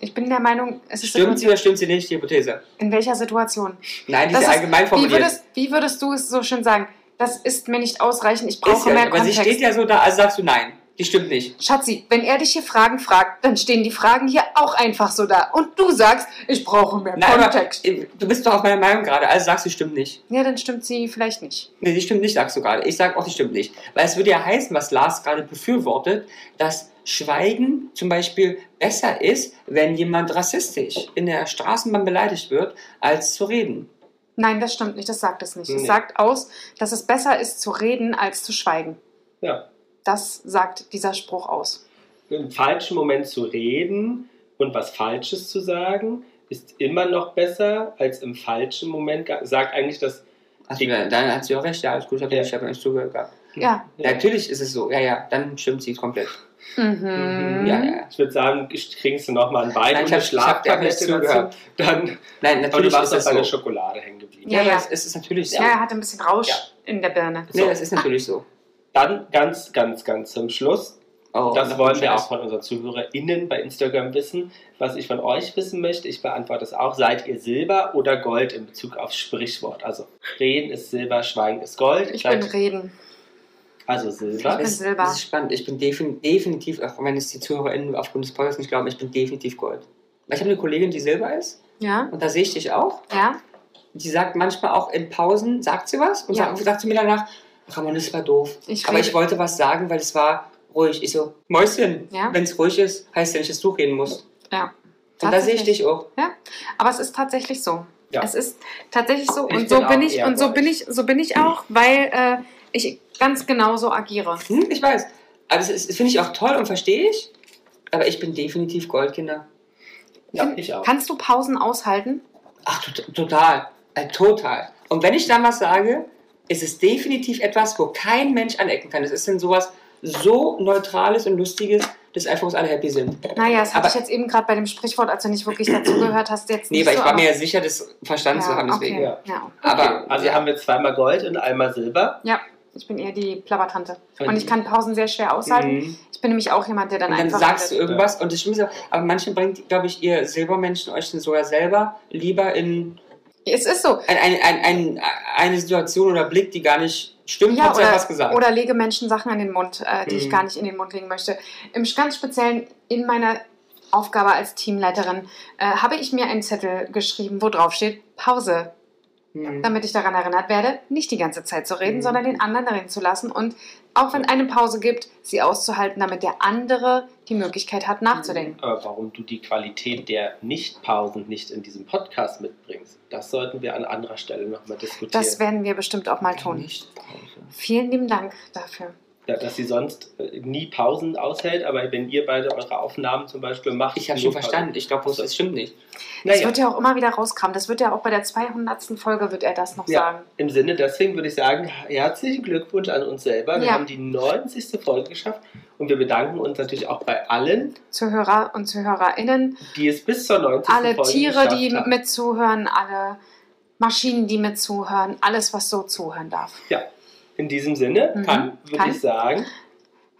Speaker 3: Ich bin der Meinung, es ist
Speaker 1: Stimmt sie
Speaker 3: situationsabhängig.
Speaker 1: oder stimmt sie nicht, die Hypothese?
Speaker 3: In welcher Situation?
Speaker 1: Nein, die ist
Speaker 3: Das
Speaker 1: ja
Speaker 3: ist-
Speaker 1: allgemein
Speaker 3: Wie
Speaker 1: formuliert.
Speaker 3: würdest, wie würdest du es so schön sagen? Das ist mir nicht ausreichend, ich
Speaker 1: Ist
Speaker 3: brauche
Speaker 1: ja,
Speaker 3: mehr
Speaker 1: aber sie steht
Speaker 3: Kontext.
Speaker 1: ja so da, also sagst du nein. Die stimmt nicht.
Speaker 3: Schatzi, wenn er dich hier Fragen fragt, dann stehen die Fragen hier auch einfach so da. Und du sagst, ich brauche mehr
Speaker 1: Nein, aber,
Speaker 3: Kontext.
Speaker 1: äh, du bist doch auf meiner Meinung gerade, also sagst du, stimmt nicht.
Speaker 3: Ja, dann stimmt sie vielleicht nicht.
Speaker 1: Nee, die stimmt nicht, sagst du gerade. Ich sag auch, die stimmt nicht. Weil es würde ja heißen, was Lars gerade befürwortet, dass Schweigen zum Beispiel besser ist, wenn jemand rassistisch in der Straßenbahn beleidigt wird, als zu reden.
Speaker 3: Nein, das stimmt nicht, das sagt es nicht. Es
Speaker 2: Nee.
Speaker 3: sagt aus, dass es besser ist zu reden als zu schweigen.
Speaker 2: Ja.
Speaker 3: Das sagt dieser Spruch aus.
Speaker 2: Im falschen Moment zu reden und was Falsches zu sagen, ist immer noch besser, als im falschen Moment. ga- Sagt eigentlich das.
Speaker 1: Also, ja, dann hat sie auch recht, ja, alles gut, ich habe
Speaker 2: Ja.
Speaker 1: ja. hab nicht zugehört. gehabt.
Speaker 3: Ja.
Speaker 1: Ja. Natürlich ist es so, ja, ja, dann stimmt sie komplett.
Speaker 3: Mhm.
Speaker 2: Mhm.
Speaker 1: Ja, ja, ja.
Speaker 2: Ich würde sagen, kriegst du nochmal einen Wein
Speaker 1: Nein,
Speaker 2: und
Speaker 1: ich hab-
Speaker 2: eine
Speaker 1: ich hab dir auch nicht
Speaker 2: Schlaftablette dazu.
Speaker 1: zugehört.
Speaker 2: Dann,
Speaker 1: Nein,
Speaker 2: aber du
Speaker 1: natürlich ist
Speaker 2: warst auf
Speaker 1: es
Speaker 2: deiner
Speaker 1: so.
Speaker 2: Schokolade hängen geblieben.
Speaker 1: Ja,
Speaker 3: Ja,
Speaker 1: ja,
Speaker 3: ja.
Speaker 1: es ist natürlich so.
Speaker 3: Ja, er hat ein bisschen Rausch
Speaker 2: Ja.
Speaker 3: in der Birne.
Speaker 1: Nee,
Speaker 2: So.
Speaker 1: es ist natürlich so.
Speaker 2: Dann ganz, ganz, ganz zum Schluss.
Speaker 1: Oh,
Speaker 2: Das
Speaker 1: noch
Speaker 2: wollen
Speaker 1: ein
Speaker 2: wir
Speaker 1: Scheiß.
Speaker 2: auch von unseren ZuhörerInnen bei Instagram wissen. Was ich von euch wissen möchte, ich beantworte es auch. Seid ihr Silber oder Gold in Bezug auf Sprichwort? Also Reden ist Silber, Schweigen ist Gold.
Speaker 3: Ich bin
Speaker 2: Seid-
Speaker 3: reden.
Speaker 2: also Silber.
Speaker 3: bin
Speaker 1: Das ist-
Speaker 3: Silber.
Speaker 1: Das ist spannend. Ich bin defin definitiv, auch wenn es die ZuhörerInnen aufgrund des Podcasts nicht glauben, ich bin definitiv Gold. Weil ich habe eine Kollegin, die Silber ist
Speaker 3: Ja?
Speaker 1: und da sehe ich dich auch.
Speaker 3: Ja?
Speaker 1: Die sagt manchmal auch in Pausen, sagt sie was und
Speaker 3: Ja.
Speaker 1: sagt, sagt sie mir danach, Ramon, das war doof.
Speaker 3: Ich
Speaker 1: Aber
Speaker 3: rede-
Speaker 1: ich wollte was sagen, weil es war ruhig. Ich so, Mäuschen,
Speaker 3: Ja.
Speaker 1: wenn es ruhig ist, heißt ja nicht, dass du reden musst.
Speaker 3: Ja.
Speaker 1: Und da sehe ich dich auch.
Speaker 3: Aber es ist tatsächlich so.
Speaker 2: Ja.
Speaker 3: Es ist tatsächlich so.
Speaker 2: Ich
Speaker 3: Und so
Speaker 2: bin
Speaker 3: bin
Speaker 2: auch
Speaker 3: ich,
Speaker 2: eher
Speaker 3: und so
Speaker 2: bei
Speaker 3: bin
Speaker 2: euch.
Speaker 3: ich, so bin ich auch, weil äh, ich ganz genauso agiere.
Speaker 1: Hm, ich weiß. Aber das, ist- das finde ich auch toll und verstehe ich. Aber ich bin definitiv Gold, Kinder.
Speaker 2: Ja, ich auch.
Speaker 3: Kannst du Pausen aushalten?
Speaker 1: Ach, tot- total. Äh, total. Und wenn ich dann was sage, ist es definitiv etwas, wo kein Mensch anecken kann. Es ist dann sowas so Neutrales und Lustiges, dass einfach uns alle happy sind.
Speaker 3: Naja, das hatte
Speaker 1: Aber-
Speaker 3: ich jetzt eben gerade bei dem Sprichwort, als du nicht wirklich dazugehört hast, jetzt
Speaker 1: Nee,
Speaker 3: nicht
Speaker 1: weil
Speaker 3: so,
Speaker 1: ich war
Speaker 3: aber-
Speaker 1: mir ja sicher, das verstanden zu haben,
Speaker 3: ja,
Speaker 1: deswegen.
Speaker 3: okay.
Speaker 2: Ja.
Speaker 3: ja.
Speaker 1: Aber
Speaker 2: also haben wir zweimal Gold und einmal Silber.
Speaker 3: ja, ich bin eher die Plappertante.
Speaker 2: Und-
Speaker 3: Und ich kann Pausen sehr schwer aushalten.
Speaker 1: Mhm.
Speaker 3: Ich bin nämlich auch jemand, der dann
Speaker 1: Und dann
Speaker 3: einfach.
Speaker 1: sagst du
Speaker 3: redet.
Speaker 1: irgendwas und das stimmt so. Aber manche bringt, glaube ich, ihr Silbermenschen euch dann sogar selber lieber in
Speaker 3: Es ist so.
Speaker 1: ein, ein, ein, ein, eine Situation oder Blick, die gar nicht stimmt,
Speaker 3: Ja,
Speaker 1: hat sie ja
Speaker 3: oder,
Speaker 1: was gesagt.
Speaker 3: oder lege Menschen Sachen an den Mund, äh, die ich
Speaker 1: Mhm.
Speaker 3: gar nicht in den Mund legen möchte. Im ganz Speziellen in meiner Aufgabe als Teamleiterin äh, habe ich mir einen Zettel geschrieben, wo drauf steht Pause,
Speaker 1: Mhm.
Speaker 3: damit ich daran erinnert werde, nicht die ganze Zeit zu reden,
Speaker 1: Mhm.
Speaker 3: sondern den anderen reden zu lassen und auch wenn eine Pause gibt, sie auszuhalten, damit der andere die Möglichkeit hat,
Speaker 1: Mhm.
Speaker 3: nachzudenken.
Speaker 2: Aber warum du die Qualität der Nicht-Pausen nicht in diesem Podcast mitbringst, das sollten wir an anderer Stelle nochmal diskutieren.
Speaker 3: Das werden wir bestimmt auch mal tun.
Speaker 1: Nicht.
Speaker 3: Vielen lieben Dank dafür.
Speaker 2: ja, dass sie sonst äh, nie Pausen aushält, aber wenn ihr beide eure Aufnahmen zum Beispiel macht.
Speaker 1: Ich habe schon
Speaker 2: nur Pausen.
Speaker 1: verstanden. Ich glaube,
Speaker 2: So.
Speaker 1: das stimmt nicht.
Speaker 3: Das
Speaker 2: Naja,
Speaker 3: wird ja auch immer wieder rauskramen. Das wird ja auch bei der 200. Folge wird er das noch
Speaker 2: Ja.
Speaker 3: sagen.
Speaker 2: im Sinne deswegen würde ich sagen, herzlichen Glückwunsch an uns selber. Wir
Speaker 3: Ja.
Speaker 2: haben die 90. Folge geschafft und wir bedanken uns natürlich auch bei allen,
Speaker 3: Zuhörer und ZuhörerInnen.
Speaker 2: die es bis zur 90.
Speaker 3: alle
Speaker 2: Folge
Speaker 3: Tiere,
Speaker 2: geschafft
Speaker 3: die
Speaker 2: haben.
Speaker 3: mitzuhören, alle Maschinen, die mitzuhören, alles, was so zuhören darf.
Speaker 2: In diesem Sinne
Speaker 3: Mhm.
Speaker 2: kann, würde
Speaker 3: Kann.
Speaker 2: ich sagen,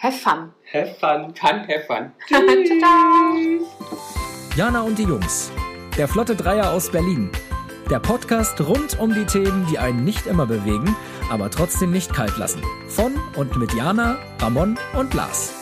Speaker 3: Have fun.
Speaker 2: have fun.
Speaker 1: Kann helfen.
Speaker 3: Tada!
Speaker 4: Jana und die Jungs. Der Flotte Dreier aus Berlin. Der Podcast rund um die Themen, die einen nicht immer bewegen, aber trotzdem nicht kalt lassen. Von und mit Jana, Ramon und Lars.